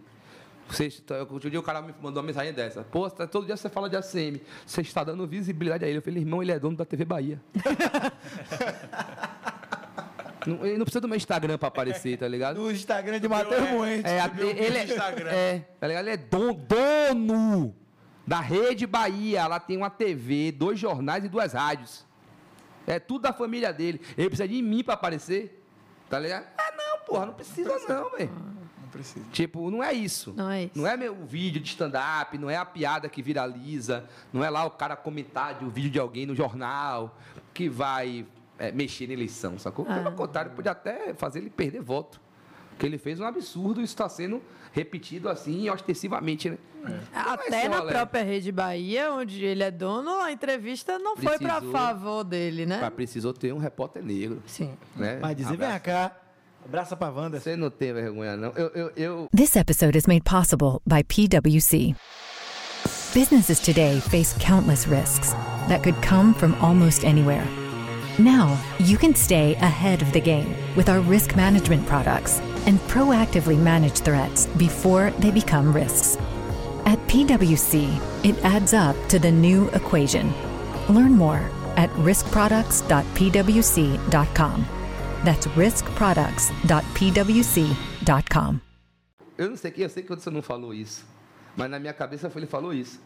D: Vocês, t- outro dia o cara me mandou uma mensagem dessa. Pô, tá- todo dia você fala de ACM. Você está dando visibilidade a ele. Eu falei, irmão, ele é dono da TV Bahia. não, ele não precisa do meu Instagram para aparecer, tá ligado?
E: Do Instagram de Matheus Moente.
D: É, a- ele é,
B: Instagram.
D: é, tá ligado? Ele é don- dono da Rede Bahia. Lá tem uma TV, dois jornais e duas rádios. É tudo da família dele. Ele precisa de mim pra aparecer. Tá ligado? Ah, não, porra, não precisa não, velho.
B: Não precisa.
D: Tipo, não é isso.
C: Não é isso.
D: Não é meu vídeo de stand-up, não é a piada que viraliza, não é lá o cara comentar de um vídeo de alguém no jornal que vai é, mexer na eleição, sacou?
C: Ah.
D: Pelo contrário, pode até fazer ele perder voto. Porque ele fez um absurdo, isso está sendo repetido assim, ostensivamente, né?
E: É.
C: É, Até
D: só,
C: na
D: Léo.
C: própria Rede Bahia, onde ele é dono, a entrevista não foi pra
D: Precisou.
C: favor dele, né?
D: Mas precisou ter um repórter negro.
C: Sim.
D: Né?
E: Hum, Mas dizer, vem
D: Abraço.
E: cá. Abraça pra Wanda.
D: Você não tem vergonha, não. Eu, eu, eu,
A: This episode is made possible by PwC. Businesses today face countless risks that could come from almost anywhere. Now, you can stay ahead of the game with our risk management products and proactively manage threats before they become risks. At PwC, it adds up to the new equation. Learn more at riskproducts.pwc.com. That's riskproducts.pwc.com.
D: eu não sei, eu sei que o Anderson não falou isso. Mas na minha cabeça foi ele falou isso.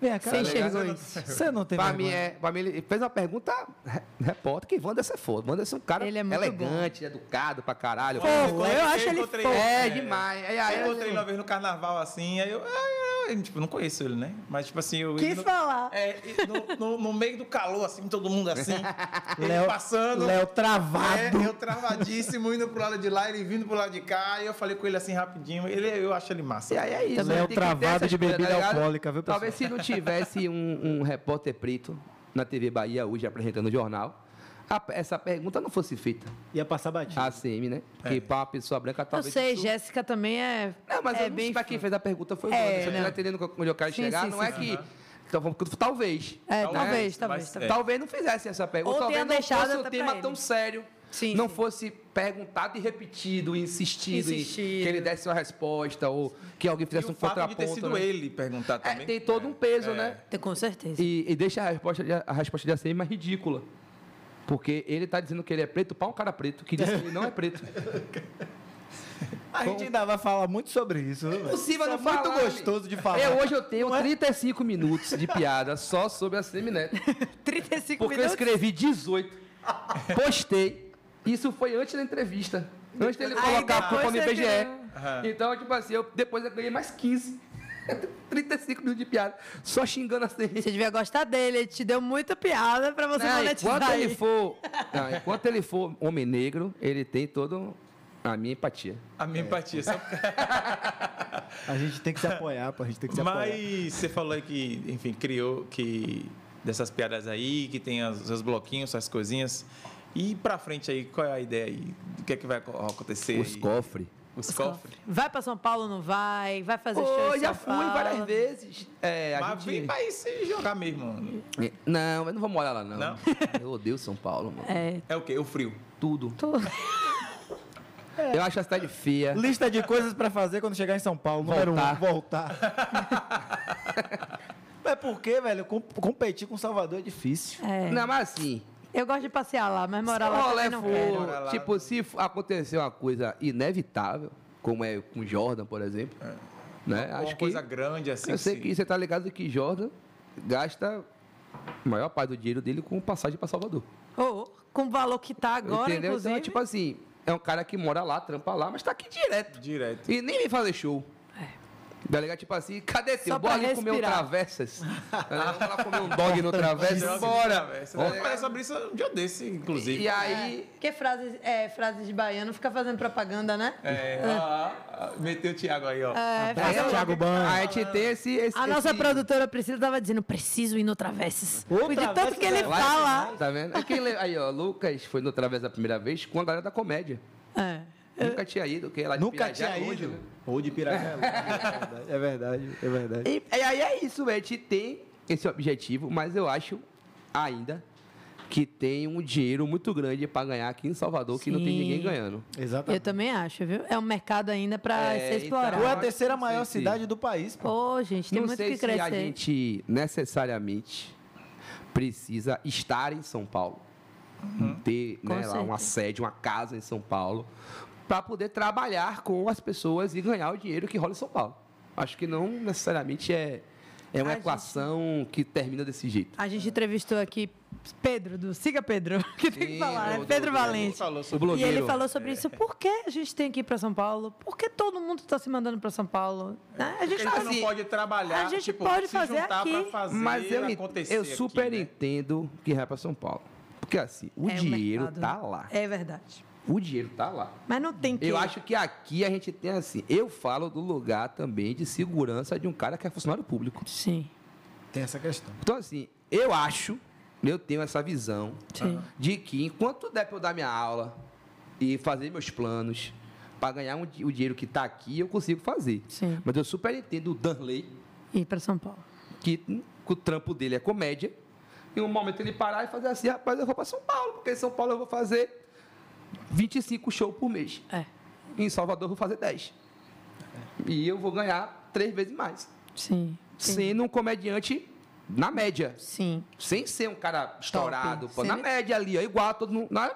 E: Vem cá.
C: Você
E: Você
C: enxergou isso.
E: não tem
D: Pra mim,
E: vergonha.
D: é, pra mim, ele fez uma pergunta re- repórter, que Wanderson é foda. Wanderson é um cara
C: Ele é muito
D: elegante, educado pra caralho.
C: Fofo, eu acho ele
B: encontrei-
C: fofo.
D: É, demais. Aí, aí,
B: eu encontrei
D: assim,
B: uma vez no carnaval assim, aí eu, ah, eu, tipo, não conheço ele, né? Mas tipo assim, eu.
C: Quis
B: no-
C: falar.
B: É, e no, no- no meio do calor, assim, todo mundo assim,
D: é.
B: ele
E: Léo,
B: passando.
E: Léo travado.
B: É, eu travadíssimo, indo pro lado de lá, ele vindo pro lado de cá, e eu falei com ele assim rapidinho. Ele, eu acho ele massa.
D: E aí é isso.
E: Também
D: né?
E: é o
D: Tem que ter
E: travado
D: essas
E: de
D: coisas, tá
E: bebida
D: ligado?
E: alcoólica, viu, pessoal?
D: Talvez se não tivesse um, um repórter preto na TV Bahia hoje apresentando o jornal, a- essa pergunta não fosse feita.
E: Ia passar batido.
D: A ACM, né? Que pra uma pessoa branca
C: Eu
D: talvez.
C: sei,
D: isso-
C: Jéssica também é.
D: Não, mas
C: é
D: eu não sei
C: bem
D: pra quem fez a pergunta foi o
C: É,
D: Wanderson. Você
C: não.
D: tá entendendo onde eu quero
C: Sim,
D: chegar?
C: sim,
D: não
C: sim,
D: é
C: sim.
D: que. Então, vamos- Talvez.
C: É,
B: Talvez,
C: talvez,
B: mas-
C: talvez, talvez.
B: É.
D: Talvez não fizesse essa pergunta.
C: Ou
D: talvez
C: tenha
D: não
C: deixado
D: fosse
C: até
D: um tema
C: pra
D: tão
C: ele.
D: sério.
C: Sim,
D: não
C: sim.
D: fosse perguntado e repetido, insistido, em
C: Insistido.
D: que ele desse uma resposta ou que alguém
B: E
D: fizesse
B: o
D: um
B: fato de
D: contraponto.
B: ter sido
D: né?
B: ele perguntar
D: É,
B: também. É.
D: tem todo um peso, né?
C: Com certeza.
D: E, e deixa a resposta, de, a resposta de ACM mais ridícula. Porque ele tá dizendo que ele é preto para um cara preto que disse que ele não é preto.
E: A gente ainda vai falar muito sobre isso. viu, velho?
D: Impossível
E: Isso
D: não
E: é muito
D: falar,
E: gostoso de falar.
D: Eu, hoje eu tenho
B: é?
D: 35 minutos de piada só sobre a Semineto.
C: 35
D: Porque
C: minutos.
D: eu escrevi 18. Postei. Isso foi antes da entrevista. Antes dele
C: Aí
D: colocar a
C: depois
D: culpa no
C: você um-
D: IBGE.
B: criou.
D: Então, tipo assim, eu, depois eu ganhei mais 15. 35 minutos de piada. Só xingando a Semineto.
C: Você devia gostar dele, ele te deu muita piada pra você
D: Não,
C: monetizar
D: enquanto
C: aí.
D: ele for, não, enquanto ele for homem negro, ele tem todo A minha empatia.
B: A minha empatia. Só porque...
F: A gente tem que se apoiar, pô. A gente tem que se apoiar.
B: Mas você falou aí que, enfim, criou que dessas piadas aí, que tem as- os seus bloquinhos, suas coisinhas. E pra frente aí, qual é a ideia aí? O que é que vai co- acontecer?
D: Os
B: aí?
D: cofres.
B: Os
C: Os
B: cofres.
C: cofres. Vai pra São Paulo, não vai? Vai fazer show
D: Pô,
C: em
D: já
C: São
D: fui
C: Paulo?
D: várias vezes. É, a
B: Mas
D: gente...
B: vem pra isso e jogar mesmo. mano.
D: Não, eu não vou morar lá, não.
B: Não?
D: Eu odeio São Paulo, mano.
C: É,
B: É o quê? O frio.
D: Tudo. É.
C: tô...
D: Eu acho a cidade feia.
F: Lista de coisas pra fazer quando chegar em São Paulo. Número
D: Voltar.
F: um, voltar. Mas por quê, velho? Com- competir com Salvador é difícil.
C: é.
D: Não, mas assim,
C: Eu gosto de passear lá, mas morar
D: se o
C: lá
D: rolê
C: também não
D: for-
C: quero.
B: Morar lá,
D: tipo, se f- acontecer uma coisa inevitável, como é com Jordan, por exemplo, né?
B: É. Uma
D: acho
B: coisa
D: que
B: grande assim.
D: eu sei
B: sim.
D: que você tá ligado que Jordan gasta a maior parte do dinheiro dele com passagem para Salvador.
C: Ô, com o valor que tá agora,
D: entendeu?
C: inclusive.
D: Então, tipo assim, é um cara que mora lá, trampa lá, mas tá aqui direto.
B: Direto.
D: E nem vem fazer show. Tá ligado? Tipo assim, cadê teu?
C: É. Só
D: Bora
C: pra
D: ali comer um
C: respirar.
D: travessas. Tá ligado? Vamos lá comer um dog no travessas.
B: Joga
D: Bora,
B: de cabeça.
D: Vamos-
B: Eu falei sobre isso um dia desse, inclusive.
D: E aí,
C: Porque frases, é, frases de baiano fica fazendo propaganda, né?
B: É, ó, ó, meteu o Thiago aí, ó.
C: É,
D: Aí
F: Abraço,
D: eu-
F: Thiago Ban.
D: A gente tem esse. esse
C: A nossa
D: esse-
C: produtora Priscila tava dizendo, preciso ir no Travesses. Fui de tanto que ele
D: Vai-
C: fala.
D: Tá vendo? É quem le- Aí, ó, Lucas foi no Través a primeira vez com a galera da comédia.
C: É.
D: né? Nunca tinha ido, que é ela
F: Nunca tinha ido.
D: né?
F: Ou de Pirajá. é verdade, é verdade.
D: E, e aí é isso, velho. A gente tem esse objetivo, mas eu acho ainda que tem um dinheiro muito grande pra ganhar aqui em Salvador que não tem
C: Sim.
D: ninguém ganhando.
C: Eu
F: Exatamente.
C: também acho, viu? É um mercado ainda pra
D: É,
C: ser
D: então-
C: explorado.
F: Ou é a
D: acho que
F: terceira
D: sim,
F: maior
D: sim.
F: cidade do país, pô.
C: Pô, gente, tem
D: não
C: muito
D: sei
C: que
D: se a
C: crescer.
D: gente necessariamente precisa estar em São Paulo, ter
C: Uhum. Com
D: né, lá uma
C: certeza.
D: sede, uma casa em São Paulo, para poder trabalhar com as pessoas e ganhar o dinheiro que rola em São Paulo. Acho que não necessariamente é, é uma
C: A gente-
D: equação que termina desse jeito.
C: A gente entrevistou aqui Pedro, do Siga Pedro, que tem
D: Sim,
C: que falar,
D: do-
C: né?
D: do-
C: Pedro
D: do-
B: Ele
C: Valente.
B: falou
D: O
B: sobre
C: E
D: blogueiro. É.
C: ele falou sobre isso. Por que a gente tem que ir pra São Paulo? Por que todo mundo tá se mandando pra São Paulo? Né? A gente
B: Porque
C: tá
B: a gente não pode trabalhar,
C: a gente
B: tipo,
C: pode
B: se
C: fazer
B: juntar
C: aqui.
B: pra fazer
D: Mas eu, en-
B: acontecer
D: eu
B: aqui,
D: super
B: né?
D: entendo que vai para São Paulo. Porque assim, o
C: É,
D: dinheiro
C: mercado,
D: tá
C: né?
D: lá.
C: É verdade.
D: O dinheiro tá lá.
C: Mas não tem que.
D: Eu acho que aqui a gente tem assim. Eu falo do lugar também de segurança de um cara que é funcionário público.
C: Sim,
F: Tem essa questão.
D: Então, assim, eu acho, eu tenho essa visão
C: sim.
D: de que enquanto der pra eu dar minha aula e fazer meus planos para ganhar um di- o dinheiro que tá aqui, eu consigo fazer.
C: Sim.
D: Mas eu super entendo o Danley,
C: Ir pra São Paulo.
D: que hum, o trampo dele é comédia. Em um momento ele parar e fazer assim, rapaz, eu vou para São Paulo, porque em São Paulo eu vou fazer 25 shows por mês.
C: É,
D: Em Salvador eu vou fazer 10. E eu vou ganhar três vezes mais.
C: sim.
D: Sendo um comediante na média.
C: Sim.
D: Sem ser um cara estourado. pô.
C: Sim.
D: na média ali, ó, igual a todo mundo. Na,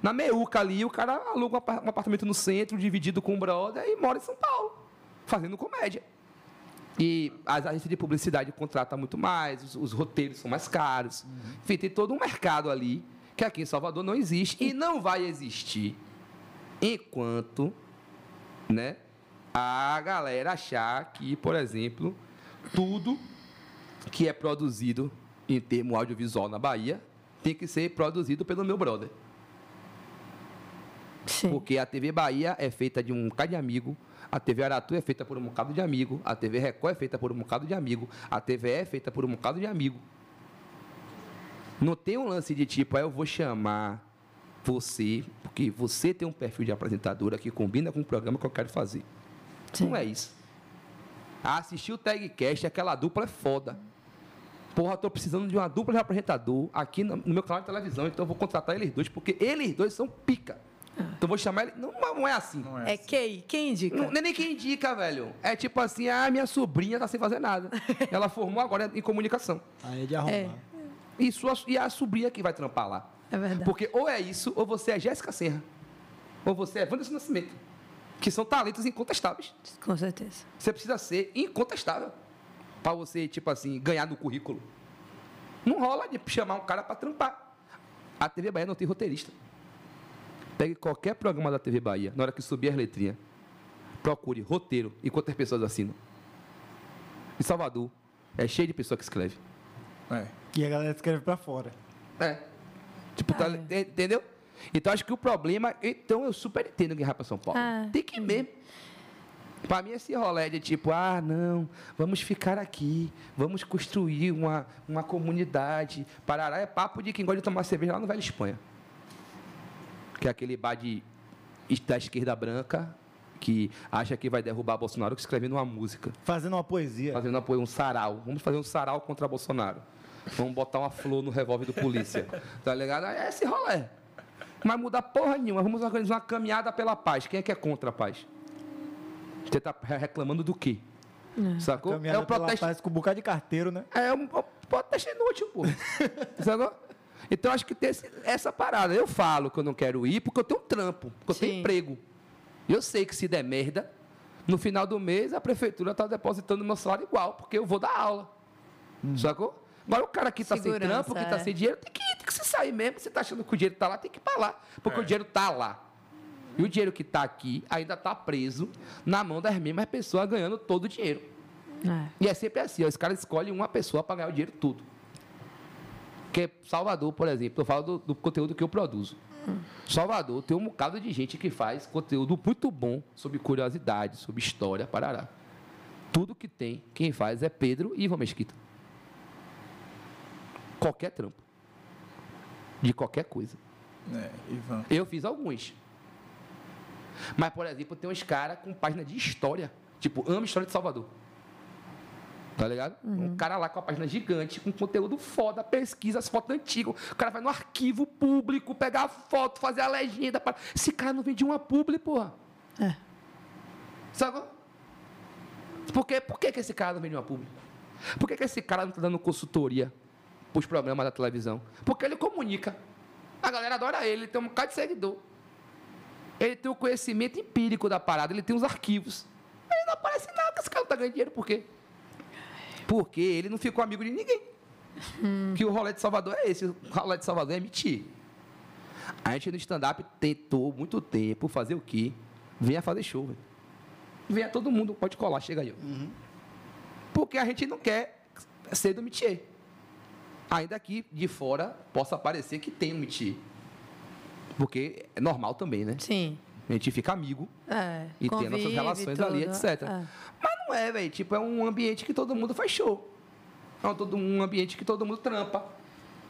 D: na meiuca ali, o cara aluga um apa- um apartamento no centro, dividido com um brother, e mora em São Paulo, fazendo comédia. E as agências de publicidade contratam muito mais, os, os roteiros são mais caros. Enfim, tem todo um mercado ali que aqui em Salvador não existe e não vai existir enquanto né, a galera achar que, por exemplo, tudo que é produzido em termo audiovisual na Bahia tem que ser produzido pelo meu brother.
C: Sim.
D: Porque a TV Bahia é feita de um bocado de amigo, a TV Aratu é feita por um bocado de amigo, a TV Record é feita por um bocado de amigo, a TVE é feita por um bocado de amigo. Não tem um lance de tipo, ah, eu vou chamar você, porque você tem um perfil de apresentadora que combina com o programa que eu quero fazer.
C: Sim.
D: Não é isso. Ah, Assistir o Tagcast, aquela dupla é foda. Porra, tô precisando de uma dupla de apresentador aqui no no meu canal de televisão, então eu vou contratar eles dois, porque eles dois são pica.
C: Ah.
D: Então eu vou chamar ele. Não, não é assim. Não
C: É quem? Quem indica?
D: não é nem quem indica, velho. É tipo assim, ah, minha sobrinha tá sem fazer nada. Ela formou agora em comunicação.
F: Aí é de arrumar.
C: É,
D: E, sua, e a sobrinha que vai trampar lá.
C: é verdade.
D: Porque ou é isso, ou você é Jéssica Serra. Ou você é Wanderson Nascimento. Que são talentos incontestáveis.
C: Com certeza.
D: Você precisa ser incontestável para você, tipo assim, ganhar no currículo. Não rola de chamar um cara para trampar. A TV Bahia não tem roteirista. Pegue qualquer programa da TV Bahia, na hora que subir as letrinhas, procure roteiro e quantas pessoas assinam. Em Salvador, é cheio de pessoa que escreve.
B: É.
F: E a galera escreve pra fora.
D: É. Tipo, tá-
C: Ah, é.
D: ent- entendeu? Então acho que o problema. Então eu super entendo quem vai pra São Paulo.
G: Ah.
D: Tem que ir mesmo. Pra mim, esse rolé de tipo, ah, não, vamos ficar aqui, vamos construir uma, uma comunidade. Parará é papo de quem gosta de tomar cerveja lá no Velho Espanha. Que é aquele bar de, da esquerda branca que acha que vai derrubar Bolsonaro que escrevendo uma música
F: Fazendo uma poesia.
D: fazendo apoio, um sarau. Vamos fazer um sarau contra Bolsonaro. Vamos botar uma flor no revólver do polícia. Tá ligado? É esse rolê. Não vai mudar porra nenhuma. Vamos organizar uma caminhada pela paz. Quem é que é contra a paz? Você tá re- reclamando do quê? Sacou?
F: Caminhada
D: é um protesto.
F: pela paz com um bocado de carteiro, né?
D: É um um protesto inútil, pô. Sacou? Então acho que tem esse- essa parada. Eu falo que eu não quero ir porque eu tenho um trampo, porque eu tenho
C: Sim.
D: emprego. Eu sei que se der merda, no final do mês a prefeitura está depositando meu salário igual, porque eu vou dar aula. Sacou? Agora o cara que está sem
G: Hum. Segurança,
D: trampo, que está
G: é.
D: sem dinheiro, tem que, ir, tem que se sair mesmo. Você está achando que o dinheiro está lá, tem que ir para lá. Porque o dinheiro está lá. E o dinheiro que está aqui ainda está preso na mão das mesmas pessoas ganhando todo o dinheiro.
C: É.
D: E é sempre assim, ó, os caras escolhem uma pessoa para ganhar o dinheiro tudo. Porque Salvador, por exemplo, eu falo do, do conteúdo que eu produzo. Salvador tem um bocado de gente que faz conteúdo muito bom sobre curiosidade, sobre história, parará. Tudo que tem, quem faz é Pedro e Ivan Mesquita. Qualquer trampo. De qualquer coisa.
B: É, Ivan.
D: Eu fiz alguns. Mas, por exemplo, tem uns caras com página de história. Tipo, amo história de Salvador. Tá ligado? Um cara lá com a página gigante, com conteúdo foda, pesquisa, as fotos antigas. O cara vai no arquivo público, pegar a foto, fazer a legenda. pá. Esse cara não vendia uma publi, porra.
C: É.
D: Sabe? Por, quê? por que, que esse cara não vende uma publi? Por que, que esse cara não está dando consultoria para os programas da televisão? Porque ele comunica. A galera adora ele, ele tem um bocado de seguidor. Ele tem o conhecimento empírico da parada, ele tem os arquivos. Ele não aparece em nada, esse cara não tá ganhando dinheiro, por quê? Porque ele não ficou amigo de ninguém. Que o rolê de Salvador é esse, o rolê de Salvador é mentir. A gente no stand-up tentou muito tempo fazer o quê? Venha fazer show, velho. Venha todo mundo, pode colar, chega aí. ó. Porque a gente não quer ser do métier. Ainda que de fora possa parecer que tem um métier. Porque é normal também, né?
C: Sim.
D: A gente fica amigo
C: É.
D: e tem
C: Convive,
D: nossas relações ali,
C: tudo.
D: etc.
C: É.
D: Mas não é, velho. Tipo, é um ambiente que todo mundo faz show. É um, todo, um ambiente que todo mundo trampa.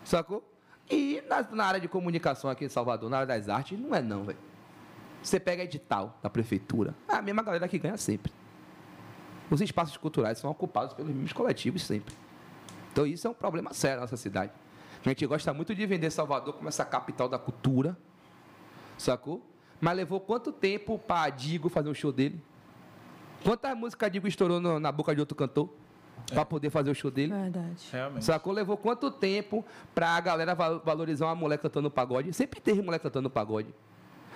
D: Sacou? E na, na área de comunicação aqui em Salvador, na área das artes, não é não, velho. Você pega edital da prefeitura, é a mesma galera que ganha sempre. Os espaços culturais são ocupados pelos mesmos coletivos sempre. Então isso é um problema sério na nossa cidade. A gente gosta muito de vender Salvador como essa capital da cultura, sacou? Mas levou quanto tempo para Digo fazer o show dele? Quantas músicas Digo estourou no- na boca de outro cantor para poder fazer o show dele?
C: é Verdade.
B: Realmente.
D: Sacou? Levou quanto tempo pra a galera val- valorizar uma mulher cantando pagode? Sempre teve mulher cantando pagode.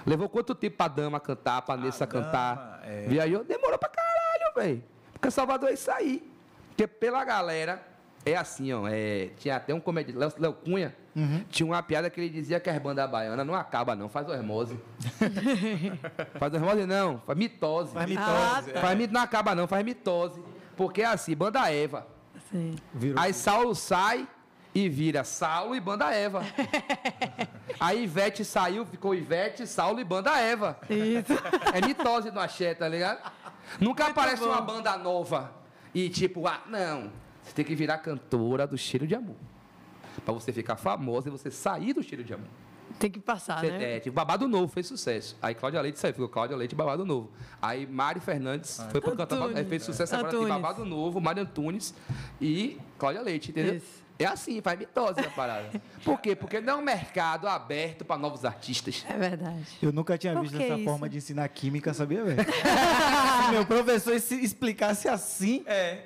D: Levou quanto tempo pra dama cantar, pra Nessa
B: dama,
D: cantar?
B: é.
D: Viajou? Demorou pra caralho, velho. Porque Salvador é isso aí. Porque pela galera, é assim, ó. é, tinha até um comediante, Léo, Léo Cunha, tinha uma piada que ele dizia que as bandas baianas não acaba não, faz hormose. faz hormose não, faz mitose. Faz mitose.
C: Ah,
D: Faz mit, não acaba não, faz mitose. Porque é assim, banda Eva.
C: sim.
D: Aí Saulo sai e vira Saulo e banda Eva. Aí Ivete saiu, ficou Ivete, Saulo e banda Eva.
C: Isso.
D: É mitose no axé, tá ligado? Nunca aparece uma banda nova e tipo, ah, não. Você tem que virar cantora do cheiro de amor. Pra você ficar famosa e você sair do cheiro de amor.
C: Tem que passar,
D: Cê-
C: né?
D: é, tipo, Babado Novo fez sucesso. Aí Cláudia Leite saiu, ficou Cláudia Leite e Babado Novo. Aí Mari Fernandes foi pro cantar,
C: Antunes.
D: aí fez sucesso agora tem
C: Antunes.
D: Babado Novo, Mari Antunes e Cláudia Leite, entendeu?
C: Isso.
D: É assim, faz mitose a parada. Por quê? Porque não é um mercado aberto para novos artistas.
C: É verdade.
F: Eu nunca tinha
C: Por
F: visto
C: que
F: essa
C: isso?
F: forma de ensinar química, sabia, velho? Se meu professor se explicasse assim,
B: É.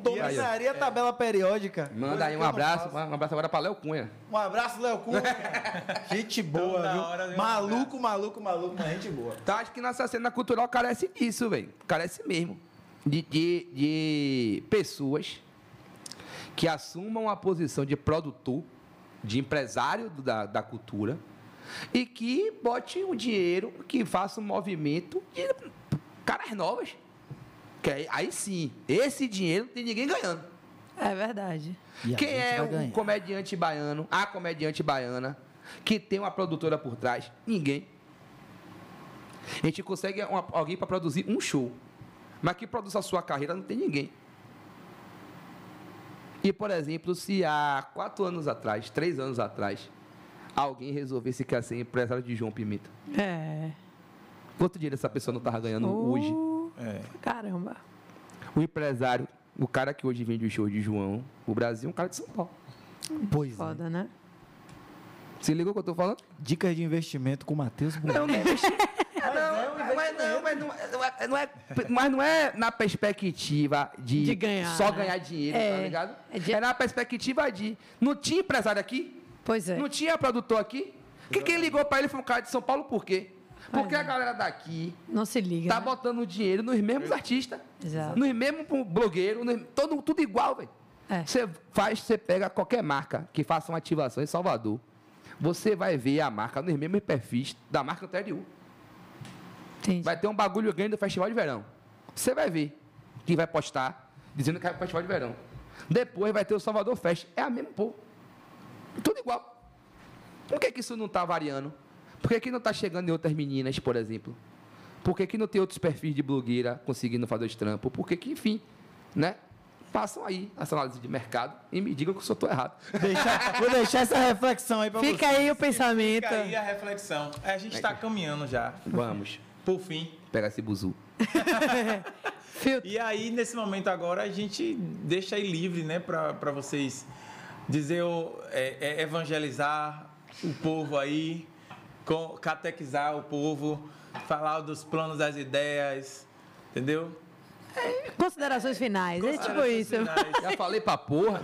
F: dominaria a tabela periódica.
D: Manda aí um abraço, um abraço agora para Léo Cunha.
F: Um abraço, Léo Cunha. gente boa,
B: Então, da
F: viu?
B: hora, viu?
F: maluco, maluco, maluco, mas gente boa.
D: Então acho que nossa cena cultural carece disso, velho. Carece mesmo. De, de, de pessoas que assumam a posição de produtor, de empresário do- da, da cultura, e que bote o dinheiro, que faça um movimento de caras novas. Que aí, aí sim, esse dinheiro não tem ninguém ganhando.
C: É verdade.
D: é um Quem é o comediante baiano, a comediante baiana, que tem uma produtora por trás? Ninguém. A gente consegue uma- alguém para produzir um show, mas que produz a sua carreira não tem ninguém. E, por exemplo, se há quatro anos atrás, três anos atrás, alguém resolvesse que ia ser empresário de João Pimenta,
C: É.
D: quanto dinheiro essa pessoa não estava ganhando hoje?
C: Uh,
B: É.
C: Caramba.
D: O empresário, o cara que hoje vende o show de João, o Brasil, é um cara de São Paulo.
F: Pois é.
C: Foda, né?
D: Se ligou o que eu tô falando?
F: Dicas de investimento com o Matheus Bueno.
D: Não, não investi-
C: é um
D: não, mas não, mas não, não é- não é, mas não é na perspectiva de,
C: De ganhar,
D: só
C: né?
D: ganhar dinheiro,
C: É.
D: tá ligado?
C: É de-
D: É na perspectiva de. Não tinha empresário aqui?
C: Pois é.
D: Não tinha produtor aqui? Que quem ligou pra ele foi um cara de São Paulo, por quê? Porque
C: Pois é.
D: a galera daqui
C: Não se liga.
D: tá
C: né?
D: botando dinheiro nos mesmos artistas,
C: Exato.
D: nos mesmos blogueiros, nos- todo, tudo igual, velho.
C: É.
D: Você faz, você pega qualquer marca que faça uma ativação em Salvador, você vai ver a marca nos mesmos perfis da marca anterior.
C: Entendi.
D: Vai ter um bagulho grande do Festival de Verão. Você vai ver quem vai postar dizendo que é o Festival de Verão. Depois vai ter o Salvador Fest. É a mesma porra. Tudo igual. Por que, que isso não está variando? Por que, que não está chegando em outras meninas, por exemplo? Por que, que não tem outros perfis de blogueira conseguindo fazer os trampos? Por que, que enfim, né? Passam aí essa análise de mercado e me digam que eu só estou errado.
F: Deixa- vou deixar essa reflexão aí pra
C: Fica
F: você.
C: aí o pensamento.
B: Fica aí a reflexão. É, A gente
D: É.
B: está caminhando já,
D: Vamos
B: por fim.
D: pegar esse buzu.
C: Filtro.
B: E aí, nesse momento agora, a gente deixa aí livre, né, para vocês dizer, o- é, é, evangelizar o povo aí, co- catequizar o povo, falar dos planos, das ideias, entendeu?
C: Considerações finais. é tipo isso.
D: Já falei pra porra,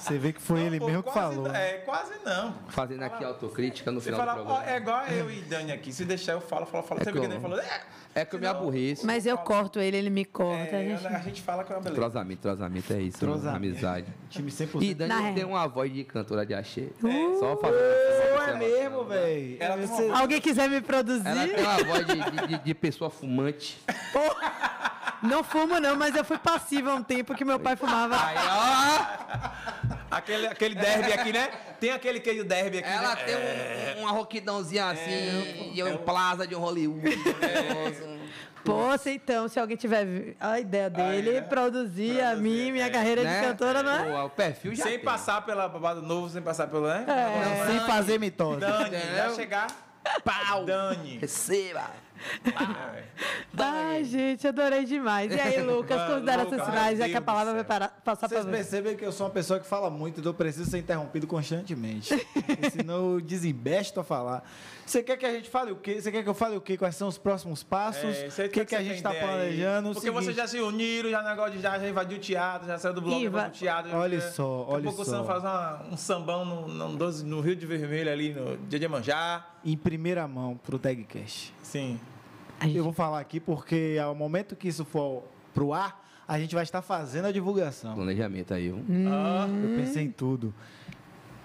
F: Você vê que foi ele
B: Pô,
F: mesmo que
B: quase-
F: falou.
B: É, quase não.
D: fazendo aqui autocrítica no
B: Você
D: final do
B: fala, ó,
D: programa.
B: é igual eu e Dani aqui. Se deixar, eu falo, falo, falo.
D: É
B: Você viu que Dani
D: como?
B: falou? É,
D: É que eu me aborreço.
C: Mas eu corto ele, ele me corta.
B: é,
C: a gente-
B: a gente fala que é uma beleza.
D: Entrosamento, entrosamento é isso.
F: Entrosamento.
D: Amizade.
F: Time
D: E
F: 100%.
D: Dani
C: Na
D: tem
C: ré.
D: uma voz de cantora de axé. É, Só fazendo essa
F: Pô, é
D: observação.
F: mesmo, velho.
B: né? Ela tem uma
F: Você-
C: Alguém quiser me produzir?
D: Ela tem uma voz de, de- de pessoa fumante.
C: Não fumo, não, mas eu fui passiva há um tempo que meu pai fumava.
D: Aí, ó,
B: Aquele, aquele derby aqui, né? Tem aquele queijo derby aqui.
D: ela
C: É.
B: né?
D: tem um- uma roquidãozinha assim, de um plaza de Hollywood.
C: Pô, se então, se alguém tiver vi- a ideia dele, produzir, a mim, minha carreira
D: né?
C: de cantora, não é?
D: Pô, O perfil já
B: Sem
D: tem.
B: passar pela babado novo, sem passar pelo. Né?
C: É.
F: Não, sem fazer mitose.
B: Dani,
D: Entendeu?
B: vai chegar. Pau! Dani.
D: Receba.
C: Ai, gente, adorei demais. E aí, Lucas,
B: Mano,
C: considerações
B: Lucas,
C: finais, já
B: meu
C: que a
B: Deus
C: palavra
B: do
C: vai parar-
B: Tá
C: passar para
F: Vocês
C: você.
F: percebem que eu sou uma pessoa que fala muito, então eu preciso ser interrompido constantemente. Porque senão eu desembesto a falar. Você quer que a gente fale o quê? Você quer que eu fale o quê? Quais são os próximos passos?
B: É, isso aí
F: o que, que a
B: você
F: gente está
B: entender aí.
F: planejando? É O
B: Porque vocês
F: seguinte,
B: já se uniram, já é um negócio de já, já invadiu o teatro, já saiu do bloco,
C: Ih,
B: já foi
C: vai-
B: pro teatro. já-
F: Olha só,
B: Daqui a
F: olha
B: pouco
F: só.
B: o Sam faz uma- um sambão no, no, 12 no Rio de Vermelho ali, no Dia de Manjá.
F: Em primeira mão pro TagCast.
B: Sim.
F: Eu vou falar aqui porque ao momento que isso for pro ar, a gente vai estar fazendo a divulgação.
D: Planejamento aí, viu?
B: Hum.
F: Eu pensei em tudo.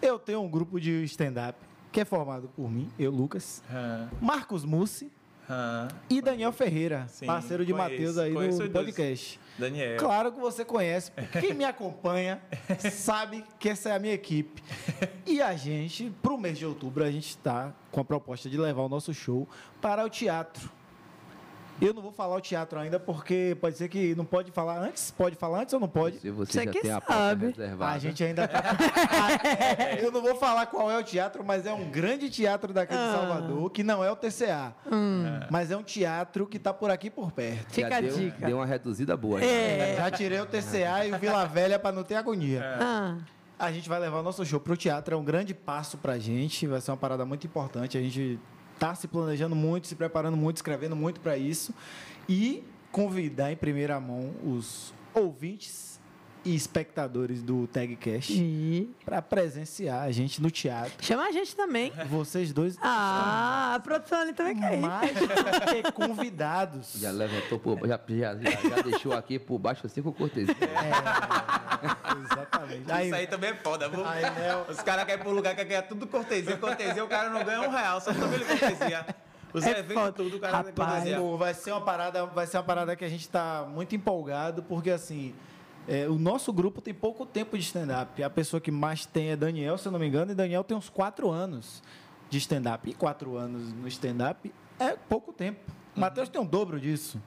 F: Eu tenho um grupo de stand-up que é formado por mim, eu, Lucas,
B: Ah,
F: Marcos Mussi
B: ah.
F: e Daniel Ferreira,
B: Sim,
F: parceiro de
B: conheço,
F: Matheus aí
B: conheço os
F: no
B: dois. É.
F: podcast.
B: Daniel.
F: Claro que você conhece. porque Quem me acompanha sabe que essa é a minha equipe. E a gente, para o mês de outubro, a gente está com a proposta de levar o nosso show para o teatro. Eu não vou falar o teatro ainda, porque pode ser que não pode falar antes, pode falar antes ou não pode.
D: Se você
C: Você
D: já
C: que
D: tem a pauta
C: sabe.
D: reservada.
F: A gente ainda tá. Eu não vou falar qual é o teatro, mas é um grande teatro daqui de Salvador, que não é o TCA. Mas é um teatro que tá por aqui por perto.
D: já
C: Fica a
D: deu,
C: dica.
D: Deu uma reduzida boa.
C: É.
F: Já tirei o TCA e o Vila Velha para não ter agonia.
C: Ah,
F: A gente vai levar o nosso show pro teatro, é um grande passo pra gente, vai ser uma parada muito importante. A gente tá se planejando muito, se preparando muito, escrevendo muito para isso e convidar em primeira mão os ouvintes e espectadores do Tagcast
C: e...
F: para presenciar a gente no teatro.
C: Chama a gente também.
F: Vocês dois
C: Ah, a produção ali também
F: estão
C: quer ir.
F: mais do que
C: É.
F: convidados.
D: Já levantou por já, já, já, já deixou aqui por baixo cinco cortesias.
C: É.
F: Exatamente.
B: Isso aí
F: Aí,
B: também é foda, viu?
F: Aí, né, Léo.
B: Os caras querem ir pro lugar que quer tudo cortesia, cortesia, o cara não ganha um real, só toma ele cortesia. Os
C: É foda.
B: eventos, tudo, o cara tem
C: Rapaz,
B: cortesia.
F: Pô, vai ser uma parada, vai ser uma parada que a gente tá muito empolgado, porque assim, É, o nosso grupo tem pouco tempo de stand-up. A pessoa que mais tem é Daniel, se eu não me engano, e Daniel tem uns quatro anos de stand-up. E quatro anos no stand-up é pouco tempo. Uhum. Matheus tem o dobro disso.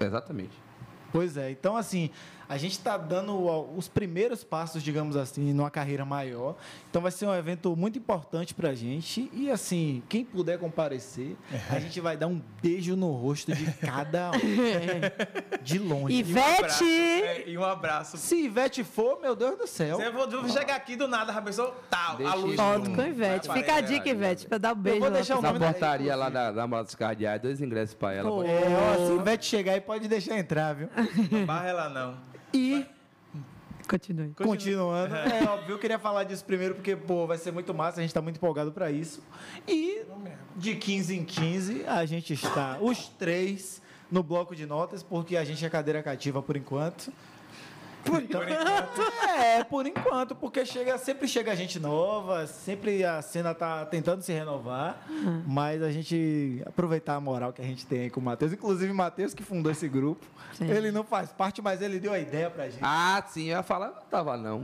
D: Exatamente.
F: Pois é, então assim, a gente está dando os primeiros passos, digamos assim, numa carreira maior. Então vai ser um evento muito importante para a gente. E assim, quem puder comparecer, a gente vai dar um beijo no rosto de cada um. de longe.
C: Ivete!
B: E um abraço. É, e um abraço.
F: Se Ivete for, meu Deus do céu.
B: Eu vou, vou chegar aqui do nada, a pessoa, tal,
D: Deixa
B: a luz.
D: isso.
C: Foto com a Ivete. Fica a dica, Ivete, para dar um beiso.
F: vou
C: lá
F: deixar
C: pra
F: o
D: Na
F: nome da-
D: portaria lá da, da Motos Cardeais, dois ingressos pra ela.
C: Pô.
F: É, ó, se Ivete chegar aí, pode deixar entrar, viu?
B: Não barra ela, não.
C: E. Continue.
F: Continuando, é óbvio, eu queria falar disso primeiro porque, pô, vai ser muito massa, a gente tá muito empolgado pra isso. E de 15 em 15, a gente está os três no bloco de notas, porque a gente é cadeira cativa por enquanto. Por enquanto. É, por enquanto, porque chega, sempre chega gente nova, sempre a cena tá tentando se renovar,
C: Uhum.
F: mas a gente aproveitar a moral que a gente tem aí com o Matheus, inclusive o Matheus que fundou esse grupo.
C: Sim.
F: Ele não faz parte, mas ele deu a ideia pra gente.
D: Ah, sim, eu ia falar, não tava não.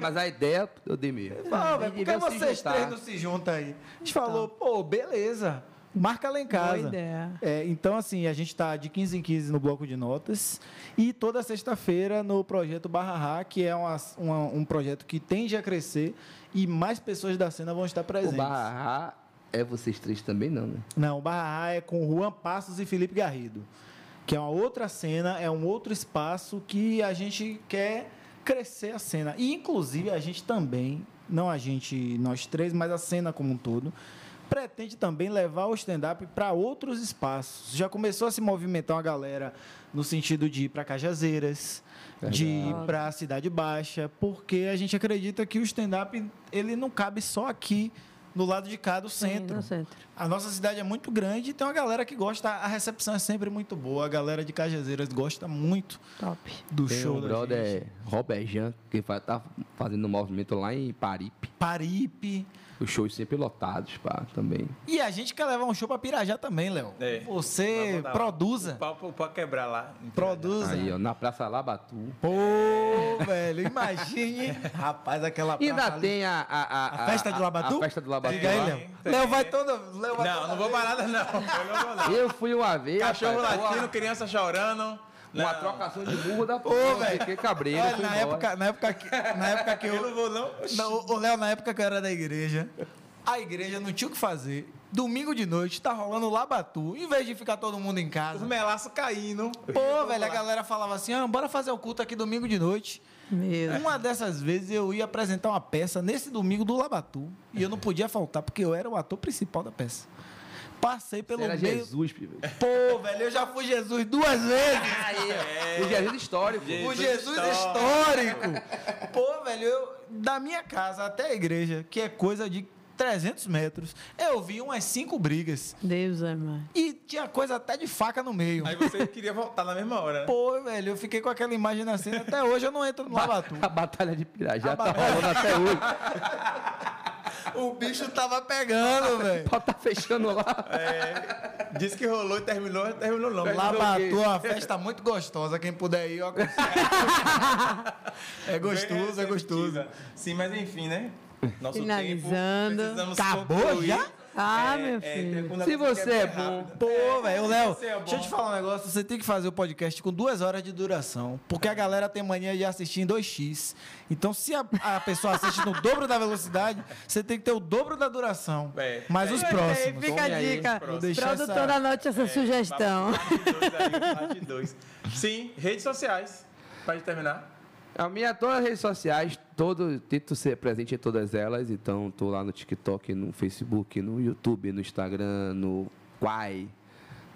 D: Mas a ideia é eu dei mesmo.
F: Não, velho, por que
D: Deviam se
F: vocês
D: juntar. Então.
F: três não se juntam aí? A gente falou, pô, beleza, marca lá em
C: Boa
F: casa.
C: ideia.
F: É, então, assim, a gente está de 15 em 15 no bloco de notas e toda sexta-feira no projeto Barra Rá, que é uma- uma- um projeto que tende a crescer e mais pessoas da cena vão estar
D: O
F: presentes.
D: Barra é vocês três também não, né?
F: Não, o Barra Rá é com Juan Passos e Felipe Garrido, que é uma outra cena, é um outro espaço que a gente quer crescer a cena. E, inclusive, a gente também, não a gente, nós três, mas a cena como um todo, pretende também levar o stand-up para outros espaços. Já começou a se movimentar uma galera no sentido de ir para Cajazeiras, de ir para a Cidade Baixa, porque a gente acredita que o stand-up ele não cabe só aqui, no lado de cá do centro.
C: No centro.
F: A nossa cidade é muito grande e tem uma galera que gosta. A recepção é sempre muito boa. A galera de Cajazeiras gosta muito
C: Top.
F: do
D: Tem
F: show
D: o
F: da gente.
D: brother é Robert Jean, que fa- tá fazendo um movimento lá em Paripe.
F: Paripe.
D: Os shows sempre lotados, pá, também.
F: E a gente quer levar um show pra Pirajá também, Léo.
B: É. Nós
F: Você
B: vamos dar
F: produza.
B: O pau pode quebrar lá.
F: Produza.
D: Aí, ó, na Praça Labatu.
F: é. Pô, velho, imagine. Rapaz, aquela
D: E ainda
F: tá ali.
D: tem a... A, a-
F: A festa de
D: a-
F: Labatu?
D: A festa do Labatu.
F: Diga aí,
D: lá.
F: Léo. Léo vai toda. Léo vai
B: Não,
F: toda
B: não vou
F: vez.
B: parar, não. Eu não vou, não.
D: Eu fui uma vez,
B: Cachorro
D: rapaz,
B: latindo, criança chorando.
D: Uma, uma
B: Não,
D: trocação de burro da
F: Ô,
D: porra.
F: velho.
D: Fiquei cabreiro,
F: Olha,
D: fui embora.
F: na época, na época que, na época que eu,
B: é Eu não vou, não.
F: Não, o Léo, na época que eu era da igreja, a igreja não tinha o que fazer. Domingo de noite, tá rolando labatu. Em vez de ficar todo mundo em
B: Os
D: é
F: casa.
B: melaços caindo.
F: Pô, velho, a galera falava assim: ah, bora fazer o culto aqui domingo de noite.
C: Meu.
F: Uma dessas vezes eu ia apresentar uma peça nesse domingo do Labatu. E eu não podia faltar, porque eu era o ator principal da peça. Passei pelo
D: Era
F: meio.
D: Jesus, filho.
F: Pô, velho, eu já fui Jesus duas vezes.
D: É. O Jesus histórico.
F: O
B: Jesus
F: É. Jesus é histórico. Pô, velho, eu, da minha casa até a igreja, que é coisa de 300 metros, eu vi umas cinco brigas.
C: Deus é mais.
F: E tinha coisa até de faca no meio.
B: Aí você queria voltar na mesma hora. né?
F: Pô, velho, eu fiquei com aquela imagem na cena. Até hoje eu não entro no Labatu.
D: A batalha de Pirajá
F: é A
D: tá
F: batalha-
D: rolando até hoje.
F: O bicho tava pegando, velho.
D: O pau tá fechando lá.
B: É, Disse que rolou e terminou, terminou não.
F: Labatu é uma festa muito gostosa. Quem puder ir, eu aconselho. É gostoso, é gostoso.
B: Sim, mas enfim, né? Nosso
C: Finalizando.
B: Tempo, precisamos
F: Acabou
B: concluir.
F: já?
C: Ah,
B: É,
C: meu
B: é, tem
C: filho.
B: quando a
D: Se
B: coisa
D: você
B: quer
D: é
B: ser
D: bom,
B: rápida.
F: Pô, velho, o Léo,
B: Você é
F: deixa eu
B: bom.
F: te falar um negócio. Você tem que fazer o podcast com duas horas de duração, porque a galera tem mania de assistir em 2x. Então, se a, a pessoa assiste no dobro da velocidade, você tem que ter o dobro da duração.
B: É.
F: Mas os próximos.
C: Fica a
D: Tome aí,
C: dica.
F: Vou deixar essa-
C: Produtor, anote essa É, sugestão.
B: Parte dois aí, parte dois. Sim, redes sociais. Pra gente terminar.
D: A minha, todas as redes sociais, todo, tento ser presente em todas elas. Então, tô lá no TikTok, no Facebook, no YouTube, no Instagram, no Quai,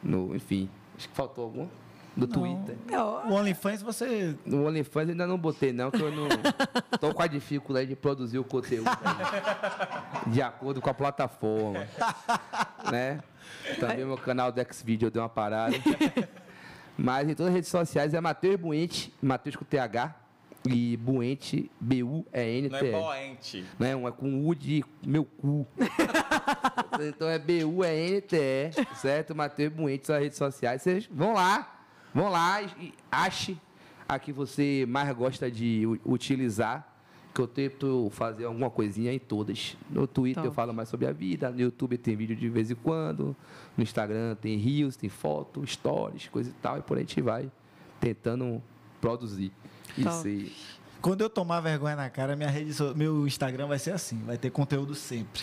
D: no... Enfim, acho que faltou algum. No Twitter.
C: Ó,
F: O OnlyFans, você.
D: No OnlyFans ainda não botei, não, que eu não... Tô com a dificuldade de produzir o conteúdo. né? De acordo com a plataforma. né? Também meu canal do Xvideo deu uma parada. Mas em todas as redes sociais é Matheus Buente, Matheus com TH. E
B: Não
D: Buente,
B: é
D: B-U-E-N-T-E.
B: boente.
D: Né? Um é com U de meu cu. então é B-U-E-N-T-E, certo? Matheus Buente, suas redes sociais. Vocês vão lá, vão lá e e ache a que você mais gosta de u- utilizar. Que eu tento fazer alguma coisinha em todas. No Twitter
C: Top.
D: eu falo mais sobre a vida, no YouTube tem vídeo de vez em quando, no Instagram tem reels, tem foto, stories, coisa e tal, e por aí a gente vai tentando produzir. E
C: Top.
D: ser-
F: Quando eu tomar vergonha na cara, minha rede, so- meu Instagram vai ser assim, vai ter conteúdo sempre.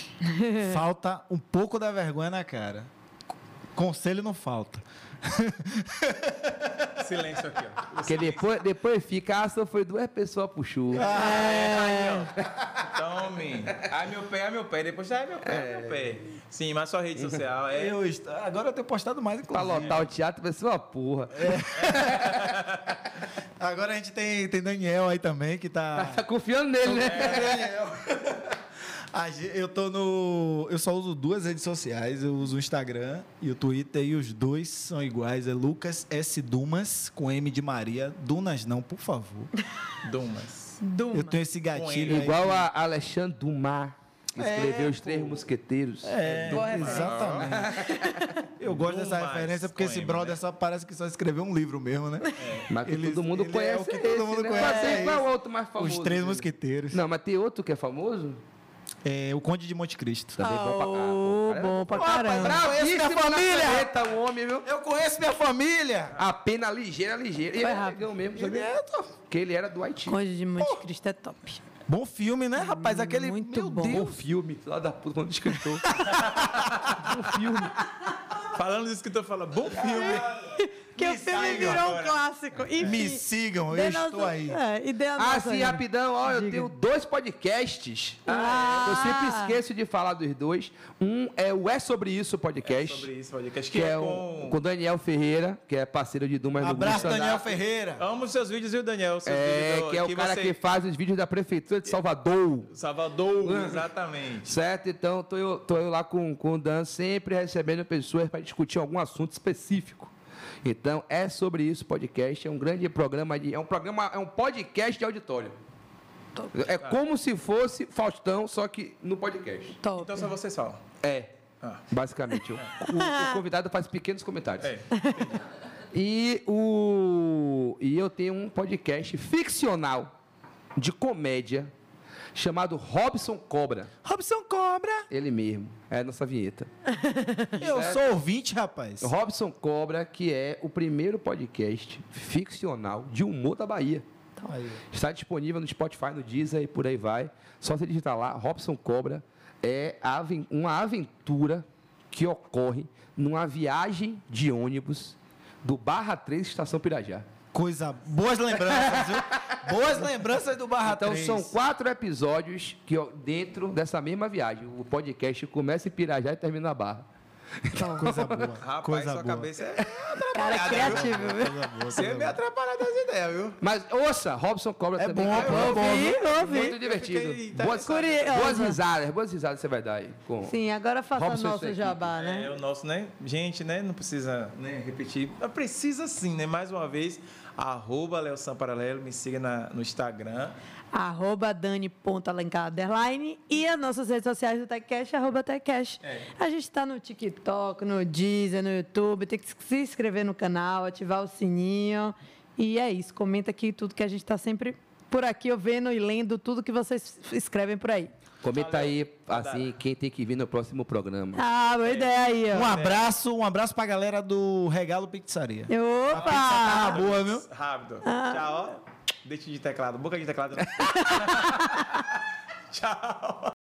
F: falta um pouco da vergonha na cara. Conselho não falta.
B: Silêncio aqui, ó.
D: Porque depois, depois fica, ah, só foi duas pessoas puxou.
F: Ah,
B: Tome. Ai, meu pé, ai, meu pé. Depois, ai, meu pé, ai, meu pé. Sim, mas sua rede social é... Tá
F: Eu est- agora eu tenho postado mais,
D: Pra
F: inclusive.
D: lotar o teatro vai ser uma porra.
F: É. Agora a gente tem, tem Daniel aí também, que tá.
D: Tá confiando nele, né?
F: A gen- Eu tô no. Eu só uso duas redes sociais. Eu uso o Instagram e o Twitter. E os dois são iguais. É Lucas S. Dumas, com M de Maria. Dunas não, por favor.
B: Dumas.
C: Duma.
F: Eu tenho esse gatilho. aí.
D: Igual a Alexandre Dumas, que escreveu Os Três Mosqueteiros.
F: É,
C: Correto.
F: exatamente. Eu gosto dessa
B: Dumas,
F: referência porque
B: com
F: esse
B: M,
F: brother
B: né?
F: só parece que só escreveu um livro mesmo, né?
D: Mas que
F: Eles-
D: todo mundo
F: ele é
D: conhece
F: o que
D: esse,
F: todo mundo
D: né?
F: conhece,
D: Mas tem
F: é
D: qual
F: esse.
D: outro mais famoso?
F: Os Três
D: dele?
F: Mosqueteiros.
D: Não, mas tem outro que é famoso?
F: É, o Conde de Monte Cristo.
D: Também bom pra cá.
C: Oh, bom pra caramba.
D: Bravo, esse da família! Planeta, um homem, viu?
F: Eu conheço minha família!
D: A pena ligeira, ligeira. E ele
C: Foi
D: é
C: rápido.
D: negão mesmo, sabia? Porque ele era do Haiti.
C: Conde de Monte Cristo é top.
F: Bom filme, né, rapaz? Aquele.
C: Muito
F: Meu
C: bom.
F: Deus.
D: Bom filme, filha da puta, quando escritor. Bom filme.
B: Falando disso que tu fala, bom filme.
C: Que o filme
B: sigam
C: virou um
B: agora.
C: clássico. Enfim,
F: Me sigam,
C: dê
F: eu estou
C: nossa-
F: aí.
C: É, e dê a
D: Ah,
C: nossa
D: sim,
C: aí.
D: rapidão. Ó, eu
C: Diga.
D: tenho dois podcasts.
C: Ah, é?
D: Eu sempre esqueço de falar dos dois. Um é o É Sobre Isso podcast.
B: Sobre isso, podcast.
D: Que, é um, com Daniel Ferreira, que é parceiro de Dumas
F: Abraço,
D: do
F: Daniel Ferreira.
B: Amo os seus vídeos, viu, Daniel? Seus
D: É,
B: vídeos do-
D: que é o cara
B: você-
D: que faz os vídeos da Prefeitura de Salvador.
B: Salvador, exatamente.
D: Certo? Então, tô eu, tô eu lá com, com o Dan, sempre recebendo pessoas para discutir algum assunto específico. Então, é sobre isso o podcast. É um grande programa de. É um programa, é um podcast de auditório. É como se fosse Faustão, só que no podcast.
C: Top.
B: Então só vocês falam.
D: É.
B: Ah.
D: Basicamente. O, o- o convidado faz pequenos comentários.
B: É.
D: E, o, e eu tenho um podcast ficcional de comédia chamado Robson Cobra.
F: Robson Cobra.
D: Ele mesmo. É a nossa vinheta.
F: Eu sou ouvinte, rapaz.
D: Robson Cobra, que é o primeiro podcast ficcional de humor da Bahia.
F: Tá Aí.
D: Está disponível no Spotify, no Deezer e por aí vai. Só você digitar lá, Robson Cobra é a aven- uma aventura que ocorre numa viagem de ônibus do Barra 3, Estação Pirajá.
F: Coisa. Boas lembranças, viu? Boas lembranças do Barra
D: Então
F: 3.
D: são quatro episódios que ó, dentro dessa mesma viagem. O podcast começa em Pirajá e termina na Barra.
F: Coisa boa.
B: Rapaz,
F: coisa
B: sua
F: boa.
B: cabeça é.
C: Cara criativo, viu?
F: Coisa boa,
B: Você é
F: coisa
B: meio
F: boa.
B: atrapalhado das ideias, viu?
D: Mas ouça, Robson Cobra
F: É
D: também.
F: bom,
D: que
F: é bom,
C: Ouvi,
D: Muito
C: ouvi.
D: divertido.
B: fiquei
D: Boas,
C: interessado.
D: boas risadas, boas risadas você vai dar aí. Com...
C: Sim, agora faça
D: Robson,
C: nosso
D: isso aqui.
C: jabá, né?
B: É o nosso, né? Gente, né? Não precisa né, repetir. Mas Precisa sim, né? Mais uma vez, arroba Léo Sam Paralelo, me siga na- no Instagram.
C: arroba dani.alencar underline e as nossas redes sociais do TechCash, arroba TechCash.
B: É.
C: A gente está no TikTok, no Deezer, no YouTube, tem que se inscrever no canal, ativar o sininho e é isso, comenta aqui tudo que a gente está sempre por aqui, eu vendo e lendo tudo que vocês escrevem por aí.
D: Comenta aí, assim, quem tem que vir no próximo programa.
C: Ah, boa ideia aí,
F: Um
C: ó.
F: abraço, um abraço pra galera do Regalo Pizzaria. Ah,
C: Opa!
F: boa, viu?
B: Rápido. Tchau. Deixa de teclado. Boca de teclado. Tchau.